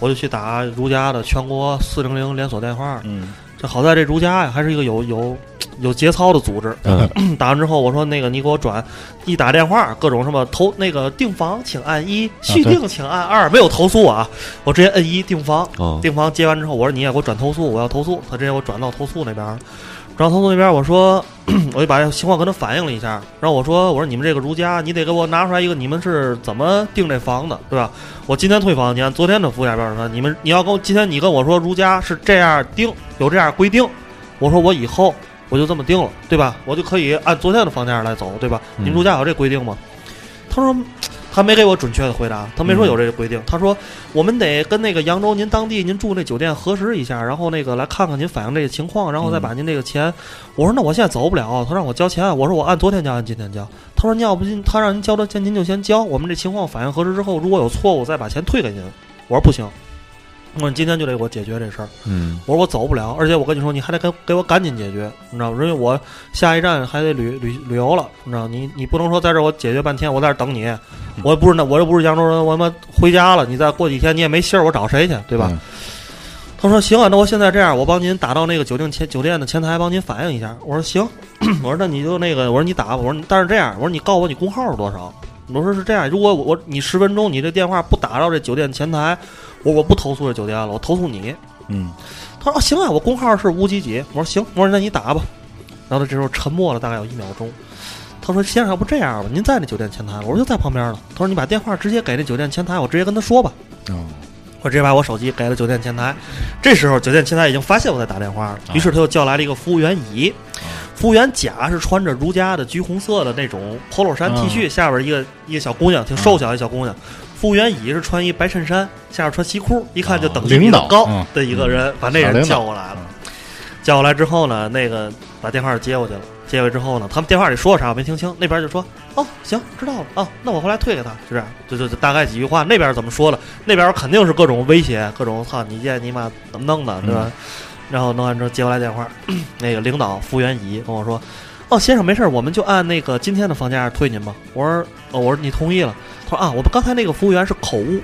Speaker 5: 我就去打如家的全国四零零连锁电话了。
Speaker 4: 嗯，
Speaker 5: 这好在这如家呀，还是一个有有有节操的组织。
Speaker 4: 嗯
Speaker 5: 打完之后，我说那个你给我转，一打电话各种什么投那个订房请按一，续
Speaker 4: 对
Speaker 5: 订请按二，没有投诉啊，我直接摁一订房。
Speaker 6: 嗯，
Speaker 5: 订房接完之后，我说你也给我转投诉，我要投诉。他直接给我转到投诉那边儿了，转到投诉那边儿，我说 我就把情况跟他反映了一下，然后我说我说你们这个如家，你得给我拿出来一个你们是怎么订这房的，对吧？我今天退房，你按昨天的服务员标准算，你们你要跟我今天你跟我说如家是这样定，有这样规定，我说我以后我就这么定了，对吧？我就可以按昨天的房价来走，对吧？
Speaker 6: 嗯
Speaker 5: 你们如家有这规定吗？他说。他没给我准确的回答，他没说有这个规定。他说我们得跟那个扬州您当地您住那酒店核实一下，然后那个来看看您反映这个情况，然后再把您这个钱。我说那我现在走不了，他让我交钱，我说我按昨天交，按今天交。他说你要不您他让您交的钱您就先交，我们这情况反映核实之后，如果有错误再把钱退给您。我说不行，我说你今天就得给我解决这事儿。
Speaker 6: 嗯，
Speaker 5: 我说我走不了，而且我跟你说，你还得给给我赶紧解决，你知道吗？因为我下一站还得旅旅旅游了，你知道？你你不能说在这儿我解决半天，我在这儿等你，我也不是那我又不是扬州人，我他妈回家了，你再过几天你也没信儿，我找谁去，对吧？
Speaker 4: 嗯
Speaker 5: 他说行啊，那我现在这样，我帮您打到那个酒店前酒店的前台，帮您反映一下。我说行， 我说那你就那个，我说你打吧，我说你但是这样，我说你告诉我你工号是多少？我说是这样，如果我我你十分钟你这电话不打到这酒店前台，我我不投诉这酒店了，我投诉你。
Speaker 4: 嗯，
Speaker 5: 他说、啊、行啊，我工号是五几几。我说行，我说那你打吧。然后他这时候沉默了大概有一秒钟。他说：“先生，要不这样吧，您在那酒店前台了？”我说：“就在旁边了。”他说：“你把电话直接给那酒店前台，我直接跟他说吧。”
Speaker 4: 哦，
Speaker 5: 我直接把我手机给了酒店前台。这时候酒店前台已经发现我在打电话了，
Speaker 4: 啊
Speaker 5: 于是他又叫来了一个服务员乙。服务员甲是穿着如
Speaker 4: 啊
Speaker 5: 家的橘红色的那种 polo 衫 T 恤，下边一个一个小姑娘，挺瘦小一小姑娘。服服务员乙是穿一白衬衫，下边穿西裤，一看就等级
Speaker 4: 领
Speaker 5: 比
Speaker 4: 导
Speaker 5: 较高
Speaker 4: 嗯
Speaker 5: 的一个人，把那
Speaker 4: 小啊领导嗯
Speaker 5: 人叫过来了。叫过来之后呢，那个把电话接过去了。接过去之后呢，他们电话里说啥我没听清，那边就说：“哦，行，知道了哦，那我回来退给他。”就这样，就就就大概几句话。那边怎么说了？那边肯定是各种威胁，各种“操你这你妈怎么弄的”，
Speaker 4: 嗯
Speaker 5: 对吧？然后弄完之后接过来电话， 那个领导服务员乙跟我说：“哦，先生没事儿，我们就按那个今天的房价退您吧。”我说：“哦，我说你同意了。”他说：“啊，我们刚才那个服务员是口误。”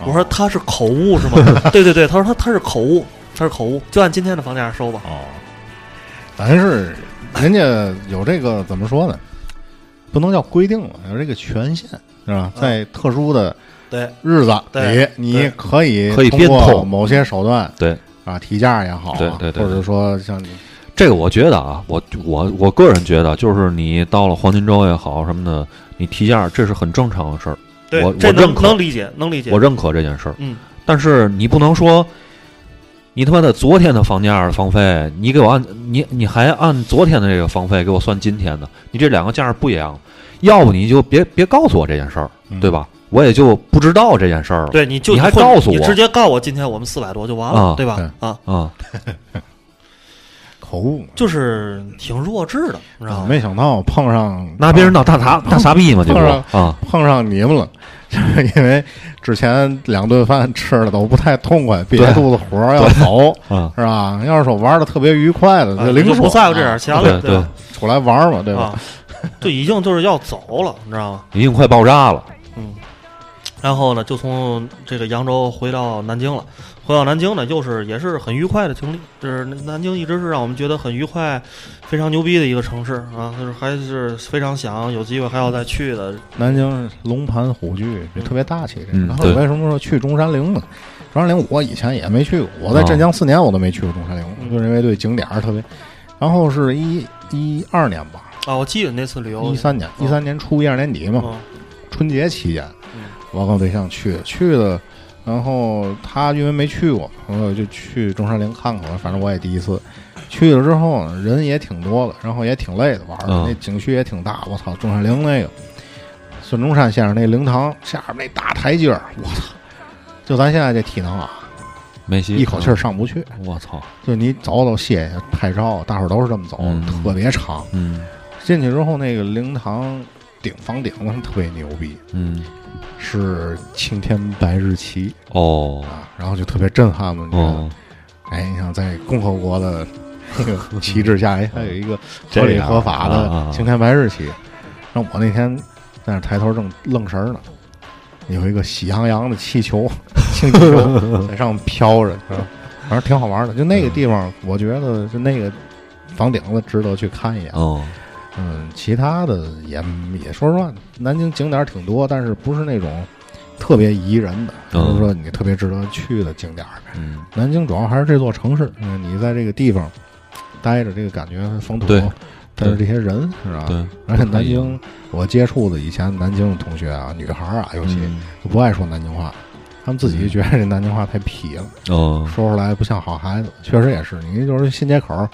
Speaker 4: 嗯
Speaker 5: 我
Speaker 4: 哦
Speaker 5: 说：“他是口误是吗？” 对对对，他说他他是口误，他是口误，就按今天的房价收吧。
Speaker 4: 哦，咱是人家有这个怎么说呢？不能叫规定了，有这个权限是吧？
Speaker 5: 嗯
Speaker 4: 在特殊的
Speaker 5: 对，
Speaker 4: 日子里
Speaker 5: 对，
Speaker 4: 你
Speaker 5: 对
Speaker 4: 可以
Speaker 6: 可以
Speaker 4: 通
Speaker 6: 变
Speaker 4: 过
Speaker 6: 通
Speaker 4: 某些手段
Speaker 6: 对
Speaker 4: 啊，提价也好啊，
Speaker 6: 对对对
Speaker 4: 或者说像你
Speaker 6: 这个我觉得啊，我我我个人觉得，啊就是你到了黄金周也好什么的，你提价这是很正常的事儿，
Speaker 5: 对，
Speaker 6: 我
Speaker 5: 这
Speaker 6: 我
Speaker 5: 能
Speaker 6: 认可
Speaker 5: 能理解，能理解。
Speaker 6: 我认可这件事儿。
Speaker 5: 嗯，
Speaker 6: 但是你不能说，你他妈的昨天的房价的房费，你给我按你你还按昨天的这个房费给我算今天的，你这两个价儿不一样，要不你就别别告诉我这件事儿，
Speaker 4: 嗯
Speaker 6: 对？吧？我也就不知道这件事儿了。
Speaker 5: 嗯对，你就
Speaker 6: 你还
Speaker 5: 或者
Speaker 6: 告诉
Speaker 5: 你
Speaker 6: 我
Speaker 5: 直接告我今天我们四百多就完了，
Speaker 6: 啊
Speaker 5: 对吧？
Speaker 4: 对
Speaker 5: 啊，
Speaker 6: 啊、
Speaker 4: 口误嘛，
Speaker 5: 就是挺弱智的，你知道
Speaker 4: 啊
Speaker 5: 吗？
Speaker 4: 没想到碰上
Speaker 6: 拿别人当大
Speaker 5: 嗯
Speaker 6: 傻大傻逼嘛，就是
Speaker 4: 碰
Speaker 6: 啊，
Speaker 4: 碰上你们了， 就是因为之前两顿饭吃的都不太痛快，憋
Speaker 6: 对
Speaker 4: 肚子火儿要 走，
Speaker 6: 啊
Speaker 4: 是吧？要是说玩的特别愉快的，
Speaker 5: 啊
Speaker 4: 就
Speaker 5: 你
Speaker 4: 零
Speaker 5: 就
Speaker 4: 爽
Speaker 5: 不在乎这点钱了，
Speaker 6: 对
Speaker 5: 对吧？
Speaker 4: 出来玩儿嘛，对吧？
Speaker 5: 啊，就已经就是要走了，你知道吗？
Speaker 6: 已经快爆炸了。
Speaker 5: 然后呢，就从这个扬州回到南京了。回到南京呢，又是也是很愉快的经历，就是南京一直是让我们觉得很愉快、非常牛逼的一个城市啊，就是还是非常想有机会还要再去的。
Speaker 4: 南京龙盘虎踞，这特别大气。这
Speaker 6: 嗯
Speaker 4: 然后
Speaker 6: 对
Speaker 4: 为什么说去中山陵呢？中山陵我以前也没去过，我在
Speaker 6: 哦
Speaker 4: 镇江四年我都没去过中山陵，
Speaker 5: 嗯
Speaker 4: 就是因为对景点儿特别。然后是一一二年吧，
Speaker 5: 啊，我记得那次旅游
Speaker 4: 一三年，
Speaker 6: 哦
Speaker 4: 一三年初一二年底嘛，
Speaker 5: 嗯
Speaker 4: 春节期间
Speaker 5: 嗯，
Speaker 4: 我跟我对象去去了，然后他因为没去过，然后就去中山陵看看吧，反正我也第一次。去了之后呢，人也挺多的，然后也挺累的，玩儿的、
Speaker 6: 嗯
Speaker 4: 那景区也挺大。我操，中山陵那个孙中山先生那灵堂下边那大台阶儿，我操！就咱现在这体能啊，
Speaker 6: 梅西
Speaker 4: 一口气儿，上不去。
Speaker 6: 我操，
Speaker 4: 就你走走歇歇拍照，大伙儿都是这么走，
Speaker 6: 嗯
Speaker 4: 特别长。
Speaker 6: 嗯
Speaker 4: 进去之后，那个灵堂顶房顶子特别牛逼，
Speaker 6: 嗯，
Speaker 4: 是青天白日旗
Speaker 6: 哦
Speaker 4: 啊，然后就特别震撼嘛。你看，
Speaker 6: 哦，
Speaker 4: 哎，你想在共和国的那个旗帜 下，哎，还有一个
Speaker 6: 这
Speaker 4: 合理
Speaker 6: 样
Speaker 4: 合法
Speaker 6: 啊啊
Speaker 4: 的
Speaker 6: 啊
Speaker 4: 青天白日旗。然后我那天在那抬头正愣神儿呢，有一个喜羊羊的气球， 氢气 球在上面飘着，是吧反正挺好玩的。就那个地方，我觉得就那个房顶子值得去看一眼。啊
Speaker 6: 哦，
Speaker 4: 嗯，其他的也也说实话，南京景点儿挺多，但是不是那种特别宜人的，
Speaker 6: 嗯
Speaker 4: 不是说你特别值得去的景点儿。
Speaker 6: 嗯，
Speaker 4: 南京主要还是这座城市，嗯，你在这个地方待着，这个感觉风土
Speaker 6: 对，
Speaker 4: 但是这些人是吧？
Speaker 6: 对，
Speaker 4: 而且南京，我接触的以前南京的同学啊，女孩儿啊，尤其、
Speaker 6: 嗯，
Speaker 4: 都不爱说南京话，他们自己觉得这南京话太痞了，
Speaker 6: 哦，
Speaker 4: 说出来不像好孩子。确实也是，你就是新街口儿，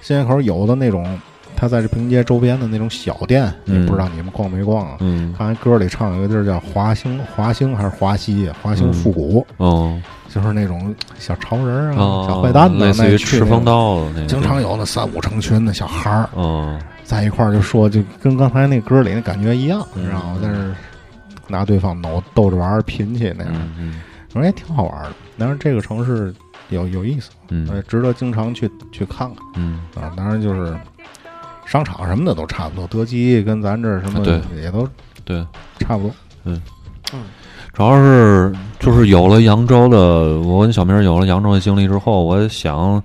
Speaker 4: 新街口儿有的那种，他在这平街周边的那种小店，
Speaker 6: 嗯
Speaker 4: 也不知道你们逛没逛啊？
Speaker 6: 嗯，
Speaker 4: 刚才歌里唱有一个地儿叫华兴，华兴还是华西？华兴复古，
Speaker 6: 哦，
Speaker 4: 就是那种小潮人啊、
Speaker 6: 哦，
Speaker 4: 小坏蛋的，
Speaker 6: 类似
Speaker 4: 那
Speaker 6: 于
Speaker 4: 去
Speaker 6: 赤峰
Speaker 4: 那种。
Speaker 6: 道的那个，
Speaker 4: 经常，有那三五成群的小孩儿
Speaker 6: 哦，
Speaker 4: 在一块儿就说，就跟刚才那歌里那感觉一样，
Speaker 6: 嗯
Speaker 4: 然后但是拿对方挠逗着玩儿贫去那样，
Speaker 6: 嗯嗯
Speaker 4: 反正也挺好玩儿的。但是这个城市有有意思。呃，
Speaker 6: 嗯
Speaker 4: 值得经常去去看看
Speaker 6: 嗯，
Speaker 4: 啊。当然就是商场什么的都差不多，德基跟咱这儿什么
Speaker 6: 啊对
Speaker 4: 也都
Speaker 6: 对，
Speaker 4: 差不多。
Speaker 6: 主要是就是有了扬州的，我跟小明有了扬州的经历之后，我想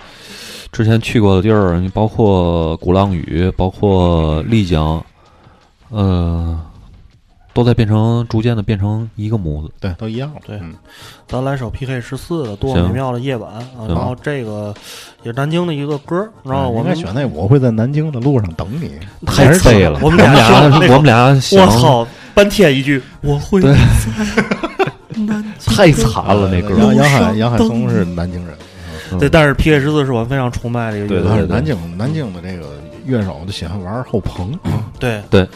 Speaker 6: 之前去过的地儿，包括鼓浪屿，包括丽江，呃，都在变成逐渐的变成一个模子。
Speaker 4: 对，都一样了。
Speaker 5: 对
Speaker 4: 嗯
Speaker 5: 咱来首 PK 十四的《多么美妙的夜晚》啊，
Speaker 6: 行
Speaker 5: 然后这个也是南京的一个歌，然后
Speaker 4: 嗯啊
Speaker 5: 我
Speaker 4: 应
Speaker 5: 们
Speaker 4: 该选那我会在南京的路上等你。
Speaker 5: 太
Speaker 6: 废了，
Speaker 5: 我
Speaker 6: 我
Speaker 5: 们
Speaker 6: 俩
Speaker 5: 俩听那首
Speaker 6: 我们俩想
Speaker 5: 我，操，半天一句我会
Speaker 6: 对
Speaker 5: 在南京
Speaker 6: 太惨了那
Speaker 4: 啊杨
Speaker 6: 歌，
Speaker 4: 杨海杨海松是南京人，
Speaker 5: 对，但是 PK 十四是我非常崇拜的一个乐
Speaker 6: 对
Speaker 5: 队
Speaker 6: 嗯
Speaker 4: 他是南京南京的这个乐手，就喜欢玩后朋，啊
Speaker 5: 对
Speaker 6: 对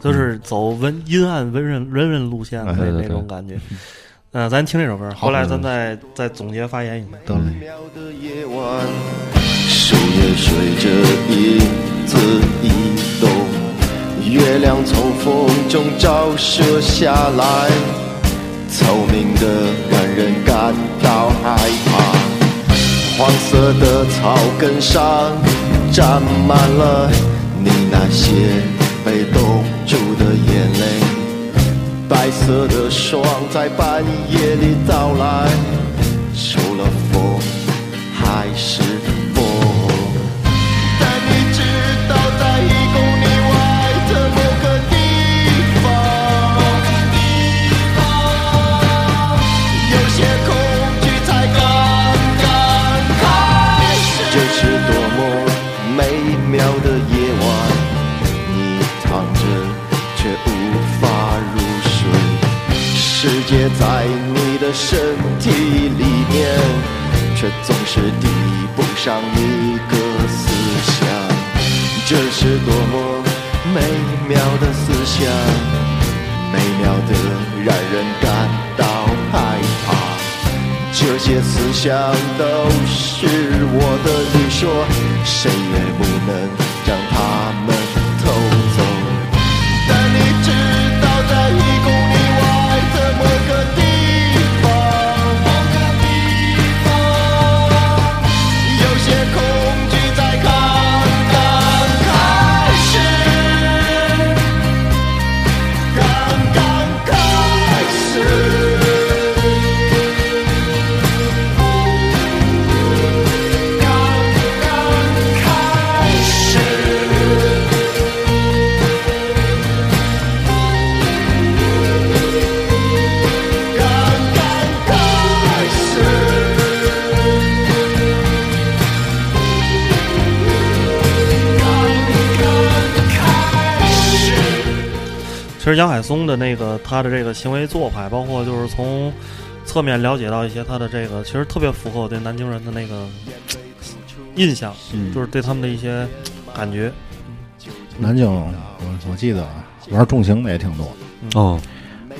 Speaker 5: 就是走温阴暗温润温润路线的那
Speaker 6: 嗯哎对对
Speaker 5: 那种感觉。嗯，咱听这首歌，后来咱再再总结发言一下。
Speaker 4: 得嘞。
Speaker 10: 树叶随着影子移动，月亮从风中照射下来，聪明的让人感到害怕。黄色的草根上沾满了你那些被冻住的眼泪，白色的霜在半夜里到来，除了风还是风。但你知道，在一公里外的某个地方，有些恐惧才刚刚开始。这是多么美妙的夜晚，你躺着却无法入睡，世界在你的身体里面，却总是抵不上一个思想。这是多么美妙的思想，美妙的让人感到害怕。这些思想都是我的你说，谁也不能让他们偷走。但你知道，在一公里外的某个地方，某个地方，有些恐惧在刚刚开始，刚刚开始。刚刚开始，刚刚开始，刚刚开始。
Speaker 5: 其实杨海松的那个他的这个行为做派，包括就是从侧面了解到一些他的这个，其实特别符合我对南京人的那个印象，
Speaker 6: 嗯
Speaker 5: 就是对他们的一些感觉。
Speaker 4: 南京，我我记得啊，玩重型的也挺多，嗯
Speaker 6: 哦，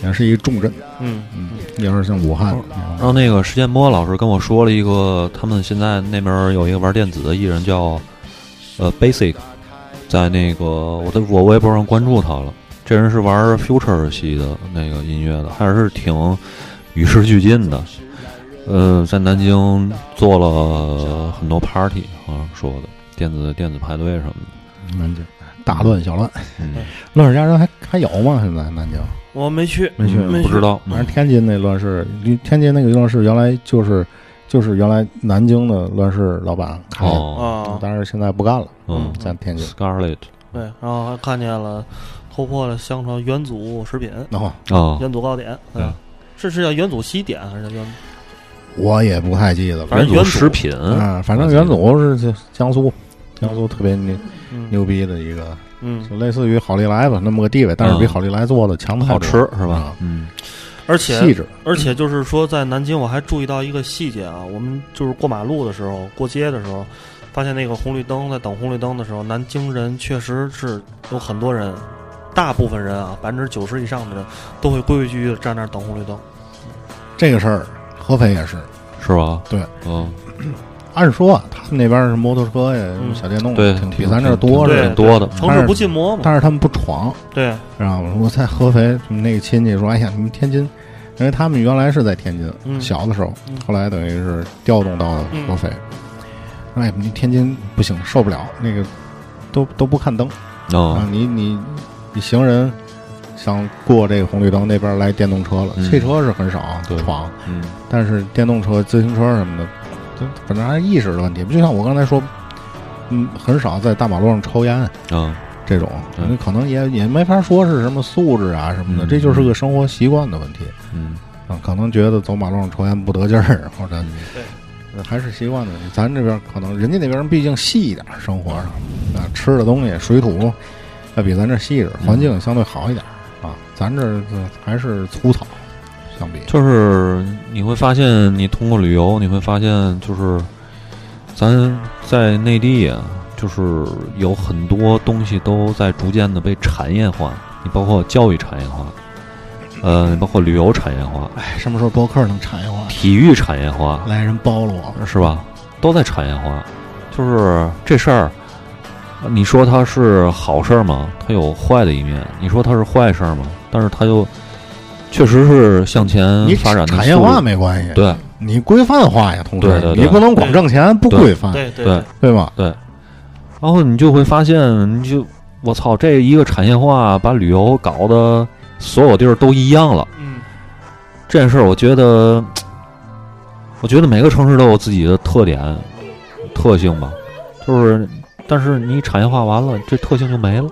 Speaker 4: 也是一重镇，
Speaker 5: 嗯，
Speaker 4: 嗯，也是像武汉那种，
Speaker 6: 然后那个石建波老师跟我说了一个，他们现在那边儿有一个玩电子的艺人叫呃 Basic，在那个我在我微博上关注他了。这人是玩 Future 系的那个音乐的，还是挺与时俱进的。呃，在南京做了很多 party，好像说的电子电子派对什么的。
Speaker 4: 南京大乱小乱，
Speaker 6: 嗯，
Speaker 4: 乱世佳人还还有吗？现在南京
Speaker 5: 我没去，
Speaker 4: 没去
Speaker 5: 没
Speaker 6: 不知道，嗯
Speaker 4: 反正天津那乱世，天津那个乱世原来就是就是原来南京的乱世老板开的，
Speaker 6: 哦，
Speaker 5: 啊。
Speaker 4: 但是现在不干了，
Speaker 6: 嗯
Speaker 4: 在天津。
Speaker 6: ，Scarlet，
Speaker 5: 对，然后还看见了突破了相传元祖食品、
Speaker 4: 然后
Speaker 6: 哦，
Speaker 5: 元祖糕点，
Speaker 6: 嗯
Speaker 5: 嗯，是是叫元祖西点还是叫元？
Speaker 4: 我也不太记得了，
Speaker 5: 反正
Speaker 6: 祖嗯食品，
Speaker 4: 啊，反正
Speaker 6: 我记得
Speaker 4: 元祖是江苏，江苏特别牛
Speaker 5: 嗯
Speaker 4: 牛逼的一个，
Speaker 5: 嗯，
Speaker 4: 就类似于好利来吧那么个地位，但是比
Speaker 6: 嗯
Speaker 4: 好利来做的强太
Speaker 6: 好
Speaker 4: 多
Speaker 6: 吃是吧
Speaker 4: 啊？
Speaker 6: 嗯，
Speaker 5: 而
Speaker 4: 细
Speaker 5: 且
Speaker 4: 致，
Speaker 5: 而且就是说，在南京我还注意到一个细节啊，我们就是过马路的时候、过街的时候，发现那个红绿灯，在等红绿灯的时候，南京人确实是有很多人，大部分人啊，百分之九十以上的人都会规规矩矩的站那儿等红绿灯。
Speaker 4: 这个事儿，合肥也是。
Speaker 6: 是吧？
Speaker 4: 对，
Speaker 6: 嗯，
Speaker 4: 按说啊他们那边是摩托车呀、什么
Speaker 5: 嗯
Speaker 4: 小电动，
Speaker 6: 对
Speaker 4: 挺，比
Speaker 6: 挺
Speaker 4: 咱这儿
Speaker 6: 挺
Speaker 4: 多
Speaker 5: 对
Speaker 4: 着
Speaker 6: 挺
Speaker 4: 呢，
Speaker 6: 多的，
Speaker 5: 城市不禁摩嘛，
Speaker 4: 但是他们啊不闯，
Speaker 5: 对，
Speaker 4: 知道吗？我在合肥，那个亲戚说：“哎呀，你们天津，因为他们原来是在天津，
Speaker 5: 嗯
Speaker 4: 小的时候
Speaker 5: 嗯，
Speaker 4: 后来等于是调动到
Speaker 5: 嗯
Speaker 4: 合肥。说哎，你天津不行，受不了，那个都都不看灯啊！
Speaker 6: 哦，
Speaker 4: 你你你行人想过这个红绿灯，那边来电动车了，
Speaker 6: 嗯
Speaker 4: 汽车是很少啊
Speaker 6: 对
Speaker 4: 闯，
Speaker 6: 嗯，
Speaker 4: 但是电动车、自行车什么的，就反正还是意识的问题。就像我刚才说，嗯，很少在大马路上抽烟，
Speaker 6: 啊，
Speaker 4: 这种，
Speaker 6: 对
Speaker 4: 那可能也也没法说是什么素质啊什么的，
Speaker 6: 嗯
Speaker 4: 这就是个生活习惯的问题
Speaker 6: 嗯，
Speaker 4: 啊。可能觉得走马路上抽烟不得劲儿，或者
Speaker 5: 对
Speaker 4: 呃还是习惯的问题。咱这边可能人家那边毕竟细一点儿，生活上啊吃的东西水土要比咱这细
Speaker 6: 嗯
Speaker 4: 致，环境相对好一点儿啊。咱这儿就还是粗糙，相比
Speaker 6: 就是你会发现，你通过旅游，你会发现，就是咱在内地啊，就是有很多东西都在逐渐的被产业化。你包括教育产业化，呃，包括旅游产业化、
Speaker 4: 哎，什么时候播客能产业化？
Speaker 6: 体育产业化，
Speaker 4: 来人包了我，
Speaker 6: 是吧？都在产业化，就是这事儿，呃你说它是好事儿吗？它有坏的一面。你说它是坏事儿吗？但是它又确实是向前
Speaker 4: 你
Speaker 6: 嗯发展的
Speaker 4: 产业
Speaker 6: 速度
Speaker 4: 化没关系，
Speaker 6: 对
Speaker 4: 你规范化呀，同
Speaker 6: 对
Speaker 4: 时
Speaker 6: 对对
Speaker 4: 你不能光挣钱不规范，
Speaker 5: 对对
Speaker 6: 对，
Speaker 4: 对吧？
Speaker 6: 然后你就会发现，你就我操，这一个产业化把旅游搞得所有地儿都一样了。
Speaker 5: 嗯，
Speaker 6: 这件事儿，我觉得，我觉得每个城市都有自己的特点、特性吧。就是，但是你产业化完了，这特性就没了。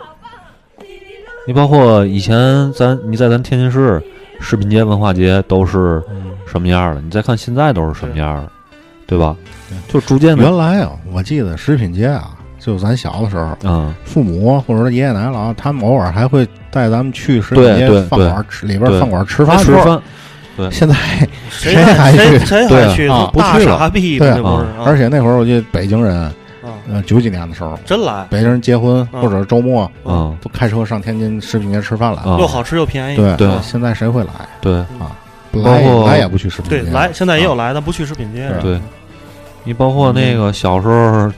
Speaker 6: 你包括以前咱你在咱天津市食品街、文化街都是什么样儿的，你再看现在都是什么样儿的，对吧？就逐渐的，
Speaker 4: 原来啊，我记得食品街啊，就咱小的时候，
Speaker 6: 嗯，
Speaker 4: 父母或者说爷爷奶奶老他们偶尔还会带咱们去食品
Speaker 6: 对对
Speaker 4: 街饭馆吃里边
Speaker 6: 对
Speaker 4: 饭馆吃饭
Speaker 6: 吃
Speaker 4: 去。
Speaker 6: 饭，
Speaker 4: 现在
Speaker 5: 谁
Speaker 4: 谁还
Speaker 5: 谁
Speaker 4: 去
Speaker 5: 谁
Speaker 6: 对
Speaker 5: 还去？
Speaker 4: 啊
Speaker 5: 都
Speaker 4: 不
Speaker 5: 大
Speaker 4: 去了
Speaker 5: 傻逼
Speaker 4: 对
Speaker 5: 呢，那不是
Speaker 6: 啊？
Speaker 5: 啊
Speaker 4: 而且那会儿我记得北京人，
Speaker 5: 啊
Speaker 4: 呃，九几年的时候，
Speaker 5: 真来，
Speaker 4: 北京人结婚
Speaker 5: 嗯
Speaker 4: 或者是周末
Speaker 6: 嗯
Speaker 4: 都开车上天津食品街吃饭来。
Speaker 6: 啊，
Speaker 5: 又好吃又便宜。啊
Speaker 4: 对
Speaker 6: 对
Speaker 4: 现在谁会来？
Speaker 6: 对包
Speaker 4: 来
Speaker 6: 括
Speaker 4: 来也不去食品
Speaker 5: 对
Speaker 4: 街，
Speaker 5: 来现在也有来，但不去食品街。
Speaker 4: 啊对
Speaker 6: 对。你包括那个小时候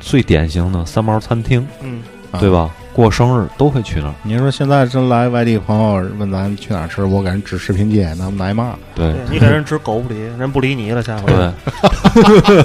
Speaker 6: 最典型的三毛餐厅，
Speaker 5: 嗯，
Speaker 4: 啊
Speaker 6: 对？吧？过生日都会去那儿，
Speaker 4: 您说现在真来外地朋友问咱去哪儿吃，我给人指食品街，那不挨骂？
Speaker 6: 对
Speaker 5: 对你给人指狗不理，人不理你了，下回。
Speaker 6: 对。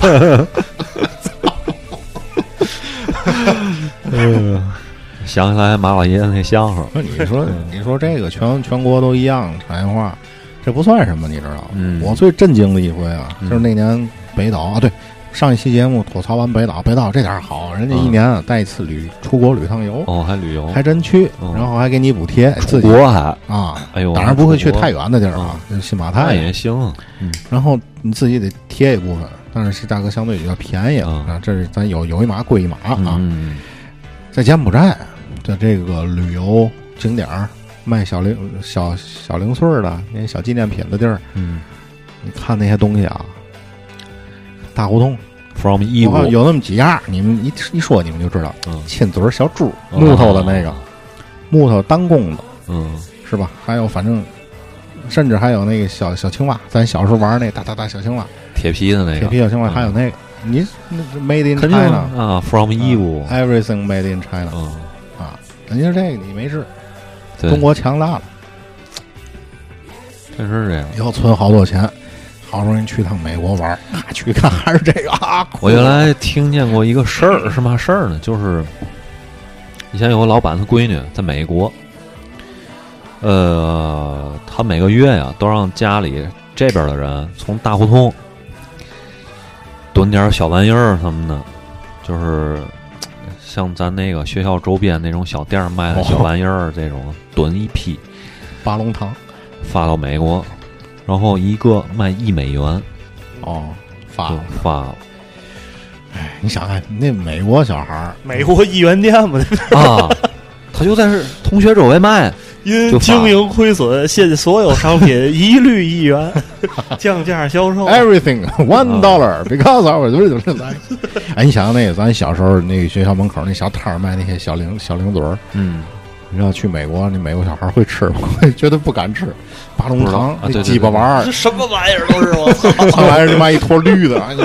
Speaker 6: 嗯， 想起来马老爷子那相声，
Speaker 4: 那你 说，你说这个全全国都一样产业化，这不算什么，你知道吗？
Speaker 6: 嗯
Speaker 4: 我最震惊的一回啊，
Speaker 6: 嗯
Speaker 4: 就是那年北岛啊，对，上一期节目吐槽完北岛，北岛这点儿好，人家一年啊带一次旅出国旅趟游，
Speaker 6: 嗯哦，还旅游，
Speaker 4: 还真去，
Speaker 6: 嗯
Speaker 4: 然后还给你补贴
Speaker 6: 出
Speaker 4: 自己
Speaker 6: 国还，
Speaker 4: 啊。
Speaker 6: 哎呦，
Speaker 4: 当然不会去
Speaker 6: 出国嗯哎
Speaker 4: 太远的地儿啊，就是新马
Speaker 6: 那
Speaker 4: 泰
Speaker 6: 也行，啊
Speaker 4: 然后你自己得贴一部分，但是是价格相对比较便宜
Speaker 6: 嗯
Speaker 4: 啊。这是咱有有一码归一码啊。
Speaker 6: 嗯，
Speaker 4: 在柬埔寨的这个旅游景点儿，卖小零小小零碎儿的那些小纪念品的地儿，
Speaker 6: 嗯
Speaker 4: 你看那些东西啊，大胡同，
Speaker 6: ，from 义
Speaker 4: 我
Speaker 6: 乌
Speaker 4: 看，有那么几样，你们一一说你们就知道，
Speaker 6: 嗯
Speaker 4: 亲嘴儿小猪，
Speaker 6: 哦
Speaker 4: 木头的那个，木头单弓的，
Speaker 6: 嗯，
Speaker 4: 是吧？还有反正。甚至还有那个小小青蛙，咱小时候玩那大大大小青蛙，
Speaker 6: 铁皮的那
Speaker 4: 铁
Speaker 6: 个
Speaker 4: 皮，小青蛙，
Speaker 6: 嗯
Speaker 4: 还有那个，你那那 Made in
Speaker 6: 肯定
Speaker 4: China，
Speaker 6: 啊，from 义乌，
Speaker 4: 哎 Everything Made in China
Speaker 6: 嗯，
Speaker 4: 啊，人家这个你没治，
Speaker 6: 对，
Speaker 4: 中国强大了。
Speaker 6: 真是这样。
Speaker 4: 以后存好多钱，好不容易去趟美国玩儿，啊、去看还是这个啊！
Speaker 6: 我原来听见过一个事儿，是嘛事儿呢？就是以前有个老板他闺女在美国，呃，他每个月呀都让家里这边的人从大胡同囤点儿小玩意儿什么的，就是像咱那个学校周边那种小店儿卖的小玩意儿这种囤一批
Speaker 4: 八龙塘
Speaker 6: 发到美国，然后一个卖一美元
Speaker 4: 哦，发
Speaker 6: 就
Speaker 4: 了。
Speaker 6: 发了。
Speaker 4: 你想看那美国小孩儿，
Speaker 5: 美国一元店嘛，
Speaker 6: 啊， 他就在这同学周围卖，
Speaker 5: 因
Speaker 6: 就发
Speaker 5: 经营亏损，现所有商品一律一元，降价销
Speaker 6: 哦
Speaker 4: 哎
Speaker 5: 售。
Speaker 4: Everything one
Speaker 6: 啊
Speaker 4: dollar because our 哎，你想想那个咱小时候那个学校门口那小摊儿卖那些小零小零嘴儿，
Speaker 6: 嗯，
Speaker 4: 你知道去美国那美国小孩儿会吃吗？ 绝对不敢吃。八龙塘
Speaker 6: 不知道啊对对
Speaker 4: 那鸡巴玩意
Speaker 5: 这
Speaker 4: 儿，
Speaker 5: 什么玩意儿都是 我操！
Speaker 4: 那玩意儿他妈一坨绿的，哎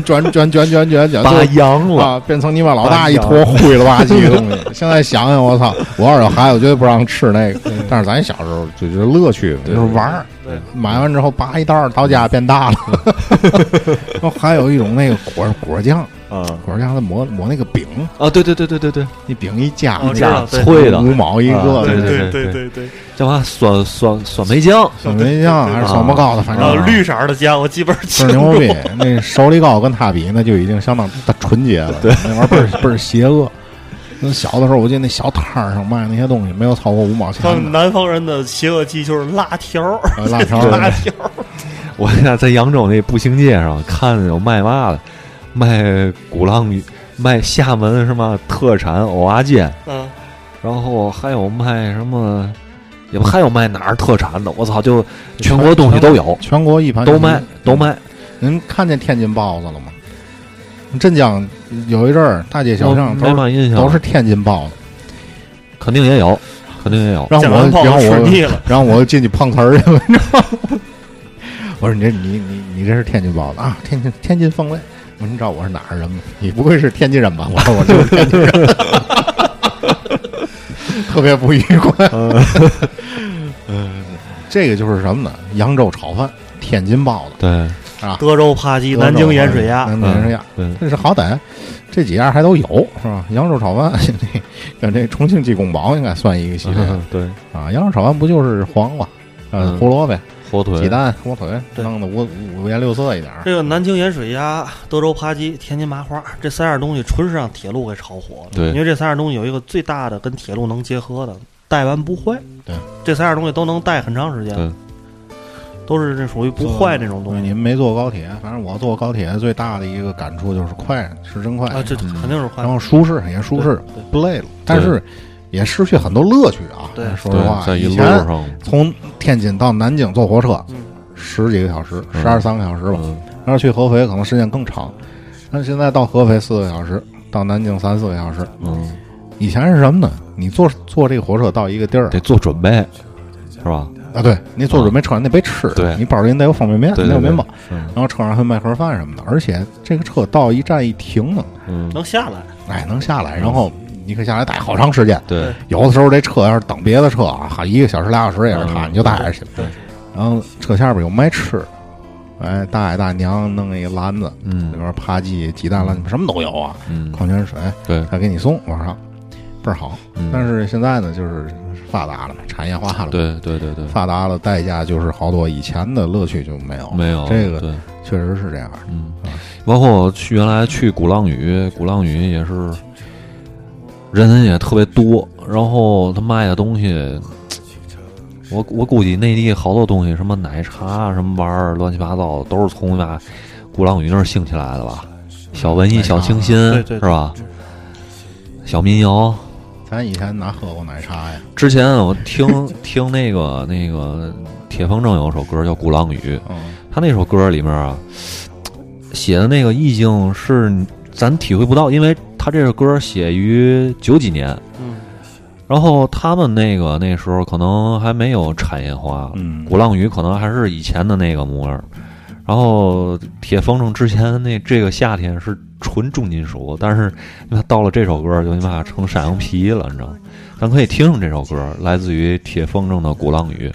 Speaker 4: 卷卷卷卷卷卷，
Speaker 6: 扒
Speaker 4: 最后
Speaker 6: 羊了，
Speaker 4: 啊，变成你妈老
Speaker 5: 哎
Speaker 4: 大一坨灰了吧唧的 东西。现在想想，我操！我要是有孩子，我绝对不让吃那个。但是咱小时候就觉得乐趣就是玩儿，
Speaker 5: 对
Speaker 4: 买完之后扒一袋儿到家变大 了。然后还有一种那个果果酱，
Speaker 6: 啊
Speaker 4: 果酱它磨磨那个饼，
Speaker 6: 啊，对对对对对对，
Speaker 4: 那饼一夹
Speaker 5: 哦我，知
Speaker 4: 夹
Speaker 5: 道对
Speaker 6: 脆的
Speaker 4: 五毛一
Speaker 6: 啊
Speaker 4: 个，
Speaker 5: 对
Speaker 4: 对
Speaker 5: 对
Speaker 6: 对
Speaker 5: 对
Speaker 6: 对
Speaker 5: 对对，
Speaker 6: 叫啥酸酸酸梅酱，
Speaker 4: 小梅酱还是小沫糕的，反
Speaker 5: 然后
Speaker 4: 正
Speaker 5: 啊绿色儿的酱我基本
Speaker 4: 倍
Speaker 5: 上
Speaker 4: 儿
Speaker 5: 清
Speaker 4: 啊牛
Speaker 5: 楚。
Speaker 4: 逼。那手里高跟他比，那就已经相当大纯洁了。对，那玩意儿倍儿倍儿邪恶。那小的时候，我记得那小摊儿上卖那些东西，没有超过五毛钱
Speaker 5: 像
Speaker 4: 的。
Speaker 5: 南方人的邪恶记忆就是辣条儿，
Speaker 4: 呃辣条儿，
Speaker 5: 辣条儿，
Speaker 6: 我现在在扬州那步行街上看有卖嘛的，卖鼓浪屿，卖厦门什么特产蚵仔煎，
Speaker 5: 嗯，
Speaker 6: 然后还有卖什么，也不还有卖哪儿特产的，我操，就全国东西都有，
Speaker 4: 全国一盘
Speaker 6: 都卖都。卖，
Speaker 4: 您看见天津包子了吗？镇江有一阵儿，大街小巷
Speaker 6: 哦没啊
Speaker 4: 都是
Speaker 6: 嘛印象，
Speaker 4: 都是天津包子，
Speaker 6: 肯定也有，肯定也有。
Speaker 4: 让
Speaker 5: 酱
Speaker 4: 我
Speaker 5: 香泡
Speaker 4: 让
Speaker 5: 都吃腻
Speaker 4: 我
Speaker 5: 了
Speaker 4: 让我进去碰瓷儿去了，你知道吗？我说你这你你你这是天津包子啊，天津天津风味。我说你知道我是哪儿人吗？你不会是天津人吧？我说我就是天津人， 特别不愉快。 嗯，这个就是什么呢？扬州炒饭、天津包子
Speaker 6: 对，
Speaker 4: 啊，
Speaker 5: 德州扒鸡、
Speaker 4: 德州
Speaker 5: 南京盐水鸭，
Speaker 4: 南京盐水鸭，
Speaker 6: 嗯对
Speaker 4: 这是好歹这几样还都有是吧？扬州炒饭 那跟这重庆鸡公煲应该算一个系列
Speaker 6: 嗯对，
Speaker 4: 啊。扬州炒饭不就是黄瓜、呃
Speaker 6: 嗯
Speaker 4: 胡萝卜、
Speaker 6: 火腿
Speaker 4: 鸡蛋、火腿，
Speaker 5: 对
Speaker 4: 弄得五五五颜六色一点儿。
Speaker 5: 这个南京盐水鸭、德州扒鸡、天津麻花这三样东西，纯是让铁路给炒火了。
Speaker 6: 对
Speaker 5: 因为这三样东西有一个最大的跟铁路能结合的，带完不坏。
Speaker 4: 对，
Speaker 5: 这三样东西都能带很长时间。
Speaker 6: 对，
Speaker 5: 都是这属于不坏那种东
Speaker 4: 对你
Speaker 5: 西
Speaker 4: 们没坐过高铁，反正我坐过高铁最大的一个感触就是快，是真快
Speaker 5: 啊，这
Speaker 6: 嗯
Speaker 5: 肯定是坏
Speaker 4: 然。后舒适也舒适
Speaker 5: 对对，
Speaker 4: 不累了，但是也失去很多乐趣啊。
Speaker 5: 对
Speaker 4: 说实
Speaker 6: 对，
Speaker 4: 话，
Speaker 6: 在一
Speaker 4: 以
Speaker 6: 路
Speaker 4: 前
Speaker 6: 上，
Speaker 4: 从天津到南京坐火车
Speaker 5: 嗯，
Speaker 4: 十几个小时，
Speaker 6: 嗯
Speaker 4: 十二三个小时吧。
Speaker 6: 嗯，
Speaker 4: 然后去合肥可能时间更长，但是现在到合肥四个小时，到南京三四个小时。
Speaker 6: 嗯，
Speaker 4: 以前是什么呢？你坐坐这个火车到一个地儿
Speaker 6: 得做准备，是吧？
Speaker 4: 啊，对你坐准备车上那杯吃的，
Speaker 6: 对
Speaker 4: 你包里得有方便面，
Speaker 6: 对
Speaker 4: 得有
Speaker 6: 对对
Speaker 4: 面包，，
Speaker 6: 嗯
Speaker 4: 然后车上还卖盒饭什么的。而且这个车到一站一停呢，
Speaker 6: 嗯，
Speaker 5: 能下来，
Speaker 4: 哎，能下来，然后你可以下来待好长时间。
Speaker 6: 对，
Speaker 4: 有的时候这车要是等别的车啊，哈，一个小时俩小时也是它，
Speaker 6: 嗯
Speaker 4: 你就待着去。然后车下边有卖吃的，哎，大爷大娘弄一个篮子，
Speaker 6: 嗯
Speaker 4: 里边扒鸡、鸡蛋了，什么都有啊，
Speaker 6: 嗯，
Speaker 4: 矿泉水，
Speaker 6: 对
Speaker 4: 他给你送往上，倍儿好。
Speaker 6: 嗯
Speaker 4: 但是现在呢，就是发达了嘛，产业化了，，
Speaker 6: 对对对对，
Speaker 4: 发达了，代价就是好多以前的乐趣就没有了，
Speaker 6: 没有
Speaker 4: 这个啊
Speaker 6: 对，
Speaker 4: 确实是这样。
Speaker 6: 嗯，包括我去原来去鼓浪屿，鼓浪屿也是人也特别多，然后他卖的东西，我我估计内地好多东西，什么奶茶、什么玩意儿，乱七八糟的，都是从那鼓浪屿那儿兴起来的吧？小文
Speaker 4: 哎
Speaker 6: 艺、小清新，
Speaker 5: 对对对
Speaker 6: 是吧？小民谣，
Speaker 4: 咱以前哪喝过奶茶呀？
Speaker 6: 之前啊我听听那个那个铁风筝有首歌叫《鼓浪屿》，
Speaker 4: 嗯，
Speaker 6: 他那首歌里面啊，写的那个意境是咱体会不到，因为他这首歌写于九几年，
Speaker 5: 嗯，
Speaker 6: 然后他们那个那时候可能还没有产业化，
Speaker 4: 嗯
Speaker 6: 鼓浪屿可能还是以前的那个模样。然后铁风筝之前那这个夏天是纯重金属，但是他到了这首歌就你妈成闪羊皮了，你知道吗？咱可以听听这首歌，来自于铁风筝的《鼓浪屿》。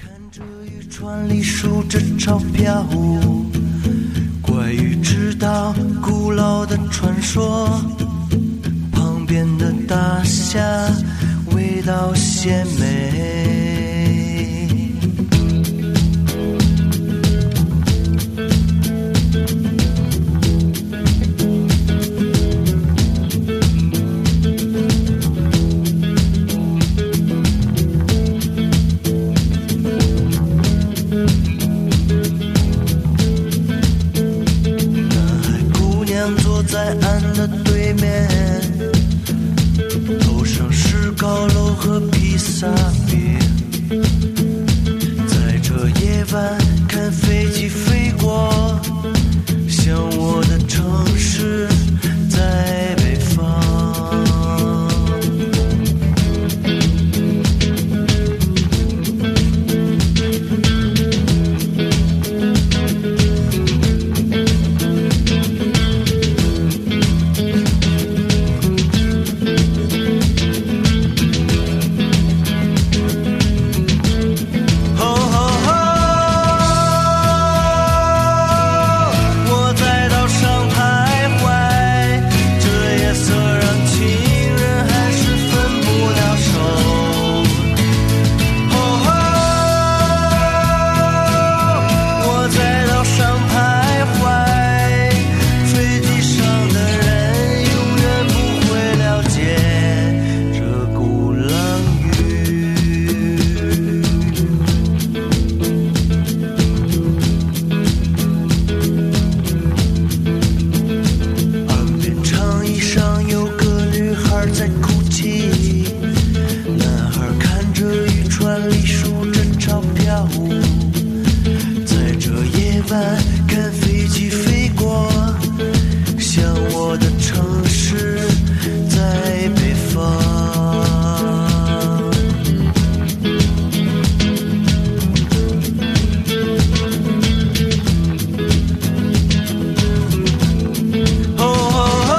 Speaker 10: 渔船里数着钞票，关于知道古老的传说，旁边的大虾味道鲜美。姑娘坐在岸的对面，头上是高楼和披萨饼。在这夜晚，看飞机飞过，像我的城市在北方。哦哦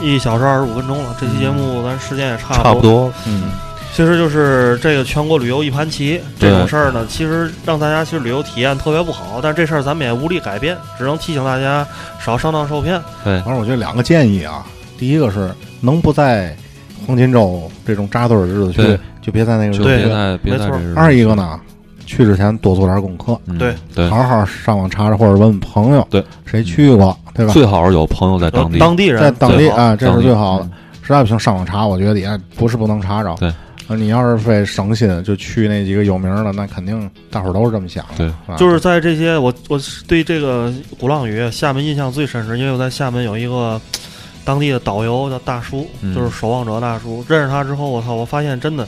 Speaker 5: 一小时二十五分钟了，这期节目咱时间也差
Speaker 6: 嗯差不
Speaker 5: 多。
Speaker 6: 多，嗯，
Speaker 5: 其实就是这个全国旅游一盘棋这种事儿呢，其实让大家其实旅游体验特别不好，但这事儿咱们也无力改变，只能提醒大家少上当受骗。
Speaker 6: 对，
Speaker 4: 反正我觉得两个建议啊，第一个是能不在黄金周这种扎堆儿的日子
Speaker 6: 对
Speaker 4: 去，就别在那个日
Speaker 6: 就
Speaker 4: 子
Speaker 5: 对
Speaker 6: 别
Speaker 4: 去。
Speaker 6: 再别再
Speaker 5: 没错
Speaker 6: 这是
Speaker 4: 二一个呢，去之前多做点功课，
Speaker 6: 嗯
Speaker 5: 对
Speaker 6: 对，
Speaker 4: 好好上网查查或者问问朋友，
Speaker 6: 对，
Speaker 4: 谁去过，对吧？
Speaker 6: 最好是有朋友在当地，
Speaker 5: 当地人
Speaker 4: 在当地
Speaker 6: 最好
Speaker 4: 啊，这
Speaker 6: 当
Speaker 4: 是
Speaker 6: 地
Speaker 4: 最好的
Speaker 6: 嗯。
Speaker 4: 实在不行上网查，我觉得也不是不能查着。
Speaker 6: 对
Speaker 4: 啊，你要是非省心，就去那几个有名儿的，那肯定大伙儿都是这么想的。
Speaker 6: 对
Speaker 4: 吧，
Speaker 5: 啊就是在这些，我我是对这个鼓浪屿、厦门印象最深是，因为我在厦门有一个当地的导游叫大叔，
Speaker 6: 嗯
Speaker 5: 就是守望者大叔。认识他之后，我操，我发现真的，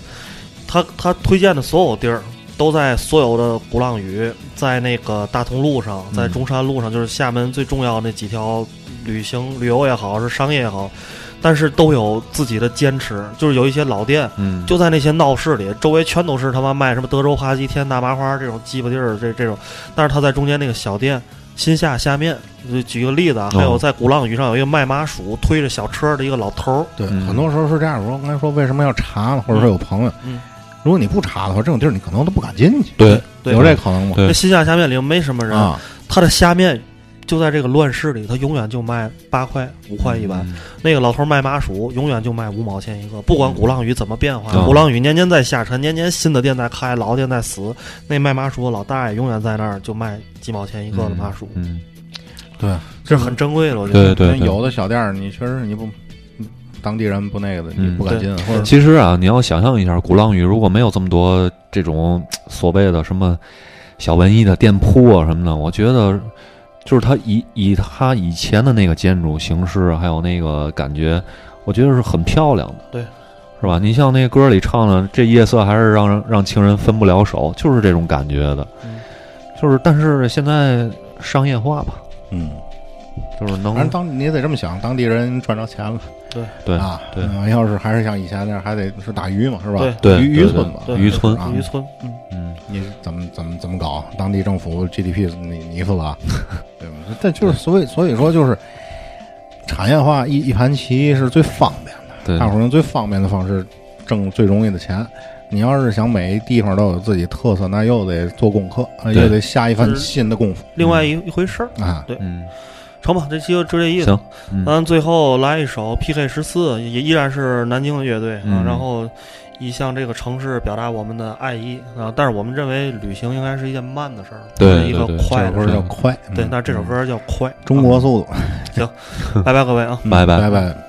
Speaker 5: 他他推荐的所有地儿都在所有的鼓浪屿，在那个大同路上，在
Speaker 6: 嗯
Speaker 5: 中山路上，就是厦门最重要的那几条旅行旅游也好，是商业也好，但是都有自己的坚持，就是有一些老店。
Speaker 6: 嗯，
Speaker 5: 就在那些闹市里，周围全都是他妈卖什么德州扒鸡、天大麻花这种鸡巴地儿，这这种。但是他在中间那个小店新下下面，就举个例子啊，还有在鼓浪屿上有一个卖麻薯推着小车的一个老头儿，
Speaker 4: 对，
Speaker 6: 嗯
Speaker 4: 很多时候是这样。我刚才说为什么要查呢？或者说有朋友，
Speaker 5: 嗯
Speaker 4: 如果你不查的话，这种地儿你可能都不敢进去。
Speaker 6: 对，
Speaker 5: 对
Speaker 4: 有这可能吗？
Speaker 6: 对
Speaker 5: 那新下下面里没什么人，
Speaker 4: 哦啊，
Speaker 5: 他的下面。就在这个乱市里，他永远就卖八块、五块一碗。
Speaker 6: 嗯
Speaker 5: 那个老头儿卖麻薯，永远就卖五毛钱一个。不管鼓浪屿怎么变化，
Speaker 6: 嗯
Speaker 5: 鼓浪屿年年在下沉，年年新的店在开，老的店在死。那卖麻薯的老大爷永远在那儿就卖几毛钱一个的麻薯。
Speaker 6: 嗯，
Speaker 4: 对，
Speaker 5: 这很珍贵了，我觉
Speaker 6: 对
Speaker 5: 得。
Speaker 6: 对
Speaker 4: 因为
Speaker 6: 对。
Speaker 4: 有的小店儿你确实你不当地人不那个的，你
Speaker 6: 嗯
Speaker 4: 不敢
Speaker 5: 对
Speaker 4: 进，或者
Speaker 6: 其实啊，你要想象一下，鼓浪屿如果没有这么多这种嘖所谓的什么小文艺的店铺啊什么的，我觉得就是它以以它以前的那个建筑形式，还有那个感觉，我觉得是很漂亮的，
Speaker 5: 对，
Speaker 6: 是吧？你像那歌里唱的“这夜色还是让人让情人分不了手”，就是这种感觉的，
Speaker 5: 嗯
Speaker 6: 就是但是现在商业化吧，
Speaker 4: 嗯，
Speaker 6: 就是
Speaker 4: 反正
Speaker 6: 能
Speaker 4: 当你也得这么想，当地人赚着钱了
Speaker 6: 对
Speaker 4: 啊。
Speaker 6: 对
Speaker 4: 嗯要是还是像以前那样，还得是打鱼嘛，是吧？
Speaker 5: 对
Speaker 6: 对
Speaker 4: 渔
Speaker 6: 对
Speaker 4: 渔
Speaker 6: 对
Speaker 4: 村嘛，
Speaker 5: 对
Speaker 6: 渔村
Speaker 4: 啊
Speaker 5: 渔村，嗯，
Speaker 6: 嗯
Speaker 4: 你怎么怎么怎么搞？当地政府 GDP 你你死了， 对吧？但就是所以所以说就是产业化一一盘棋是最方便的，
Speaker 6: 对
Speaker 4: 大伙儿用最方便的方式挣最容易的钱。你要是想每一地方都有自己特色，那又得做功课，呃
Speaker 6: 对
Speaker 4: 又得下一番
Speaker 5: 就是
Speaker 4: 新的功夫
Speaker 5: 另外一一回事儿。
Speaker 4: 啊！
Speaker 6: 嗯
Speaker 5: 成吧，这期就这意思。
Speaker 6: 行嗯
Speaker 5: 咱最后来一首 PK 十四，也依然是南京的乐队啊，
Speaker 6: 嗯
Speaker 5: 然后以向这个城市表达我们的爱意啊。但是我们认为旅行应该是一件慢的事儿，
Speaker 6: 对
Speaker 5: 不是一个
Speaker 6: 对对
Speaker 5: 快
Speaker 4: 这
Speaker 5: 的
Speaker 4: 会
Speaker 5: 事
Speaker 4: 儿
Speaker 5: 儿。
Speaker 4: 叫快，
Speaker 5: 对，
Speaker 4: 嗯
Speaker 5: 那这首歌叫《快》，
Speaker 4: 中国速度，
Speaker 5: 拜拜各位啊。
Speaker 4: 嗯
Speaker 6: 拜拜
Speaker 4: 拜拜。